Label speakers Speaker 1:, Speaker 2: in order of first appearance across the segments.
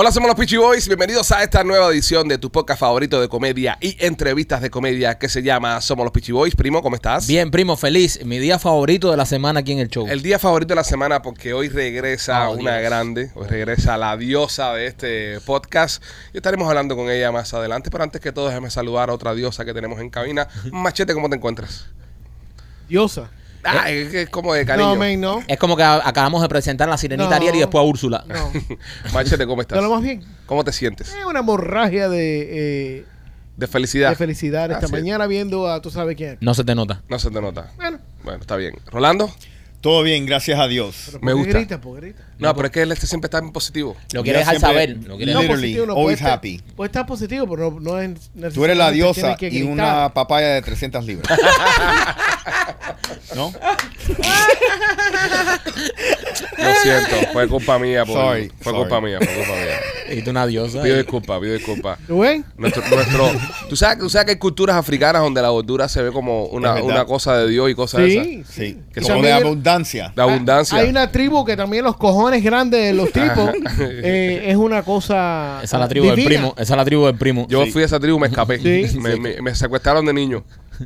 Speaker 1: Hola, somos los Peachy Boys. Bienvenidos a esta nueva edición de tu podcast favorito de comedia y entrevistas de comedia que se llama Somos los Peachy Boys. Primo, ¿cómo estás?
Speaker 2: Bien, primo, feliz. Mi día favorito de la semana aquí en el show.
Speaker 1: El día favorito de la semana porque hoy regresa
Speaker 2: Oh,
Speaker 1: una
Speaker 2: Dios.
Speaker 1: grande, hoy regresa la diosa de este podcast y estaremos hablando con ella más adelante, pero antes que todo déjame saludar a otra diosa que tenemos en cabina. Machete, ¿cómo te encuentras?
Speaker 3: Diosa.
Speaker 1: Ah, es, que es como de cariño.
Speaker 3: No, man, no.
Speaker 2: Es como que a- acabamos de presentar a la sirenita
Speaker 3: No.
Speaker 2: Ariel y después a Úrsula.
Speaker 3: No.
Speaker 1: Machete, ¿cómo
Speaker 3: De
Speaker 1: estás?
Speaker 3: lo más bien.
Speaker 1: ¿Cómo te sientes?
Speaker 3: Es una hemorragia de, eh,
Speaker 1: De felicidad.
Speaker 3: de felicidad esta
Speaker 1: Así es.
Speaker 3: mañana viendo a tú sabes quién.
Speaker 2: No se te nota.
Speaker 1: No se te nota.
Speaker 3: Bueno,
Speaker 1: Bueno, está bien. ¿Rolando?
Speaker 4: Todo bien, gracias a Dios.
Speaker 1: Me
Speaker 3: pero ¿por qué
Speaker 1: gusta.
Speaker 3: grita, ¿Por qué grita?
Speaker 1: No, pero es que él este siempre está en positivo.
Speaker 2: Lo quieres
Speaker 4: Ya
Speaker 2: dejar
Speaker 4: siempre-
Speaker 2: saber. Lo quieres
Speaker 4: No,
Speaker 2: dejar-
Speaker 4: Literally, always
Speaker 3: estar-
Speaker 4: happy.
Speaker 3: puede estar positivo, pero no, no es necesariamente
Speaker 4: Tú eres la diosa
Speaker 3: tienes pues, que
Speaker 4: y
Speaker 3: gritar.
Speaker 4: una papaya de 300 libras. ¿No?
Speaker 1: Lo siento, fue culpa mía. por-
Speaker 4: Sorry,
Speaker 1: fue
Speaker 4: sorry.
Speaker 1: culpa mía, fue culpa mía.
Speaker 2: Y tú una diosa.
Speaker 1: Pido disculpas, pido disculpas.
Speaker 3: Rubén,
Speaker 1: Nuestro, nuestro, ¿tú, sabes, tú sabes que hay culturas africanas donde la gordura se ve como
Speaker 4: Es
Speaker 1: una,
Speaker 4: verdad.
Speaker 1: una cosa de Dios y cosas de esas.
Speaker 3: sí. Ah,
Speaker 4: Sí.
Speaker 1: Que
Speaker 4: Que
Speaker 1: son-
Speaker 4: son de abundancia.
Speaker 1: De abundancia.
Speaker 3: Hay una tribu que también los cojones grandes de los tipos eh, es una cosa.
Speaker 2: Esa es la tribu del
Speaker 3: divina.
Speaker 2: primo. Esa es la tribu del primo.
Speaker 1: Yo fui a esa tribu, me escapé.
Speaker 3: Sí.
Speaker 1: me, me- me secuestraron de niño.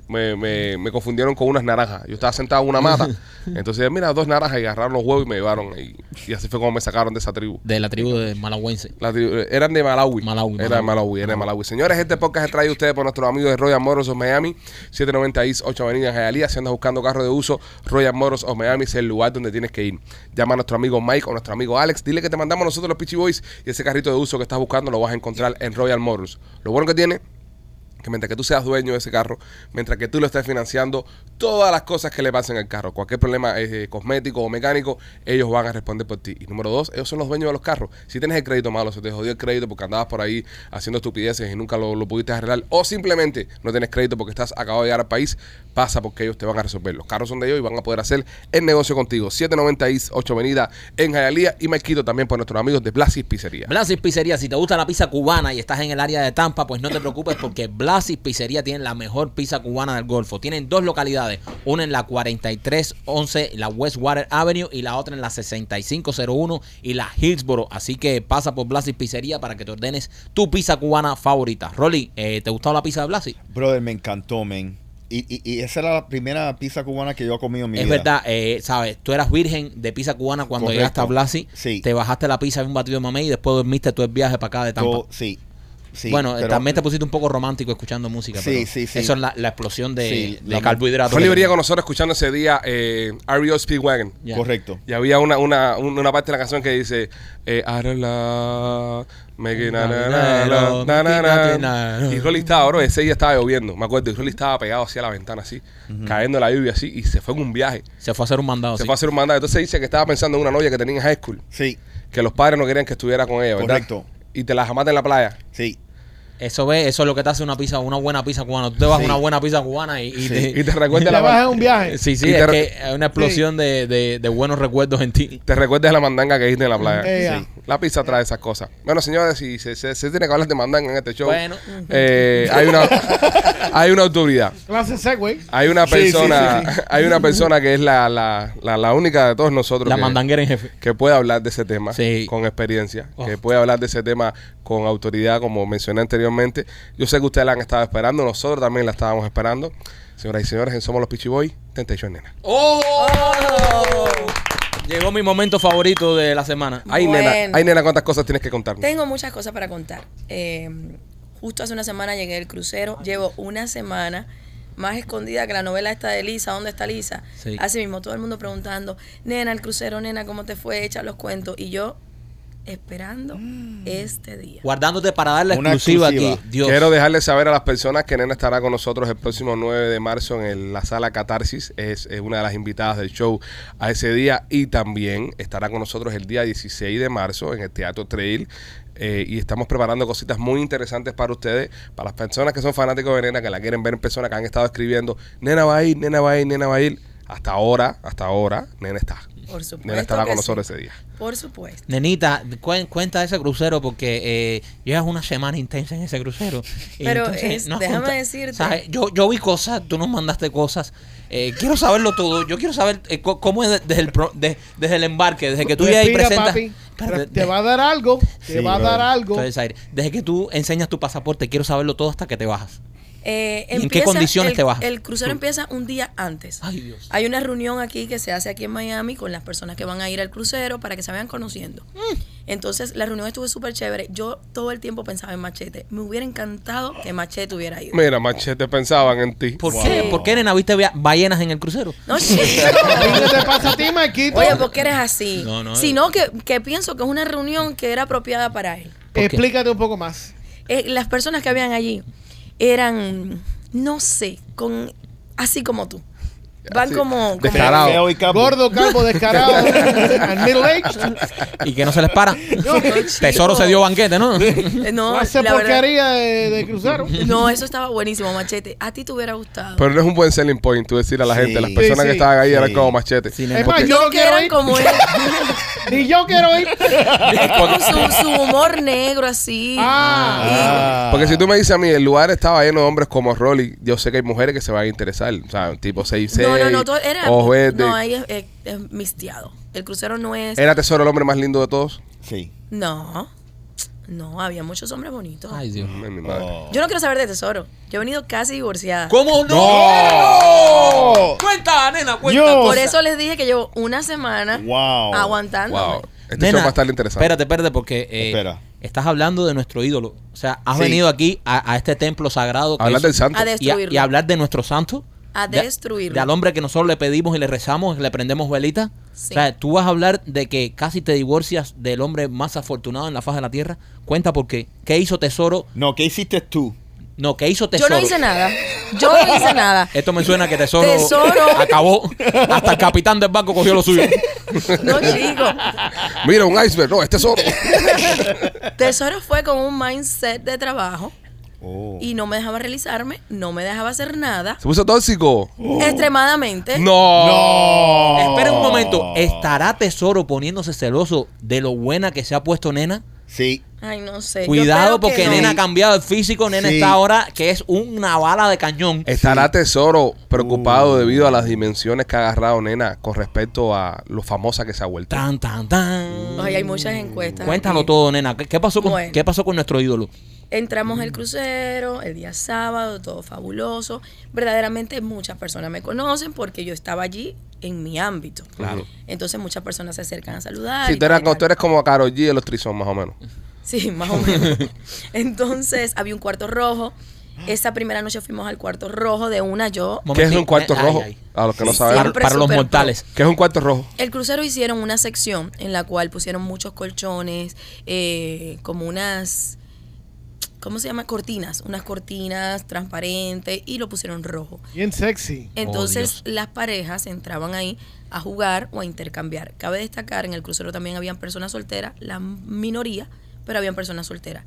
Speaker 1: Me, me- me confundieron con unas naranjas. Yo estaba sentado en una mata. Entonces, mira, dos naranjas y agarraron los huevos y me llevaron. Y, y así fue como me sacaron de esa tribu.
Speaker 2: De la tribu de Malawense.
Speaker 1: La tribu- eh, eran de Malawi.
Speaker 2: Malawi,
Speaker 1: Era de
Speaker 2: Malawi.
Speaker 1: Malawi, era de Malawi. Señores, este podcast es traído a ustedes por nuestros amigos de Royal Motors of Miami, 790 East 8 Avenida en Hialeah. Si andas buscando carro de uso, Royal Motors of Miami es el lugar donde tienes que ir. Llama a nuestro amigo Mike o nuestro amigo Alex. Dile que te mandamos nosotros los Pitchy Boys y ese carrito de uso que estás buscando lo vas a encontrar en Royal Motors. Lo bueno que tiene que mientras que tú seas dueño de ese carro, mientras que tú lo estés financiando, todas las cosas que le pasen al carro, cualquier problema eh, cosmético o mecánico, ellos van a responder por ti. Y número dos, ellos son los dueños de los carros. Si tienes el crédito malo, se te jodió el crédito porque andabas por ahí haciendo estupideces y nunca lo, lo pudiste arreglar, o simplemente no tienes crédito porque estás acabado de llegar al país, pasa porque ellos te van a resolver. Los carros son de ellos y van a poder hacer el negocio contigo. 790 East 8 Avenida en Jayalía y Marquito también por nuestros amigos de Blasis Pizzería.
Speaker 2: Blasis Pizzería, si te gusta la pizza cubana y estás en el área de Tampa, pues no te preocupes porque Blasis Pizzería tiene la mejor pizza cubana del Golfo. Tienen dos localidades, una en la 4311, la Westwater Avenue y la otra en la 6501 y la Hillsboro. Así que pasa por Blasis Pizzería para que te ordenes tu pizza cubana favorita. Rolly, eh, ¿te gustó la pizza de Blasis?
Speaker 4: Brother, me encantó, men. Y, y- y esa era la primera pizza cubana que yo he comido en mi
Speaker 2: es
Speaker 4: vida.
Speaker 2: verdad, eh, sabes, tú eras virgen de pizza cubana cuando
Speaker 4: Correcto.
Speaker 2: llegaste a Blasi,
Speaker 4: Sí.
Speaker 2: te bajaste la pizza en un batido de mamey y después dormiste todo el viaje para acá de Tampa.
Speaker 4: Yo- sí. sí,
Speaker 2: bueno, eh,
Speaker 4: pero-
Speaker 2: también te pusiste un poco romántico escuchando música.
Speaker 4: Sí,
Speaker 2: pero
Speaker 4: sí, sí.
Speaker 2: Eso es la, la explosión de,
Speaker 4: Sí,
Speaker 2: de
Speaker 4: la-
Speaker 2: carbohidratos.
Speaker 1: Fue
Speaker 2: que
Speaker 1: librería
Speaker 2: tenía.
Speaker 1: con nosotros escuchando ese día eh, REO Speedwagon.
Speaker 2: Ya.
Speaker 4: Correcto.
Speaker 1: Y había una, una, un- una parte de la canción que dice eh, I don't love making na, na, na, na, na, na, na. Y Rolly estaba, bro, ese día estaba lloviendo, me acuerdo, y Rolly estaba pegado así a la ventana así, cayendo la lluvia así, y se fue en un viaje.
Speaker 2: Se fue a hacer un mandado.
Speaker 1: Se
Speaker 2: Oh, sí.
Speaker 1: fue a hacer un mandado. Entonces dice que estaba pensando en una novia que tenía en high school,
Speaker 4: Sí,
Speaker 1: que los padres no querían que estuviera con ella, ¿verdad?
Speaker 4: Correcto.
Speaker 1: Y te la jamaste en la playa.
Speaker 4: sí.
Speaker 2: Eso ve, eso es lo que te hace una pizza, una buena pizza cubana. Tú te vas
Speaker 4: Sí.
Speaker 2: a una buena pizza cubana y, y
Speaker 4: Sí.
Speaker 2: te-
Speaker 1: Y te recuerda
Speaker 3: Te
Speaker 1: la
Speaker 3: vas a
Speaker 1: man-
Speaker 3: un viaje.
Speaker 2: sí, sí,
Speaker 1: y te
Speaker 2: es
Speaker 1: re-
Speaker 2: que hay una explosión de, de- de buenos recuerdos en ti.
Speaker 1: te recuerdas la mandanga que hiciste en la
Speaker 4: Mm,
Speaker 1: playa.
Speaker 3: Ea.
Speaker 4: Sí.
Speaker 1: La pizza trae esas cosas. Bueno, señores, si se, se- se tiene que hablar de mandanga en este show,
Speaker 2: Bueno.
Speaker 1: eh, hay, una, hay una autoridad.
Speaker 3: Clase Segway.
Speaker 1: Hay una
Speaker 4: Sí, sí,
Speaker 1: persona,
Speaker 4: sí, sí.
Speaker 1: hay una persona que es la, la, la, la única de todos nosotros
Speaker 2: La
Speaker 1: que,
Speaker 2: mandanguera en jefe.
Speaker 1: que puede hablar de ese tema
Speaker 2: Sí.
Speaker 1: con experiencia,
Speaker 2: Oh.
Speaker 1: que puede hablar de ese tema con autoridad, como mencioné anteriormente. Yo sé que ustedes la han estado esperando, nosotros también la estábamos esperando. Señoras y señores, en Somos los Pichiboy, Temptation Nena.
Speaker 4: ¡Oh!
Speaker 2: Llegó mi momento favorito de la semana.
Speaker 1: Ay,
Speaker 5: Bueno.
Speaker 1: nena, ay, nena, ¿cuántas cosas tienes que contarnos?
Speaker 5: Tengo muchas cosas para contar. Eh, justo hace una semana llegué del crucero. Llevo una semana más escondida que la novela esta de Lisa. ¿Dónde está Lisa?
Speaker 2: Sí.
Speaker 5: Así mismo, todo el mundo preguntando, nena, el crucero, nena, ¿cómo te fue? Echa los cuentos. Y yo esperando
Speaker 2: Mm.
Speaker 5: este día.
Speaker 2: Guardándote para dar la
Speaker 4: Una
Speaker 2: exclusiva,
Speaker 4: exclusiva.
Speaker 2: aquí. Dios.
Speaker 1: Quiero dejarles saber a las personas que Nena estará con nosotros el próximo 9 de marzo en el- la sala Catarsis. Es, eh, una de las invitadas del show a ese día. Y también estará con nosotros el día 16 de marzo en el Teatro Trail. Eh, y estamos preparando cositas muy interesantes para ustedes, para las personas que son fanáticos de Nena, que la quieren ver en persona, que han estado escribiendo, Nena va a ir, Nena va a ir, Nena va a ir. Hasta ahora, hasta ahora, Nena está.
Speaker 5: Por supuesto.
Speaker 1: Nena estará
Speaker 5: que
Speaker 1: con nosotros
Speaker 5: sí.
Speaker 1: ese día.
Speaker 5: Por supuesto.
Speaker 2: Nenita, cuen- cuenta ese crucero porque eh, llevas una semana intensa en ese crucero. Y
Speaker 5: Pero
Speaker 2: entonces
Speaker 5: es-
Speaker 2: no has
Speaker 5: déjame
Speaker 2: contado-
Speaker 5: decirte.
Speaker 2: ¿sabes? Yo, yo vi cosas, tú nos mandaste cosas. Eh, quiero saberlo todo. Yo quiero saber eh, co- cómo es de- desde el, pro- de- desde el embarque, desde que tú llegas y
Speaker 3: Respira,
Speaker 2: presentas.
Speaker 3: papi.
Speaker 2: Espérate,
Speaker 3: Re- te
Speaker 2: de-
Speaker 3: va a dar algo. Te
Speaker 4: Sí,
Speaker 3: va a
Speaker 4: brother.
Speaker 3: dar algo.
Speaker 2: Entonces, Zaire, desde que tú enseñas tu pasaporte, quiero saberlo todo hasta que te bajas.
Speaker 5: Eh,
Speaker 2: ¿Y en qué
Speaker 5: empieza
Speaker 2: condiciones
Speaker 5: el-
Speaker 2: te bajas?
Speaker 5: El crucero empieza un día antes.
Speaker 2: Ay, Dios.
Speaker 5: Hay una reunión aquí que se hace aquí en Miami con las personas que van a ir al crucero para que se vayan conociendo. Entonces, la reunión estuvo súper chévere. Yo todo el tiempo pensaba en Machete. Me hubiera encantado que Machete hubiera ido.
Speaker 1: Mira, machete, pensaban en ti.
Speaker 2: ¿Por
Speaker 4: Wow.
Speaker 2: qué? ¿Por qué, nena, viste ba- ballenas en el crucero?
Speaker 5: No, chico.
Speaker 3: ¿Y ¿Qué te pasa a ti, Marquito?
Speaker 5: Oye, ¿por qué eres así?
Speaker 2: No, no.
Speaker 5: Sino que, que pienso que es una reunión que era apropiada para él.
Speaker 2: qué?
Speaker 3: Explícate un poco más.
Speaker 5: Eh, las personas que habían allí eran, no sé, con así como tú. Van
Speaker 1: Así,
Speaker 5: como... como-
Speaker 1: descarado.
Speaker 4: Feo y calvo.
Speaker 3: Gordo, calvo, descarado, al middle age.
Speaker 2: Y que no se les para.
Speaker 5: No, chico.
Speaker 2: Tesoro se dio banquete, ¿no?
Speaker 5: Eh, No,
Speaker 3: hace
Speaker 5: la verdad-
Speaker 3: porquería de, de crucero.
Speaker 5: No, eso estaba buenísimo, Machete. A ti te hubiera gustado.
Speaker 1: Pero no es un buen selling point tú decir a la
Speaker 4: Sí.
Speaker 1: gente, las
Speaker 4: Sí,
Speaker 1: personas que
Speaker 3: sí.
Speaker 1: estaban ahí eran
Speaker 4: Sí.
Speaker 1: como machete.
Speaker 2: Sí,
Speaker 1: Porque-
Speaker 3: Es más, yo
Speaker 5: no
Speaker 3: no
Speaker 5: que
Speaker 3: quiero
Speaker 5: eran
Speaker 3: ir.
Speaker 5: como él.
Speaker 3: Ni yo quiero ir.
Speaker 5: con su, su humor negro así.
Speaker 3: Ah.
Speaker 4: Ah.
Speaker 1: Porque si tú me dices a mí, el lugar estaba lleno de hombres como Rolly, yo sé que hay mujeres que se van a interesar. O sea, tipo 6
Speaker 5: no, no, no, todo era.
Speaker 1: ojos verdes.
Speaker 5: No, ahí es, es- es mistiado. El crucero no es.
Speaker 1: ¿Era Tesoro el hombre más lindo de todos?
Speaker 4: Sí.
Speaker 5: No. No, había muchos hombres bonitos.
Speaker 2: Ay, Dios.
Speaker 1: Ay, mi madre.
Speaker 4: Oh.
Speaker 5: Yo no quiero saber de tesoro. Yo he venido casi divorciada.
Speaker 2: ¿Cómo no?
Speaker 4: ¡No!
Speaker 2: Cuenta, nena, cuenta.
Speaker 4: Yo-
Speaker 5: Por
Speaker 4: O sea-
Speaker 5: eso les dije que llevo una semana
Speaker 4: Wow.
Speaker 5: aguantando.
Speaker 1: Wow. Este
Speaker 2: Nena,
Speaker 1: show va a estar interesante.
Speaker 2: Espérate, espérate, porque eh,
Speaker 4: Espera.
Speaker 2: estás hablando de nuestro ídolo. O sea, has
Speaker 4: Sí.
Speaker 2: venido aquí a, a este templo sagrado. que
Speaker 1: Hablar
Speaker 2: es-
Speaker 1: del santo.
Speaker 5: A de-
Speaker 2: y, a-
Speaker 5: Destruirlo.
Speaker 2: y hablar de nuestro santo.
Speaker 5: A
Speaker 2: De-
Speaker 5: destruirlo.
Speaker 2: De, al hombre que nosotros le pedimos y le rezamos, le prendemos velita.
Speaker 5: Sí.
Speaker 2: O sea, tú vas a hablar de que casi te divorcias del hombre más afortunado en la faz de la tierra. Cuenta por qué. ¿Qué hizo Tesoro?
Speaker 4: No, ¿qué hiciste tú?
Speaker 2: No, ¿qué hizo
Speaker 5: Yo
Speaker 2: Tesoro?
Speaker 5: no hice nada. Yo no hice nada.
Speaker 2: Esto me suena que Tesoro,
Speaker 5: Tesoro.
Speaker 2: acabó. Hasta el capitán del banco cogió lo suyo.
Speaker 5: No, chico.
Speaker 1: Mira, un iceberg. No, es Tesoro.
Speaker 5: Tesoro fue con un mindset de trabajo
Speaker 4: Oh.
Speaker 5: y no me dejaba realizarme, no me dejaba hacer nada.
Speaker 1: Se puso tóxico.
Speaker 5: Extremadamente.
Speaker 1: No.
Speaker 2: Espera un
Speaker 1: Oh.
Speaker 2: momento. ¿Estará Tesoro poniéndose celoso de lo buena que se ha puesto Nena?
Speaker 4: Sí.
Speaker 5: Ay, no sé. Eh, Yo
Speaker 2: Cuidado
Speaker 5: creo que
Speaker 2: porque
Speaker 5: no.
Speaker 2: Nena ha cambiado el físico. Nena
Speaker 4: Sí.
Speaker 2: está ahora que es una bala de cañón.
Speaker 1: Estará Tesoro preocupado
Speaker 4: Uh.
Speaker 1: debido a las dimensiones que ha agarrado, nena, con respecto a lo famosa que se ha vuelto.
Speaker 2: Tan, tan, tan.
Speaker 5: Ay, hay muchas encuestas.
Speaker 2: Cuéntalo
Speaker 5: aquí.
Speaker 2: todo, Nena. ¿Qué, qué pasó con,
Speaker 5: Bueno.
Speaker 2: ¿Qué pasó con nuestro ídolo?
Speaker 5: Entramos el crucero, el día sábado, todo fabuloso. Verdaderamente muchas personas me conocen porque yo estaba allí en mi ámbito.
Speaker 1: Claro.
Speaker 5: Entonces muchas personas se acercan a saludar.
Speaker 1: Si
Speaker 5: y
Speaker 1: tú eras,
Speaker 5: tal.
Speaker 1: tú eres como Karol G de los Trisón, más o menos.
Speaker 5: Sí, más o menos. Entonces había un cuarto rojo. Esa primera noche fuimos al cuarto rojo de una yo.
Speaker 1: ¿Qué es
Speaker 2: Momentito.
Speaker 1: un cuarto
Speaker 2: Ay,
Speaker 1: rojo?
Speaker 2: ay.
Speaker 1: A los que no
Speaker 5: Sí,
Speaker 1: saben.
Speaker 2: Para,
Speaker 5: Siempre
Speaker 2: para los
Speaker 5: super
Speaker 2: mortales.
Speaker 1: ¿Qué es un cuarto rojo?
Speaker 5: El crucero hicieron una sección en la cual pusieron muchos colchones, eh, como unas, ¿cómo se llama? Cortinas, unas cortinas transparentes y lo pusieron rojo.
Speaker 3: Bien sexy.
Speaker 5: Entonces
Speaker 2: Dios.
Speaker 5: las parejas entraban ahí a jugar o a intercambiar. Cabe destacar, en el crucero también habían personas solteras, la minoría, pero habían personas solteras.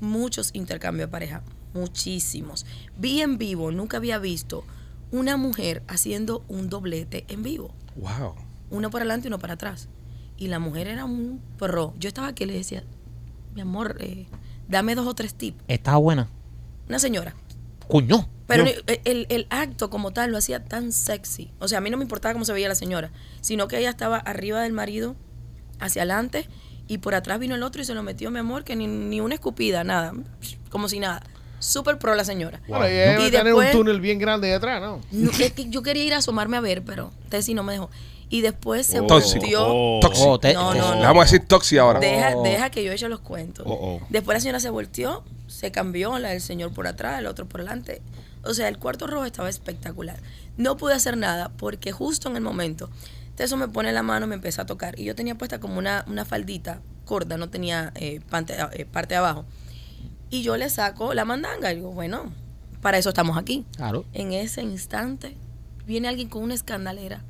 Speaker 5: Muchos intercambios de pareja, muchísimos. Vi en vivo, nunca había visto una mujer haciendo un doblete en vivo
Speaker 1: Wow.
Speaker 5: uno para adelante y uno para atrás. Y la mujer era un perro. Yo estaba aquí y le decía, mi amor, eh, dame dos o tres tips.
Speaker 2: Está buena.
Speaker 5: Una señora.
Speaker 2: Cuño.
Speaker 5: Pero
Speaker 4: Yo-
Speaker 5: ni- el, el acto como tal lo hacía tan sexy. O sea, a mí no me importaba cómo se veía la señora, sino que ella estaba arriba del marido, hacia adelante, y por atrás vino el otro y se lo metió, mi amor, que ni, ni una escupida, nada. Como si nada. Súper pro la señora.
Speaker 3: Bueno, y ella
Speaker 5: Y
Speaker 3: debe tener
Speaker 5: después-
Speaker 3: un túnel bien grande detrás, ¿no?
Speaker 5: No, es que yo quería ir a asomarme a ver, pero Tessy no me dejó. Y después se
Speaker 4: Oh,
Speaker 1: Tóxico.
Speaker 5: volvió...
Speaker 4: oh,
Speaker 1: Tóxico.
Speaker 2: Oh, te-
Speaker 5: No,
Speaker 2: te-
Speaker 5: no,
Speaker 1: Le
Speaker 5: no.
Speaker 1: vamos a decir Toxi ahora.
Speaker 5: Deja,
Speaker 2: Oh.
Speaker 5: deja que yo eche los cuentos.
Speaker 4: Oh, oh.
Speaker 5: Después la señora se volteó, se cambió, la del señor por atrás, el otro por delante. O sea, el cuarto rojo estaba espectacular. No pude hacer nada porque justo en el momento, eso me pone la mano, me empieza a tocar. Y yo tenía puesta como una, una faldita corta, no tenía eh, pante- eh, parte de abajo. Y yo le saco la mandanga. Y digo, bueno, para eso estamos aquí.
Speaker 2: Claro.
Speaker 5: En ese instante, viene alguien con una escandalera.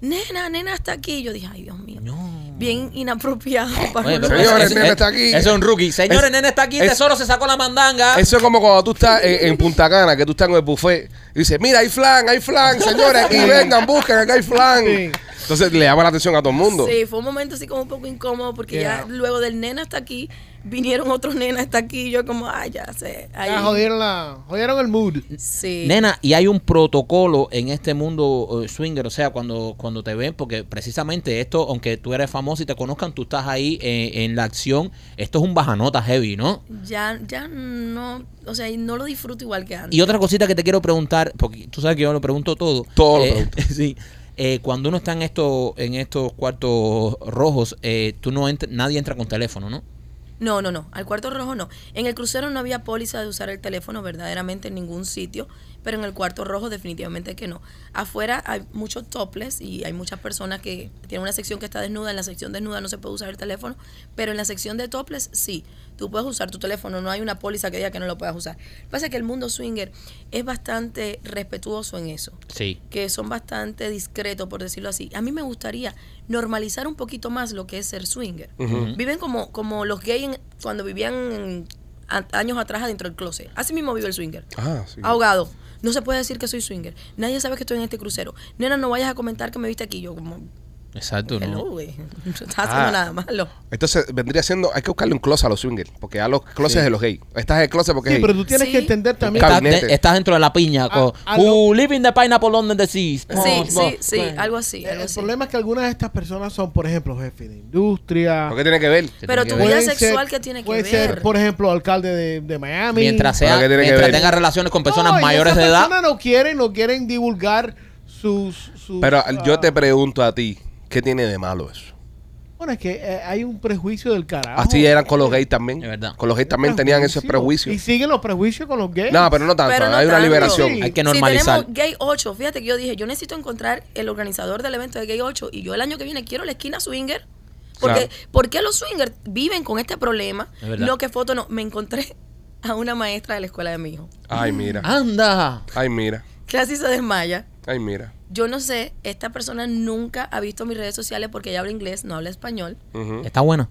Speaker 5: Nena, nena, hasta aquí. Yo dije, ay, Dios mío.
Speaker 2: Coño.
Speaker 5: bien inapropiado para
Speaker 2: Oye,
Speaker 5: uno.
Speaker 2: pero
Speaker 1: Señores,
Speaker 2: ese-
Speaker 1: nene
Speaker 2: ese-
Speaker 1: está aquí.
Speaker 2: ese es un rookie. Señores,
Speaker 1: Es-
Speaker 2: nene está aquí.
Speaker 1: es-
Speaker 2: Tesoro se sacó la mandanga.
Speaker 1: Eso es como cuando tú estás en, en Punta Cana, que tú estás en el buffet, y dices, mira, hay flan, hay flan, señores, aquí vengan, busquen, acá hay flan.
Speaker 3: Sí.
Speaker 1: Entonces le llama la atención a todo el mundo.
Speaker 5: Sí, fue un momento así como un poco incómodo porque
Speaker 3: Yeah.
Speaker 5: ya luego del nena hasta aquí, vinieron otros nenas hasta aquí y yo como, ah, ya sé. Ahí.
Speaker 3: Ya jodieron, la, jodieron el mood.
Speaker 5: Sí.
Speaker 2: Nena, y hay un protocolo en este mundo eh, swinger, o sea, cuando, cuando te ven, porque precisamente esto, aunque tú eres famoso y te conozcan, tú estás ahí eh, en la acción, esto es un bajanota heavy, ¿no?
Speaker 5: Ya, ya no, o sea, y no lo disfruto igual que antes.
Speaker 2: Y otra cosita que te quiero preguntar, porque tú sabes que yo lo pregunto todo.
Speaker 1: Todo lo
Speaker 2: Eh,
Speaker 1: pregunto.
Speaker 2: sí. Eh, cuando uno está en estos, en estos cuartos rojos, eh, tú no entra- nadie entra con teléfono, ¿no?
Speaker 5: No, no, no. Al cuarto rojo no. En el crucero no había póliza de usar el teléfono verdaderamente en ningún sitio, pero en el cuarto rojo definitivamente que no. Afuera hay muchos toples y hay muchas personas que tienen una sección que está desnuda. En la sección desnuda no se puede usar el teléfono, pero en la sección de toples sí. Tú puedes usar tu teléfono, no hay una póliza que diga que no lo puedas usar. Lo que pasa es que el mundo swinger es bastante respetuoso en eso
Speaker 2: Sí.
Speaker 5: que son bastante discretos, por decirlo así. A mí me gustaría normalizar un poquito más lo que es ser swinger. Viven como, como los gays en- cuando vivían en- a- años atrás adentro del closet. Así mismo vive el swinger.
Speaker 1: Ah, sí.
Speaker 5: Ahogado. No se puede decir que soy swinger. Nadie sabe que estoy en este crucero. Nena, no vayas a comentar que me viste aquí. Yo como,
Speaker 2: Exacto,
Speaker 5: hello,
Speaker 2: ¿no?
Speaker 5: güey. No estás haciendo
Speaker 1: Ah.
Speaker 5: nada malo.
Speaker 1: Entonces vendría siendo, hay que buscarle un closet a los swingers, porque a los closets de los gays. Estás en el closet porque
Speaker 3: Sí,
Speaker 1: es
Speaker 3: pero
Speaker 1: gay.
Speaker 3: tú tienes
Speaker 5: Sí.
Speaker 3: que entender también.
Speaker 1: Está-
Speaker 2: Estás,
Speaker 1: Gabinete.
Speaker 2: de- estás dentro de la piña. con,
Speaker 3: a
Speaker 2: Who living the pineapple under the seas.
Speaker 5: Ah, sí,
Speaker 2: Vamos,
Speaker 5: sí,
Speaker 2: vamos.
Speaker 5: sí, algo así.
Speaker 3: El
Speaker 5: algo así.
Speaker 3: problema es que algunas de estas personas son, por ejemplo, jefe de industria.
Speaker 1: ¿Por qué tiene que ver?
Speaker 2: Que tiene
Speaker 5: Pero tu
Speaker 2: que ver.
Speaker 5: vida
Speaker 3: Pueden
Speaker 5: sexual que tiene que
Speaker 3: puede
Speaker 5: ver.
Speaker 3: ser, por ejemplo, alcalde de, de Miami.
Speaker 2: Mientras, sea,
Speaker 1: Ahora, ¿qué tiene que
Speaker 2: mientras
Speaker 1: ver?
Speaker 2: tenga relaciones con personas
Speaker 3: No, y
Speaker 2: mayores
Speaker 3: esas
Speaker 2: de edad.
Speaker 3: personas no quieren, no quieren divulgar sus... sus,
Speaker 1: Pero yo
Speaker 3: ah,
Speaker 1: te pregunto a ti, ¿qué tiene de malo eso?
Speaker 3: Bueno, es que eh, hay un prejuicio del carajo.
Speaker 1: Así Ah, eran con los gays también.
Speaker 2: Es verdad.
Speaker 1: Con los gays también
Speaker 3: Prejuicio.
Speaker 1: tenían esos prejuicios.
Speaker 3: Y siguen los prejuicios con los gays.
Speaker 1: No, pero no tanto,
Speaker 5: Pero no
Speaker 1: hay una
Speaker 5: tanto.
Speaker 1: liberación.
Speaker 3: Sí.
Speaker 2: Hay que
Speaker 5: Si
Speaker 2: normalizar.
Speaker 5: tenemos Gay 8, fíjate que yo dije, yo necesito encontrar el organizador del evento de Gay 8 y yo el año que viene quiero la esquina swinger. Porque,
Speaker 1: Claro.
Speaker 5: ¿Por qué los swingers viven con este problema?
Speaker 2: Es verdad.
Speaker 5: No, que foto no. Me encontré a una maestra de la escuela de mi hijo.
Speaker 1: Ay, mira.
Speaker 2: Ah. Anda.
Speaker 1: Ay, mira.
Speaker 5: Casi se desmaya.
Speaker 1: Ay, mira.
Speaker 5: Yo no sé, esta persona nunca ha visto mis redes sociales porque ella habla inglés, no habla español.
Speaker 1: Ujú.
Speaker 2: Está buena.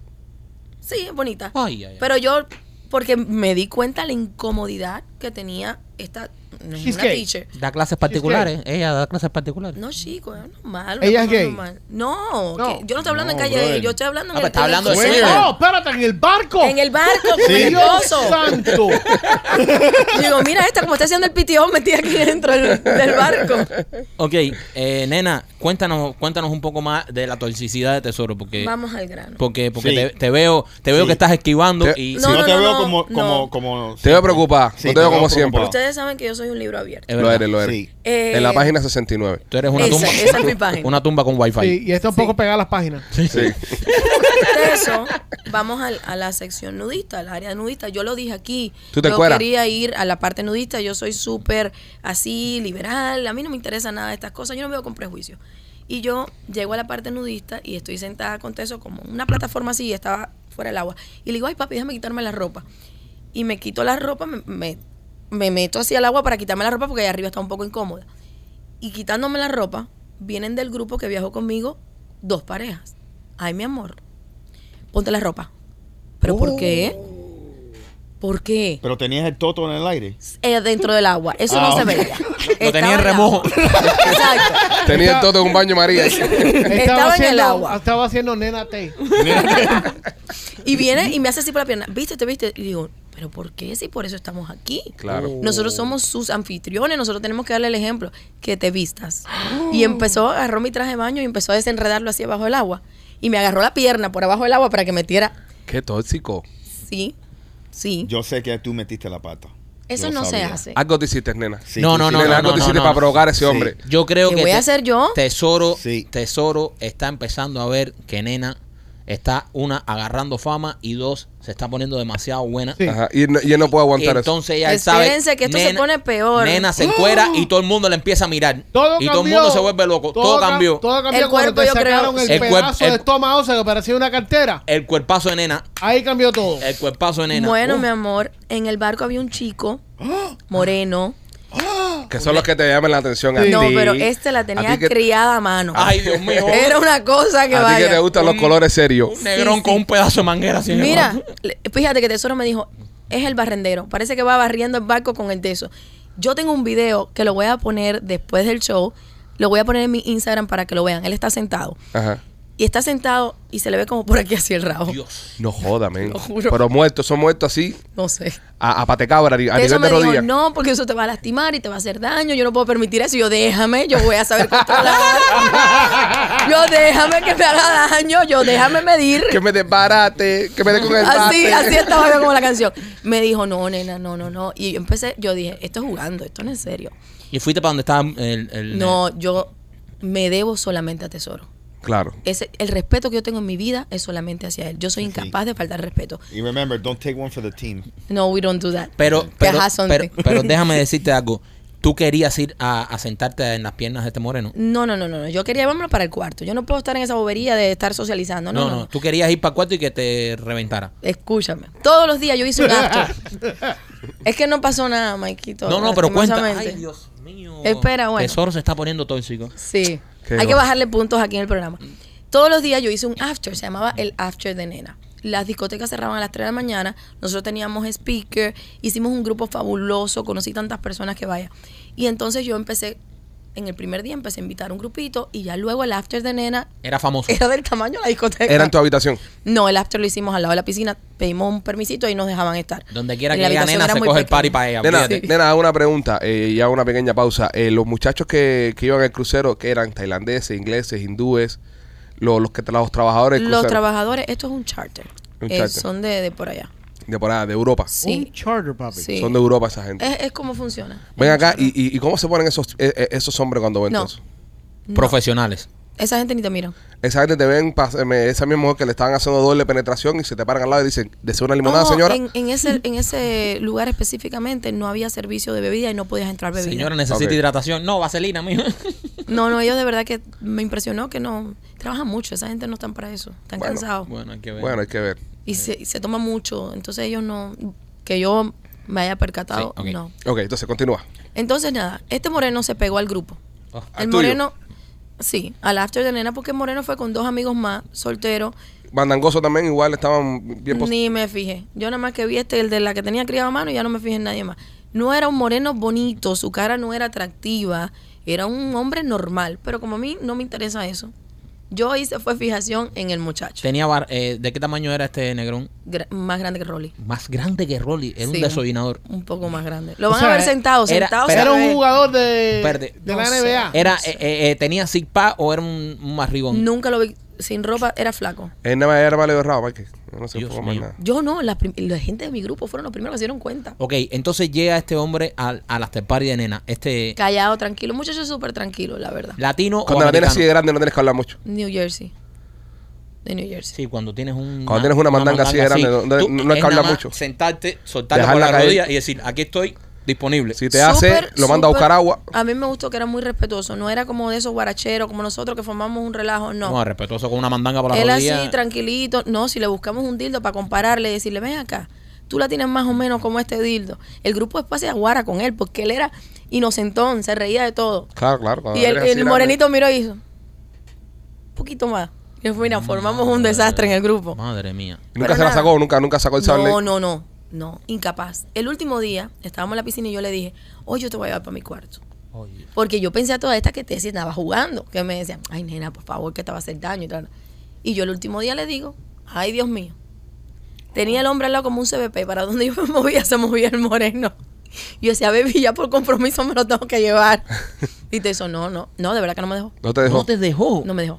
Speaker 5: Sí, es bonita.
Speaker 3: Ah.
Speaker 2: Ay, ay, ay.
Speaker 5: Pero yo, porque me di cuenta la incomodidad que tenía esta... No es
Speaker 3: She's
Speaker 5: una
Speaker 3: gay.
Speaker 5: teacher.
Speaker 2: Da clases particulares. Ella da clases particulares.
Speaker 5: No, chico, es normal. una
Speaker 3: ¿Ella es
Speaker 5: cosa
Speaker 3: gay?
Speaker 5: normal. No,
Speaker 3: No.
Speaker 5: que- yo no estoy hablando
Speaker 4: No,
Speaker 5: en calle,
Speaker 4: brother. pues
Speaker 5: yo estoy hablando en
Speaker 2: Ah, pero
Speaker 5: el
Speaker 2: está hablando de
Speaker 5: en el-
Speaker 2: swinger.
Speaker 3: Pues, No, espérate, en el barco.
Speaker 5: En el barco, con el
Speaker 3: Dios
Speaker 5: esposo.
Speaker 3: santo.
Speaker 5: Y Digo, mira esta, como está haciendo el pitió metida aquí dentro del, del barco.
Speaker 2: Ok, eh, nena, cuéntanos, cuéntanos un poco más de la toxicidad de tesoro, porque,
Speaker 5: Vamos al grano.
Speaker 2: porque, porque
Speaker 4: Sí.
Speaker 2: te, te veo, te veo
Speaker 4: Sí.
Speaker 2: que estás esquivando
Speaker 1: Te-
Speaker 2: y
Speaker 5: No,
Speaker 4: no,
Speaker 5: no,
Speaker 4: te
Speaker 5: no,
Speaker 4: veo
Speaker 5: no,
Speaker 4: como,
Speaker 5: no.
Speaker 4: como, como.
Speaker 1: Te veo preocupado,
Speaker 4: Sí,
Speaker 1: no te veo como
Speaker 4: preocupado.
Speaker 1: siempre.
Speaker 5: Ustedes saben que yo soy un libro abierto.
Speaker 2: Es
Speaker 1: Lo
Speaker 2: verdad.
Speaker 1: eres, lo eres.
Speaker 4: Sí.
Speaker 5: Eh,
Speaker 1: en la página 69.
Speaker 2: tú eres una
Speaker 5: Esa-
Speaker 2: tumba,
Speaker 5: esa es mi página.
Speaker 2: una tumba con wifi.
Speaker 3: Sí, y está un poco pegada a las páginas.
Speaker 1: Sí.
Speaker 5: De eso, vamos al- a, la sección nudista, al área nudista. Yo lo dije aquí.
Speaker 1: ¿Tú te
Speaker 5: yo
Speaker 1: encueras?
Speaker 5: quería ir a la parte nudista. Yo soy súper así, liberal. A mí no me interesa nada de estas cosas. Yo no veo con prejuicio. Y yo llego a la parte nudista y estoy sentada con Teso como en una plataforma así y estaba fuera del agua. Y le digo, ay papi, déjame quitarme la ropa. Y me quito la ropa, me, me, me meto así al agua para quitarme la ropa porque allá arriba está un poco incómoda. Y quitándome la ropa, vienen del grupo que viajó conmigo dos parejas. Ay, mi amor, ponte la ropa. ¿Pero por qué? ¿Por qué?
Speaker 4: Pero tenías el toto en el aire.
Speaker 5: Eh, dentro del agua. Eso
Speaker 4: Ah,
Speaker 5: no se
Speaker 4: ok.
Speaker 5: veía.
Speaker 2: lo tenía
Speaker 5: Estaba
Speaker 2: en remojo.
Speaker 5: agua. Exacto.
Speaker 1: Tenía el todo en un baño María.
Speaker 5: Estaba en el
Speaker 3: haciendo-
Speaker 5: agua.
Speaker 3: Estaba haciendo nena té.
Speaker 5: Y viene y me hace así por la pierna. ¿Viste? ¿Te viste? Y digo, ¿pero por qué? Si por eso estamos aquí.
Speaker 1: Claro.
Speaker 5: Nosotros somos sus anfitriones, nosotros tenemos que darle el ejemplo, que te vistas. Y empezó, agarró mi traje de baño y empezó a desenredarlo así abajo del agua. Y me agarró la pierna por abajo del agua para que metiera.
Speaker 1: Qué tóxico.
Speaker 5: Sí, sí.
Speaker 4: Yo sé que tú metiste la pata.
Speaker 5: eso
Speaker 4: Yo
Speaker 5: no
Speaker 4: sabía.
Speaker 5: se hace.
Speaker 1: Algo te hiciste, nena.
Speaker 4: Sí,
Speaker 2: No,
Speaker 4: tú
Speaker 2: no,
Speaker 4: sí
Speaker 2: no,
Speaker 4: le
Speaker 1: Nena, algo
Speaker 2: no,
Speaker 4: das
Speaker 2: no,
Speaker 1: te
Speaker 2: no,
Speaker 1: hiciste
Speaker 2: no.
Speaker 1: para provocar a ese
Speaker 4: Sí.
Speaker 1: hombre.
Speaker 2: Yo creo
Speaker 5: ¿Qué
Speaker 2: que
Speaker 5: voy a
Speaker 2: te-
Speaker 5: hacer yo?
Speaker 2: Tesoro,
Speaker 4: Sí.
Speaker 2: Tesoro está empezando a ver que nena está una agarrando fama y dos se está poniendo demasiado buena.
Speaker 3: Sí.
Speaker 1: Ajá, Y, no, y él no puede aguantar eso.
Speaker 2: Entonces ella sabe.
Speaker 5: Espérense que esto se pone peor.
Speaker 2: Nena se encuera y todo el mundo le empieza a mirar.
Speaker 3: Uh. Todo
Speaker 2: y
Speaker 3: cambió.
Speaker 2: todo el mundo se vuelve loco. Todo,
Speaker 3: cam-
Speaker 2: cambió.
Speaker 3: Todo cambió
Speaker 5: El
Speaker 3: cuando
Speaker 5: cuerpo,
Speaker 3: te
Speaker 5: yo creo.
Speaker 3: sacaron el,
Speaker 2: El cuerp-
Speaker 3: pedazo
Speaker 2: el-
Speaker 3: de estómago, o sea, que parecía una cartera.
Speaker 2: El cuerpazo de nena.
Speaker 3: Ahí cambió
Speaker 2: Eh,
Speaker 3: todo.
Speaker 1: Oh.
Speaker 2: El cuerpazo de nena.
Speaker 5: Bueno,
Speaker 2: Uh,
Speaker 5: mi amor, en el barco había un chico moreno
Speaker 1: Que son los que te llaman la atención a
Speaker 3: Sí.
Speaker 1: ti.
Speaker 5: No, pero este
Speaker 1: A
Speaker 5: la
Speaker 1: ti
Speaker 5: tenía
Speaker 1: que-
Speaker 5: criada a mano.
Speaker 2: Ay, Dios mío.
Speaker 5: Era una cosa que
Speaker 1: a ti
Speaker 5: vaya.
Speaker 1: que te gustan
Speaker 2: Mm.
Speaker 1: los colores serios.
Speaker 2: Un negrón
Speaker 5: sí.
Speaker 2: con un pedazo de manguera así. en el
Speaker 5: Mira,
Speaker 2: brazo.
Speaker 5: le- fíjate que Tesoro me dijo, es el barrendero. Parece que va barriendo el barco con el teso. Yo tengo un video que lo voy a poner después del show. Lo voy a poner en mi Instagram para que lo vean. Él está sentado.
Speaker 1: Ajá.
Speaker 5: Y está sentado y se le ve como por aquí así el rabo.
Speaker 2: Dios.
Speaker 1: No joda, men.
Speaker 5: Lo juro.
Speaker 1: Pero muertos, son muertos así,
Speaker 5: No sé.
Speaker 1: a, a patecabra, a nivel
Speaker 5: Teso
Speaker 1: de
Speaker 5: me dijo,
Speaker 1: rodillas.
Speaker 5: no, porque eso te va a lastimar y te va a hacer daño. Yo no puedo permitir eso. Y yo, déjame, yo voy a saber controlar. yo, déjame que me haga daño. Yo, déjame medir.
Speaker 1: Que me desbarate, que me dé con el
Speaker 5: Así,
Speaker 1: bate.
Speaker 5: así estaba yo con la canción. Me dijo, no, nena, no, no, no. Y yo empecé, yo dije, esto es jugando, esto no es serio.
Speaker 2: Y fuiste para donde estaba el. el-
Speaker 5: No, yo me debo solamente a Tesoro.
Speaker 1: Claro.
Speaker 5: Ese, el respeto que yo tengo en mi vida es solamente hacia él. Yo soy incapaz de faltar respeto.
Speaker 4: Y remember, don't take one for the team.
Speaker 5: No, we don't do that.
Speaker 2: Pero, pero,
Speaker 5: has
Speaker 2: pero,
Speaker 5: something.
Speaker 2: pero déjame decirte algo. Tú querías ir a, a sentarte en las piernas de este moreno.
Speaker 5: No, no, no, no. no. Yo quería vámonos para el cuarto. Yo no puedo estar en esa bobería de estar socializando. No, no. no.
Speaker 2: Tú querías ir para cuarto y que te reventara.
Speaker 5: Escúchame. Todos los días yo hice un acto. es que no pasó nada, Maikito.
Speaker 2: no, no, pero cuenta. Ay,
Speaker 5: lastimosamente.
Speaker 2: Dios mío.
Speaker 5: Espera, bueno.
Speaker 2: Tesoro se está poniendo tóxico.
Speaker 5: Sí.
Speaker 1: Qué
Speaker 5: Hay que
Speaker 1: va.
Speaker 5: bajarle puntos aquí en el programa. Todos los días yo hice un after, se llamaba el after de nena. Las discotecas cerraban a las 3 de la mañana, nosotros teníamos speaker, hicimos un grupo fabuloso, conocí tantas personas que vaya. Y entonces yo empecé, en el primer día empecé a invitar un grupito y ya luego el after de nena
Speaker 2: Era famoso.
Speaker 5: era del tamaño de la discoteca.
Speaker 1: Era en tu habitación.
Speaker 5: No, el after lo hicimos al lado de la piscina, pedimos un permisito y nos dejaban estar.
Speaker 2: Donde quiera
Speaker 5: En
Speaker 2: que la
Speaker 5: habitación
Speaker 2: nena
Speaker 5: era
Speaker 2: se
Speaker 5: muy
Speaker 2: coge el
Speaker 5: pequeña.
Speaker 2: party para ella.
Speaker 1: Nena,
Speaker 2: olvídate.
Speaker 1: nena, hago una pregunta eh, y hago una pequeña pausa. Eh, los muchachos que, que iban al crucero, que eran tailandeses, ingleses, hindúes, lo- los, que los trabajadores del
Speaker 5: Los
Speaker 1: crucero,
Speaker 5: trabajadores, esto es un charter.
Speaker 1: Un
Speaker 5: Eh,
Speaker 1: charter.
Speaker 5: son de, de por allá.
Speaker 1: de, por allá, de Europa.
Speaker 5: Sí.
Speaker 3: Un charter, papi.
Speaker 5: Sí.
Speaker 1: Son de Europa esa gente.
Speaker 5: Es, es como funciona.
Speaker 1: Ven acá, y, y- y cómo se ponen esos, eh, eh, esos hombres cuando ven
Speaker 5: No.
Speaker 1: todo eso?
Speaker 5: No,
Speaker 2: Profesionales.
Speaker 5: Esa gente ni te mira.
Speaker 1: Esa gente te ven, pas- me- esa misma mujer que le estaban haciendo doble penetración y se te paran al lado y dicen, ¿desea una limonada,
Speaker 5: No,
Speaker 1: señora?
Speaker 5: En, en ese, en ese lugar específicamente no había servicio de bebida y no podías entrar bebida.
Speaker 2: Señora, necesita
Speaker 1: Ok.
Speaker 2: hidratación. No, vaselina, mijo.
Speaker 5: No, no, ellos de verdad que me impresionó que no. Trabajan mucho, esa gente no están para eso. Están
Speaker 1: Bueno,
Speaker 5: cansados.
Speaker 2: Bueno, hay que ver.
Speaker 1: Bueno, hay que ver.
Speaker 5: Y se, y se toma mucho. Entonces ellos no. Que yo me haya percatado,
Speaker 2: Sí, ok.
Speaker 5: no.
Speaker 1: Ok, entonces continúa.
Speaker 5: Entonces nada, este moreno se pegó al grupo.
Speaker 2: Oh,
Speaker 1: ¿al
Speaker 5: el
Speaker 1: tuyo?
Speaker 5: moreno. Sí, al after de nena, porque Moreno fue con dos amigos más, soltero.
Speaker 1: Bandangoso también, igual estaban bien... pos-
Speaker 5: Ni me fijé. Yo nada más que vi este, el de la que tenía criado a mano, y ya no me fijé en nadie más. No era un moreno bonito, su cara no era atractiva, era un hombre normal, pero como a mí no me interesa eso. Yo hice fue fijación en el muchacho,
Speaker 2: Tenía bar- eh, ¿De qué tamaño era este negrón?
Speaker 5: gra- más grande que Rolly.
Speaker 2: Más grande que Rolly. Era
Speaker 5: Sí.
Speaker 2: un desobinador.
Speaker 5: Un poco más grande. Lo
Speaker 3: O
Speaker 5: van
Speaker 3: sea,
Speaker 5: a ver sentado,
Speaker 2: era-
Speaker 5: sentado. se
Speaker 3: Era
Speaker 5: ve.
Speaker 2: eh,
Speaker 3: un jugador de,
Speaker 2: Verde.
Speaker 3: de la
Speaker 5: Ah, No sé.
Speaker 3: NBA.
Speaker 2: Era, eh, eh, eh, ¿Tenía zig pack o era un, un marrigón?
Speaker 5: Nunca lo vi sin ropa, era flaco.
Speaker 1: Él nada más era vale borrado, Mike. No se
Speaker 2: Dios
Speaker 1: enfocó más
Speaker 2: mío.
Speaker 1: nada.
Speaker 5: Yo no, la, prim- la gente de mi grupo fueron los primeros que se dieron cuenta.
Speaker 2: Ok, entonces llega este hombre al, al after party de nena. Este
Speaker 5: Callado, tranquilo. Muchacho súper tranquilo, la verdad.
Speaker 2: latino o
Speaker 1: Cuando la tienes así de
Speaker 2: americano.
Speaker 1: grande no tienes que hablar mucho.
Speaker 5: New Jersey. De New Jersey.
Speaker 2: Sí, cuando tienes un
Speaker 1: Cuando tienes una mandanga así de grande, no- no- no hay que
Speaker 2: es nada
Speaker 1: hablar
Speaker 2: más
Speaker 1: mucho.
Speaker 2: Sentarte, soltarla
Speaker 1: Dejarla
Speaker 2: por la
Speaker 1: caer.
Speaker 2: rodilla y decir, aquí estoy disponible.
Speaker 1: Si te hace,
Speaker 5: Súper,
Speaker 1: lo manda a
Speaker 5: súper-
Speaker 1: buscar agua.
Speaker 5: A mí me gustó que era muy respetuoso. No era como de esos guaracheros, como nosotros que formamos un relajo. No.
Speaker 2: no. respetuoso con una mandanga por la
Speaker 5: Él
Speaker 2: rodilla.
Speaker 5: así, tranquilito. No, si le buscamos un dildo para compararle y decirle, ven acá, tú la tienes más o menos como este dildo. El grupo después se aguara con él porque él era inocentón, se reía de todo.
Speaker 1: Claro, claro. cuando
Speaker 5: y el,
Speaker 1: la tienes así
Speaker 5: el
Speaker 1: grande.
Speaker 5: morenito miró y hizo, un poquito más. Y nos mira, formamos un desastre en el grupo.
Speaker 2: Madre mía.
Speaker 1: Nunca
Speaker 5: Para
Speaker 1: se la
Speaker 5: nada.
Speaker 1: sacó, nunca, nunca sacó el sable.
Speaker 5: No, no, no, no, incapaz. El último día estábamos en la piscina y yo le dije, hoy yo te voy a llevar para mi cuarto.
Speaker 2: Oye.
Speaker 5: Porque yo pensé a toda esta que Tessie estaba jugando, que me decían, ay nena, por favor, que te va a hacer daño. y tal. Y yo el último día le digo, ay Dios mío. Tenía el hombre al lado como un CBP, para donde yo me movía, se movía el moreno. Yo decía, baby, ya por compromiso me lo tengo que llevar. Y te eso, no, no, no, de verdad que no me dejó.
Speaker 1: No te dejó.
Speaker 2: No te dejó.
Speaker 5: No me dejó.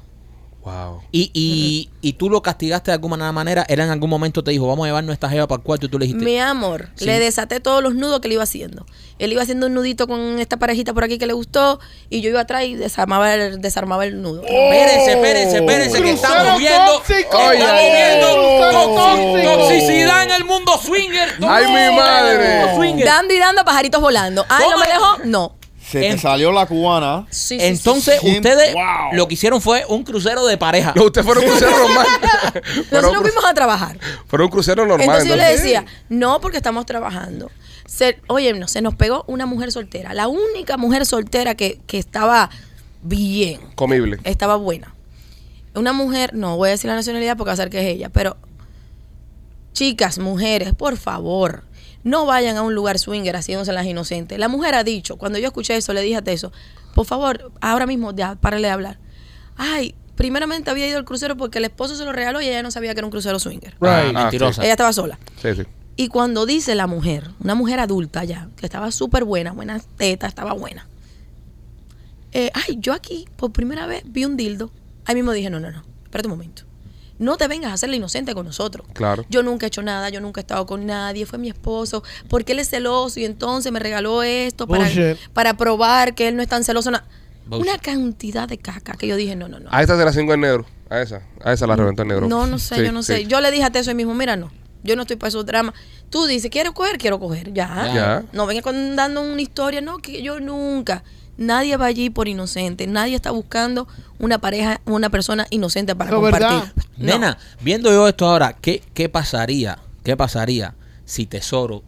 Speaker 1: Wow.
Speaker 2: Y, y, y tú lo castigaste de alguna manera. Él en algún momento te dijo, vamos a llevar nuestra jeva para el cuarto. Y tú le dijiste,
Speaker 5: Mi amor,
Speaker 2: Sí.
Speaker 5: le desaté todos los nudos que le iba haciendo. Él iba haciendo un nudito con esta parejita por aquí que le gustó y yo iba atrás y desarmaba el, desarmaba el nudo.
Speaker 2: Oh Espérense,
Speaker 5: Oh.
Speaker 2: espérense, espérense, que
Speaker 3: Crucero
Speaker 2: estamos viendo.
Speaker 3: tóxico.
Speaker 2: Estamos
Speaker 1: Oye.
Speaker 2: viendo
Speaker 3: Crucero
Speaker 2: to- to-
Speaker 3: tóxico.
Speaker 2: toxicidad en el mundo swinger.
Speaker 1: ¡Ay, mi
Speaker 2: toxicidad en el
Speaker 1: madre!
Speaker 2: mundo swinger.
Speaker 5: Dando y dando pajaritos volando. Ay, no
Speaker 2: Toma.
Speaker 5: me dejó. No.
Speaker 4: Se te
Speaker 2: En-
Speaker 4: salió la cubana.
Speaker 5: Sí, sí, sí,
Speaker 2: Entonces,
Speaker 4: sí.
Speaker 2: ustedes
Speaker 4: Wow.
Speaker 2: lo que hicieron fue un crucero de pareja.
Speaker 1: No, usted fueron cruceros normal.
Speaker 5: sí.
Speaker 1: fueron,
Speaker 5: Nosotros fuimos a trabajar.
Speaker 1: fueron cruceros normal.
Speaker 5: entonces yo le
Speaker 1: entonces.
Speaker 5: decía, no, porque estamos trabajando. Se- oye, no, se nos pegó una mujer soltera. La única mujer soltera que, que estaba bien,
Speaker 1: Comible.
Speaker 5: estaba buena. Una mujer, no voy a decir la nacionalidad porque va a ser que es ella, pero chicas, mujeres, por favor, no vayan a un lugar swinger haciéndose las inocentes. La mujer ha dicho, cuando yo escuché eso, le dije a Teso, por favor, ahora mismo, ya, párale de hablar. Ay, primeramente había ido al crucero porque el esposo se lo regaló y ella no sabía que era un crucero swinger.
Speaker 3: Right.
Speaker 1: Ah,
Speaker 2: Mentirosa.
Speaker 5: Ella estaba sola.
Speaker 1: Sí, sí.
Speaker 5: Y cuando dice la mujer, una mujer adulta ya, que estaba súper buena, buenas tetas, estaba buena. eh, ay, yo aquí por primera vez vi un dildo. Ahí mismo dije, no, no, no, espérate un momento. No te vengas a hacer la inocente con nosotros.
Speaker 1: Claro.
Speaker 5: Yo nunca he hecho nada, yo nunca he estado con nadie, fue mi esposo. Porque él es celoso y entonces me regaló esto para,
Speaker 3: Bullshit.
Speaker 5: para probar que él no es tan celoso. na-
Speaker 2: Bullshit.
Speaker 5: Una cantidad de caca que yo dije, no, no, no.
Speaker 1: A esa se la cinco en negro. A esa. A esa la reventó el negro.
Speaker 5: No, no sé,
Speaker 1: Sí,
Speaker 5: yo no
Speaker 1: sí.
Speaker 5: sé. Yo le dije a Teso ahí mismo, mira, no, yo no estoy para esos dramas. Tú dices, ¿quieres coger? Quiero coger, ya.
Speaker 1: Ya.
Speaker 5: No venga con- dando una historia, no, que yo nunca. Nadie va allí por inocente. Nadie está buscando una pareja, una persona inocente para
Speaker 3: Eso es
Speaker 5: compartir.
Speaker 3: verdad.
Speaker 5: No.
Speaker 2: Nena, viendo yo esto ahora, ¿qué, ¿qué pasaría? ¿Qué pasaría si Tesoro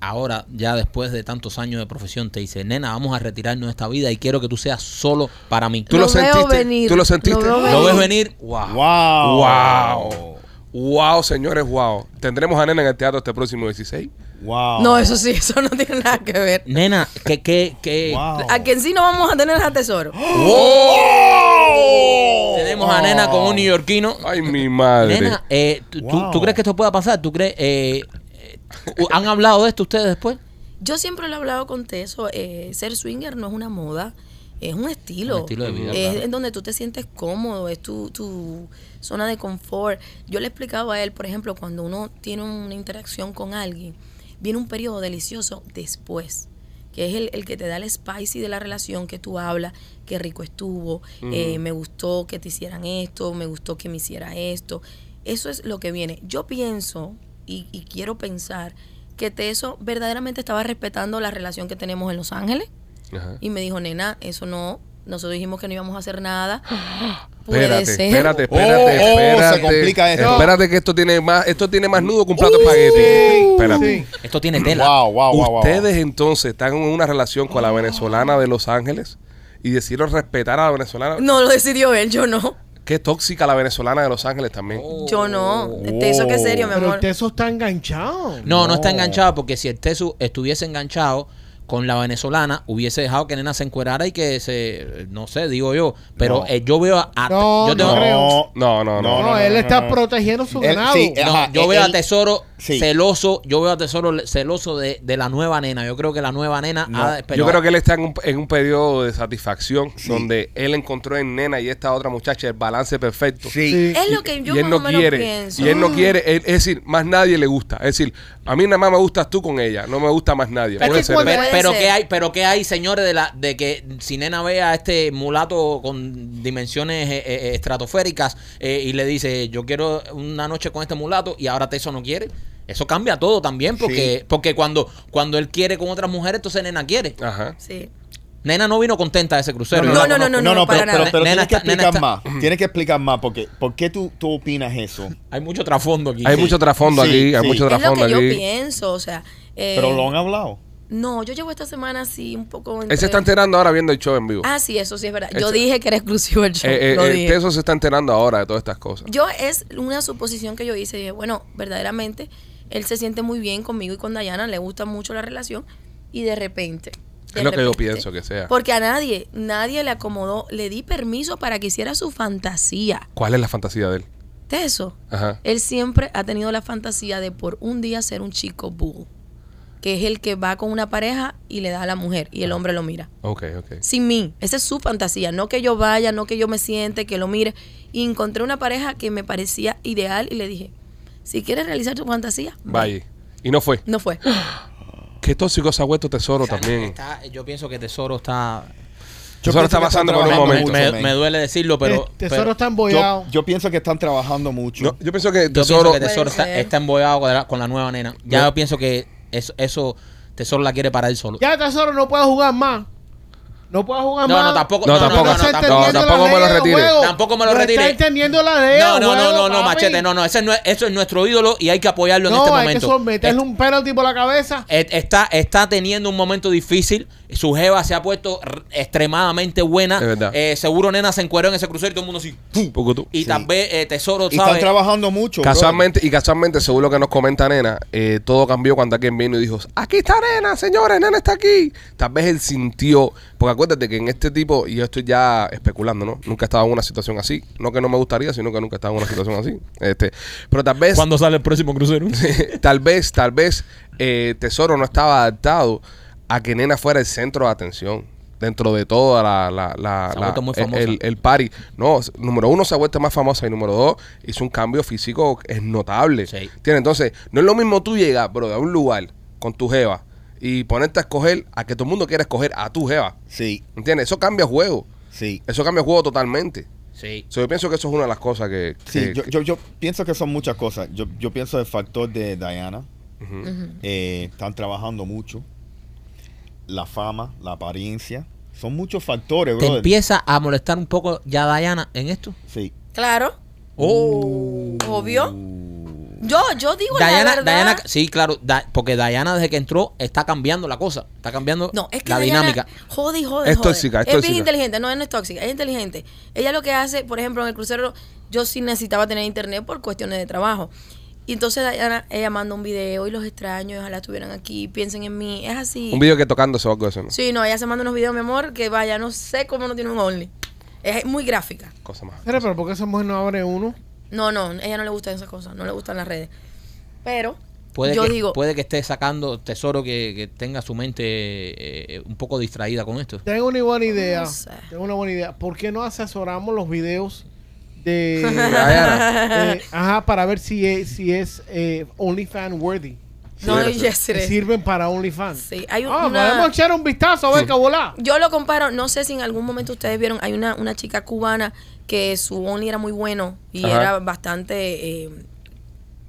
Speaker 2: ahora, ya después de tantos años de profesión, te dice, nena, vamos a retirarnos de esta vida y quiero que tú seas solo para mí?
Speaker 1: ¿Tú lo,
Speaker 5: Lo veo
Speaker 1: sentiste?
Speaker 5: venir,
Speaker 1: ¿Tú lo sentiste?
Speaker 5: lo veo
Speaker 2: ¿Lo ves venir? ¡Wow!
Speaker 4: ¡Wow!
Speaker 1: Ah. Wow. Wow, señores, wow. Tendremos a Nena en el teatro este próximo 16.
Speaker 4: ¡Wow!
Speaker 5: No, eso sí, eso no tiene nada que ver.
Speaker 2: Nena, ¿qué, qué, qué?
Speaker 4: Wow.
Speaker 5: A quien sí no vamos a tener a tesoro.
Speaker 2: Tenemos a Nena con un neoyorquino.
Speaker 1: Ay, mi madre.
Speaker 2: Nena, eh, ¿tú, tú-
Speaker 4: Wow.
Speaker 2: tú crees que esto pueda pasar? ¿Tú crees? eh, eh, ¿Han hablado de esto ustedes después?
Speaker 5: Yo siempre lo he hablado con Teso, eh, ser swinger no es una moda, es un estilo.
Speaker 2: Un estilo de vida,
Speaker 5: Es
Speaker 2: claro.
Speaker 5: en donde tú te sientes cómodo, es tu, tu zona de confort. Yo le he explicado a él, por ejemplo, cuando uno tiene una interacción con alguien, viene un periodo delicioso después que es el, el que te da el spicy de la relación que tú hablas, qué rico estuvo, eh, me gustó que te hicieran esto, me gustó que me hiciera esto. Eso es lo que viene. Yo pienso y, y quiero pensar que Teso verdaderamente estaba respetando la relación que tenemos en Los Ángeles
Speaker 1: Ajá.
Speaker 5: y me dijo, nena, eso no, nosotros dijimos que no íbamos a hacer nada. Puede
Speaker 1: Espérate,
Speaker 5: ser.
Speaker 1: espérate, espérate,
Speaker 4: Oh, oh, se
Speaker 1: espérate.
Speaker 4: complica esto.
Speaker 1: Espérate que esto tiene más, esto tiene más nudo que un plato de espagueti. Espérate.
Speaker 3: Sí.
Speaker 2: Esto tiene tela.
Speaker 4: ¡Wow, wow, wow! wow.
Speaker 1: Ustedes entonces están en una relación con la venezolana de Los Ángeles y decidieron respetar a la venezolana.
Speaker 5: No lo decidió él, yo no.
Speaker 1: Qué tóxica la venezolana de Los Ángeles también.
Speaker 4: Oh.
Speaker 5: Yo no.
Speaker 1: Oh.
Speaker 5: Teso, que serio, mi
Speaker 3: Pero
Speaker 5: amor.
Speaker 3: el teso está enganchado.
Speaker 2: No, no está
Speaker 4: No.
Speaker 2: enganchado porque si el Tesu estuviese enganchado con la venezolana, hubiese dejado que Nena se encuerara y que se, no sé, digo yo, pero
Speaker 4: No.
Speaker 2: eh, yo veo a... a-
Speaker 3: No,
Speaker 2: yo
Speaker 3: no creo.
Speaker 1: No, no, no.
Speaker 3: No,
Speaker 4: No, no,
Speaker 3: él
Speaker 4: no,
Speaker 3: está
Speaker 4: no.
Speaker 3: protegiendo su
Speaker 4: Él-
Speaker 3: ganado.
Speaker 4: sí,
Speaker 2: No,
Speaker 4: Ajá,
Speaker 2: yo
Speaker 4: él-
Speaker 2: veo a
Speaker 4: él-
Speaker 2: Tesoro
Speaker 4: sí.
Speaker 2: celoso, yo veo a Tesoro le- celoso de, de la nueva nena. Yo creo que la nueva nena
Speaker 4: No.
Speaker 2: ha despertado.
Speaker 1: Yo creo que él está en un, en un periodo de satisfacción
Speaker 4: Sí.
Speaker 1: donde él encontró en Nena y esta otra muchacha el balance perfecto.
Speaker 4: Sí.
Speaker 5: es lo que yo
Speaker 1: y él
Speaker 5: más
Speaker 1: no
Speaker 5: o menos
Speaker 1: quiere,
Speaker 5: pienso.
Speaker 1: y él no quiere, él- es decir, más nadie le gusta. Es decir, a mí nada más me gustas tú con ella, no me gusta más nadie.
Speaker 3: Es
Speaker 1: Puede
Speaker 3: que
Speaker 1: ser
Speaker 3: cuando-
Speaker 2: Pero,
Speaker 5: Puede
Speaker 2: pero
Speaker 5: ser.
Speaker 2: que hay, pero que hay, señores, de la, de que si nena ve a este mulato con dimensiones eh, eh, estratosféricas eh, y le dice, yo quiero una noche con este mulato y ahora Teso no quiere. Eso cambia todo también porque,
Speaker 4: Sí.
Speaker 2: porque cuando, cuando él quiere con otras mujeres, entonces nena quiere.
Speaker 1: Ajá.
Speaker 5: Sí.
Speaker 2: Nena no vino contenta de ese crucero.
Speaker 5: No, no, no, no, no,
Speaker 4: pero,
Speaker 5: para
Speaker 4: pero,
Speaker 5: nada.
Speaker 4: pero
Speaker 2: Nena
Speaker 4: tienes que
Speaker 2: está- nena
Speaker 4: explicar más.
Speaker 2: está-
Speaker 4: Tienes que explicar más porque ¿por qué tú, tú opinas eso?
Speaker 2: Hay mucho trasfondo aquí.
Speaker 1: Hay
Speaker 2: Sí.
Speaker 1: mucho trasfondo
Speaker 4: Sí,
Speaker 1: aquí, hay
Speaker 4: sí.
Speaker 1: mucho
Speaker 5: Es lo
Speaker 1: trasfondo
Speaker 5: que yo
Speaker 1: aquí.
Speaker 5: pienso, o sea. eh,
Speaker 4: Pero lo han hablado.
Speaker 5: No, yo llevo esta semana así un poco.
Speaker 1: Él se está enterando ahora viendo el show en vivo.
Speaker 5: Ah, sí, eso sí es verdad. Yo
Speaker 1: Ese-
Speaker 5: dije que era exclusivo el show.
Speaker 1: Eh, eh,
Speaker 5: lo
Speaker 1: eh,
Speaker 5: dije.
Speaker 1: Teso se está enterando ahora de todas estas cosas.
Speaker 5: Yo es una suposición que yo hice. Dije, bueno, verdaderamente él se siente muy bien conmigo y con Dayana, le gusta mucho la relación y de repente. de
Speaker 1: Es lo que yo
Speaker 5: repente,
Speaker 1: pienso que sea.
Speaker 5: Porque a nadie, nadie le acomodó, le di permiso para que hiciera su fantasía.
Speaker 1: ¿Cuál es la fantasía de él?
Speaker 5: Teso,
Speaker 1: Ajá.
Speaker 5: él siempre ha tenido la fantasía de por un día ser un chico bull, que es el que va con una pareja y le da a la mujer y el hombre lo mira.
Speaker 1: Ok, ok.
Speaker 5: Sin mí, esa es su fantasía, no que yo vaya, no que yo me siente, que lo mire. Y encontré una pareja que me parecía ideal y le dije, si quieres realizar tu fantasía, ve".
Speaker 1: Vaya. Y no fue.
Speaker 5: No fue.
Speaker 1: Qué tóxico se ha vuelto Tesoro
Speaker 2: O sea,
Speaker 1: también.
Speaker 2: está- yo pienso que Tesoro está...
Speaker 1: Tesoro está pasando por un
Speaker 4: trabajando
Speaker 1: momento.
Speaker 4: mucho,
Speaker 2: Me,
Speaker 4: men.
Speaker 2: me duele decirlo, pero...
Speaker 3: El tesoro
Speaker 2: pero-
Speaker 3: está
Speaker 4: yo,
Speaker 3: embollado.
Speaker 4: yo pienso que están trabajando mucho.
Speaker 1: No, yo pienso que
Speaker 2: Yo pienso
Speaker 1: Tesoro.
Speaker 2: que Tesoro
Speaker 5: Puede
Speaker 2: está,
Speaker 5: ser.
Speaker 2: está embollado con la, con la nueva nena. Ya
Speaker 1: No.
Speaker 2: yo pienso que eso, eso Tesoro la quiere para él solo.
Speaker 3: Ya Tesoro no puede jugar más. No puedo jugar
Speaker 2: No,
Speaker 3: más.
Speaker 2: no, tampoco.
Speaker 1: No,
Speaker 2: No, no,
Speaker 1: tampoco.
Speaker 2: no,
Speaker 3: No, está
Speaker 2: no,
Speaker 1: No,
Speaker 3: entendiendo
Speaker 1: tampoco
Speaker 3: la
Speaker 1: me lo
Speaker 3: ley del
Speaker 1: retire.
Speaker 3: juego.
Speaker 2: Tampoco me lo
Speaker 3: No
Speaker 2: retire.
Speaker 3: está entendiendo la ley.
Speaker 2: No, no,
Speaker 3: del
Speaker 2: no,
Speaker 3: juego,
Speaker 2: no, no,
Speaker 3: papi.
Speaker 2: machete, no, no, ese no es, eso es nuestro ídolo y hay que apoyarlo en
Speaker 3: No,
Speaker 2: este
Speaker 3: hay que
Speaker 2: momento.
Speaker 3: sol- meterle un penalti por la cabeza.
Speaker 2: Et- Está, está teniendo un momento difícil. Su jeva se ha puesto r- extremadamente buena.
Speaker 1: Es verdad.
Speaker 2: Eh, seguro Nena se encueró en ese crucero y todo el mundo así. ¡pum!
Speaker 1: Pocotú.
Speaker 2: Y
Speaker 4: Sí.
Speaker 2: tal vez eh, Tesoro,
Speaker 4: Y están
Speaker 2: ¿sabes?
Speaker 4: trabajando mucho. brother.
Speaker 1: Casualmente, y casualmente, según lo que nos comenta Nena, eh, todo cambió cuando alguien vino y dijo, aquí está Nena, señores, Nena está aquí. Tal vez él sintió, porque acuérdate que en este tipo, y yo estoy ya especulando, ¿no? Nunca he estado en una situación así. No que no me gustaría, sino que nunca he estado en una situación así. Este, pero tal vez...
Speaker 2: ¿Cuándo sale el próximo crucero?
Speaker 1: tal vez, tal vez eh, Tesoro no estaba adaptado a que Nena fuera el centro de atención dentro de toda la, la, la-
Speaker 2: Se ha
Speaker 1: la-
Speaker 2: vuelto muy famosa.
Speaker 1: el, el party. No, s- número uno se ha vuelto más famosa y número dos hizo un cambio físico es notable.
Speaker 2: Sí.
Speaker 1: ¿Entiendes? Entonces, no es lo mismo tú llegar, bro, a un lugar con tu jeva y ponerte a escoger a que todo el mundo quiera escoger a tu jeva.
Speaker 4: Sí,
Speaker 1: ¿Entiendes? Eso cambia juego.
Speaker 4: sí.
Speaker 1: Eso cambia juego totalmente.
Speaker 2: Sí.
Speaker 1: So, yo pienso que eso es una de las cosas que...
Speaker 4: Sí,
Speaker 1: que-
Speaker 4: yo,
Speaker 1: que-
Speaker 4: yo, yo pienso que son muchas cosas. Yo, yo pienso el factor de Diana. Eh, están trabajando mucho. La fama, la apariencia. Son muchos factores,
Speaker 2: ¿Te
Speaker 4: brother.
Speaker 2: empieza a molestar un poco ya Diana en esto?
Speaker 4: Sí.
Speaker 5: Claro,
Speaker 2: Oh.
Speaker 5: obvio. Yo, yo digo la
Speaker 2: Diana,
Speaker 5: verdad.
Speaker 2: Diana, sí, claro, da- porque Diana desde que entró está cambiando la cosa, está cambiando
Speaker 5: No, es que
Speaker 2: la
Speaker 5: Diana
Speaker 2: dinámica.
Speaker 5: Jode, y jode,
Speaker 1: Es
Speaker 5: jode.
Speaker 1: tóxica, es
Speaker 5: bien
Speaker 1: tóxica.
Speaker 5: inteligente, no, ella no es tóxica, es inteligente. Ella lo que hace, por ejemplo, en el crucero, yo sí necesitaba tener internet por cuestiones de trabajo. Y entonces Diana, ella manda un video y los extraño, ojalá estuvieran aquí, piensen en mí, es así.
Speaker 1: Un video que tocándose o algo de eso, ¿no?
Speaker 5: Sí, no, ella se manda unos videos, mi amor, que vaya, no sé cómo no tiene un only. Es muy gráfica.
Speaker 1: Cosa más.
Speaker 3: Espera, pero ¿por qué esa mujer no abre uno?
Speaker 5: No, no, ella no le gustan esas cosas, no le gustan las redes. Pero
Speaker 2: Puede,
Speaker 5: yo
Speaker 2: que,
Speaker 5: digo,
Speaker 2: puede que esté sacando tesoro que, que tenga su mente eh, un poco distraída con esto.
Speaker 3: Tengo una buena idea.
Speaker 5: No sé.
Speaker 3: Tengo una buena idea. ¿Por qué no asesoramos los videos de...
Speaker 1: Diana.
Speaker 3: eh, ajá, para ver si es, si es eh, OnlyFans worthy.
Speaker 5: no,
Speaker 1: Sí,
Speaker 5: yesterday.
Speaker 3: Sirven para OnlyFans.
Speaker 5: Sí, hay un-
Speaker 3: Ah,
Speaker 5: una-
Speaker 3: podemos echar un vistazo a ver qué volá.
Speaker 5: Yo lo comparo, no sé si en algún momento ustedes vieron, hay una, una chica cubana que su only era muy bueno y
Speaker 1: Ajá.
Speaker 5: era bastante eh,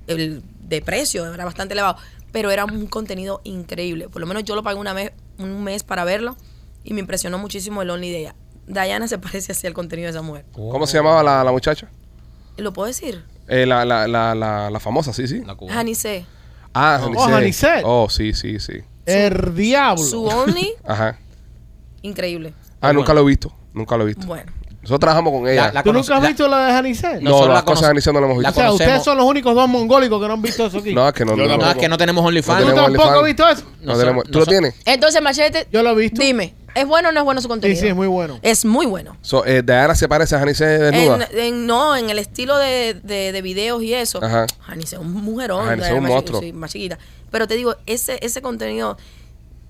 Speaker 5: el, de precio, era bastante elevado, pero era un contenido increíble. Por lo menos yo lo pagué una mes, un mes para verlo y me impresionó muchísimo el only de ella. Diana se parece así al contenido de esa mujer.
Speaker 1: ¿Cómo se llamaba la, la muchacha?
Speaker 5: ¿Lo puedo decir?
Speaker 1: Eh, la, la, la, la, la famosa, sí, sí.
Speaker 2: La cubana.
Speaker 5: Janice.
Speaker 1: Ah,
Speaker 3: Oh, Janicet.
Speaker 1: Oh, sí, sí, sí.
Speaker 3: El diablo.
Speaker 5: Su only,
Speaker 1: Ajá.
Speaker 5: increíble.
Speaker 1: Ah, nunca lo he visto. Nunca lo he visto.
Speaker 5: Bueno.
Speaker 1: Nosotros trabajamos con ella.
Speaker 2: La- la-
Speaker 3: ¿Tú nunca has
Speaker 2: la-
Speaker 3: visto la de Janice?
Speaker 1: No,
Speaker 2: Nosotros
Speaker 1: las
Speaker 2: la
Speaker 1: cosas
Speaker 2: cono-
Speaker 1: de Aniceto no las hemos
Speaker 2: la
Speaker 3: o sea,
Speaker 1: visto.
Speaker 2: conocemos.
Speaker 3: ustedes son los únicos dos mongólicos que no han visto eso aquí.
Speaker 1: No, es que no.
Speaker 4: Yo
Speaker 1: no,
Speaker 4: la-
Speaker 2: No, es que no tenemos
Speaker 1: no
Speaker 2: OnlyFans.
Speaker 3: ¿Tú
Speaker 1: tenemos
Speaker 3: tampoco
Speaker 1: OnlyFans.
Speaker 3: has visto eso?
Speaker 1: No
Speaker 2: Nosotros-
Speaker 1: tenemos- ¿Tú lo
Speaker 2: nosotros-
Speaker 1: tienes?
Speaker 5: Entonces, Machete,
Speaker 3: Yo lo he visto.
Speaker 5: dime, ¿es bueno o no es bueno su
Speaker 3: Sí,
Speaker 5: contenido?
Speaker 3: sí, es muy bueno.
Speaker 5: Es muy bueno.
Speaker 1: So, eh, Diana se parece a Janice
Speaker 5: En,
Speaker 1: desnuda.
Speaker 5: en- no, en el estilo de, de, de videos y eso.
Speaker 1: Ajá.
Speaker 5: Janice es un mujerón.
Speaker 1: Janice es
Speaker 5: era
Speaker 1: un
Speaker 5: más chi-
Speaker 1: monstruo.
Speaker 5: sí, más chiquita. Pero te digo, ese, ese contenido,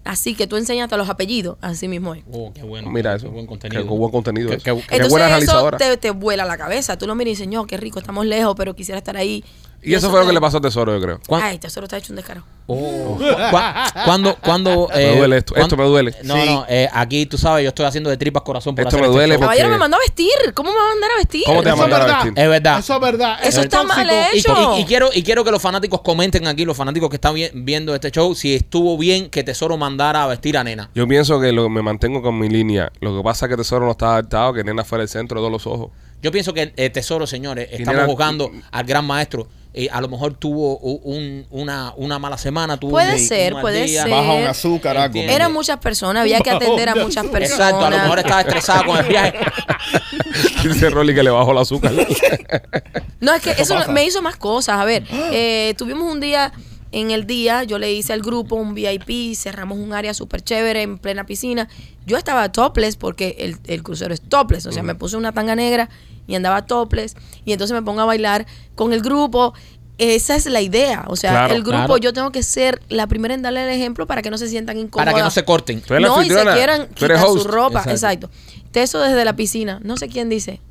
Speaker 5: así que tú enseñas hasta los apellidos, así mismo es.
Speaker 2: Oh, qué bueno.
Speaker 1: Mira
Speaker 2: qué
Speaker 1: eso.
Speaker 2: buen
Speaker 1: Qué
Speaker 2: contenido.
Speaker 1: buen contenido.
Speaker 2: Qué-
Speaker 1: eso.
Speaker 2: qué-
Speaker 1: Qué
Speaker 5: Entonces
Speaker 1: buena
Speaker 5: eso
Speaker 1: realizadora.
Speaker 5: te, te vuela la cabeza. Tú lo miras y dices, no, qué rico, estamos lejos, pero quisiera estar ahí.
Speaker 1: Y eso fue lo que
Speaker 5: te-
Speaker 1: le pasó a Tesoro, yo creo.
Speaker 2: ¿Cuán-
Speaker 5: Ay, Tesoro está hecho un descaro.
Speaker 2: Oh. ¿Cuá- ¿Cuándo? cuándo
Speaker 1: Me
Speaker 2: eh,
Speaker 1: duele esto.
Speaker 2: cuán-
Speaker 1: Esto me duele.
Speaker 2: No,
Speaker 4: Sí.
Speaker 2: no, eh, aquí tú sabes, yo estoy haciendo de tripas corazón por
Speaker 1: Esto
Speaker 2: hacer este
Speaker 1: me duele
Speaker 2: show.
Speaker 1: porque-
Speaker 5: Caballero me mandó a vestir. ¿Cómo me va a mandar a vestir?
Speaker 1: ¿Cómo te va a
Speaker 3: Eso es
Speaker 1: mandar a
Speaker 3: verdad.
Speaker 1: vestir?
Speaker 2: Es verdad.
Speaker 3: Eso es verdad.
Speaker 5: Eso
Speaker 3: es
Speaker 5: está
Speaker 3: tóxico.
Speaker 5: mal hecho.
Speaker 2: Y, y- y quiero, y quiero que los fanáticos comenten aquí, los fanáticos que están vi- viendo este show, si estuvo bien que Tesoro mandara a vestir a Nena.
Speaker 1: Yo pienso que lo, me mantengo con mi línea. Lo que pasa es que Tesoro no está adaptado, que Nena fuera el centro de todos los ojos.
Speaker 2: Yo pienso que eh, Tesoro, señores,
Speaker 1: Y
Speaker 2: estamos
Speaker 1: Nena-
Speaker 2: jugando al gran maestro. Eh, a lo mejor tuvo u- un- una, una mala semana. Tuvo
Speaker 5: Puede
Speaker 2: un-
Speaker 5: ser,
Speaker 2: un mal
Speaker 5: puede ser.
Speaker 4: Baja un azúcar, algo.
Speaker 2: Entiendo.
Speaker 5: Eran muchas personas, había que atender a muchas personas.
Speaker 2: Exacto, a lo mejor estaba estresada con el viaje.
Speaker 1: Dice Rolly que le bajó el azúcar.
Speaker 5: No, es que eso,
Speaker 4: pasa.
Speaker 5: me hizo más cosas. A ver,
Speaker 2: Ah.
Speaker 5: eh, tuvimos un día, en el día, yo le hice al grupo un VIP, cerramos un área súper chévere en plena piscina. Yo estaba topless porque el, el crucero es topless, o sea, me puse una tanga negra y andaba topless. Y entonces me pongo a bailar con el grupo. Esa es la idea. O sea,
Speaker 1: Claro,
Speaker 5: el grupo,
Speaker 2: claro.
Speaker 5: yo tengo que ser la primera en darle el ejemplo para que no se sientan incómodas.
Speaker 2: Para que no se corten.
Speaker 1: Tú eres la
Speaker 5: no, y se
Speaker 1: anfitriona,
Speaker 5: quieran
Speaker 1: tú eres
Speaker 5: quitar su
Speaker 1: host.
Speaker 5: ropa.
Speaker 2: Exacto.
Speaker 5: Exacto. Teso desde la piscina. No sé quién dice.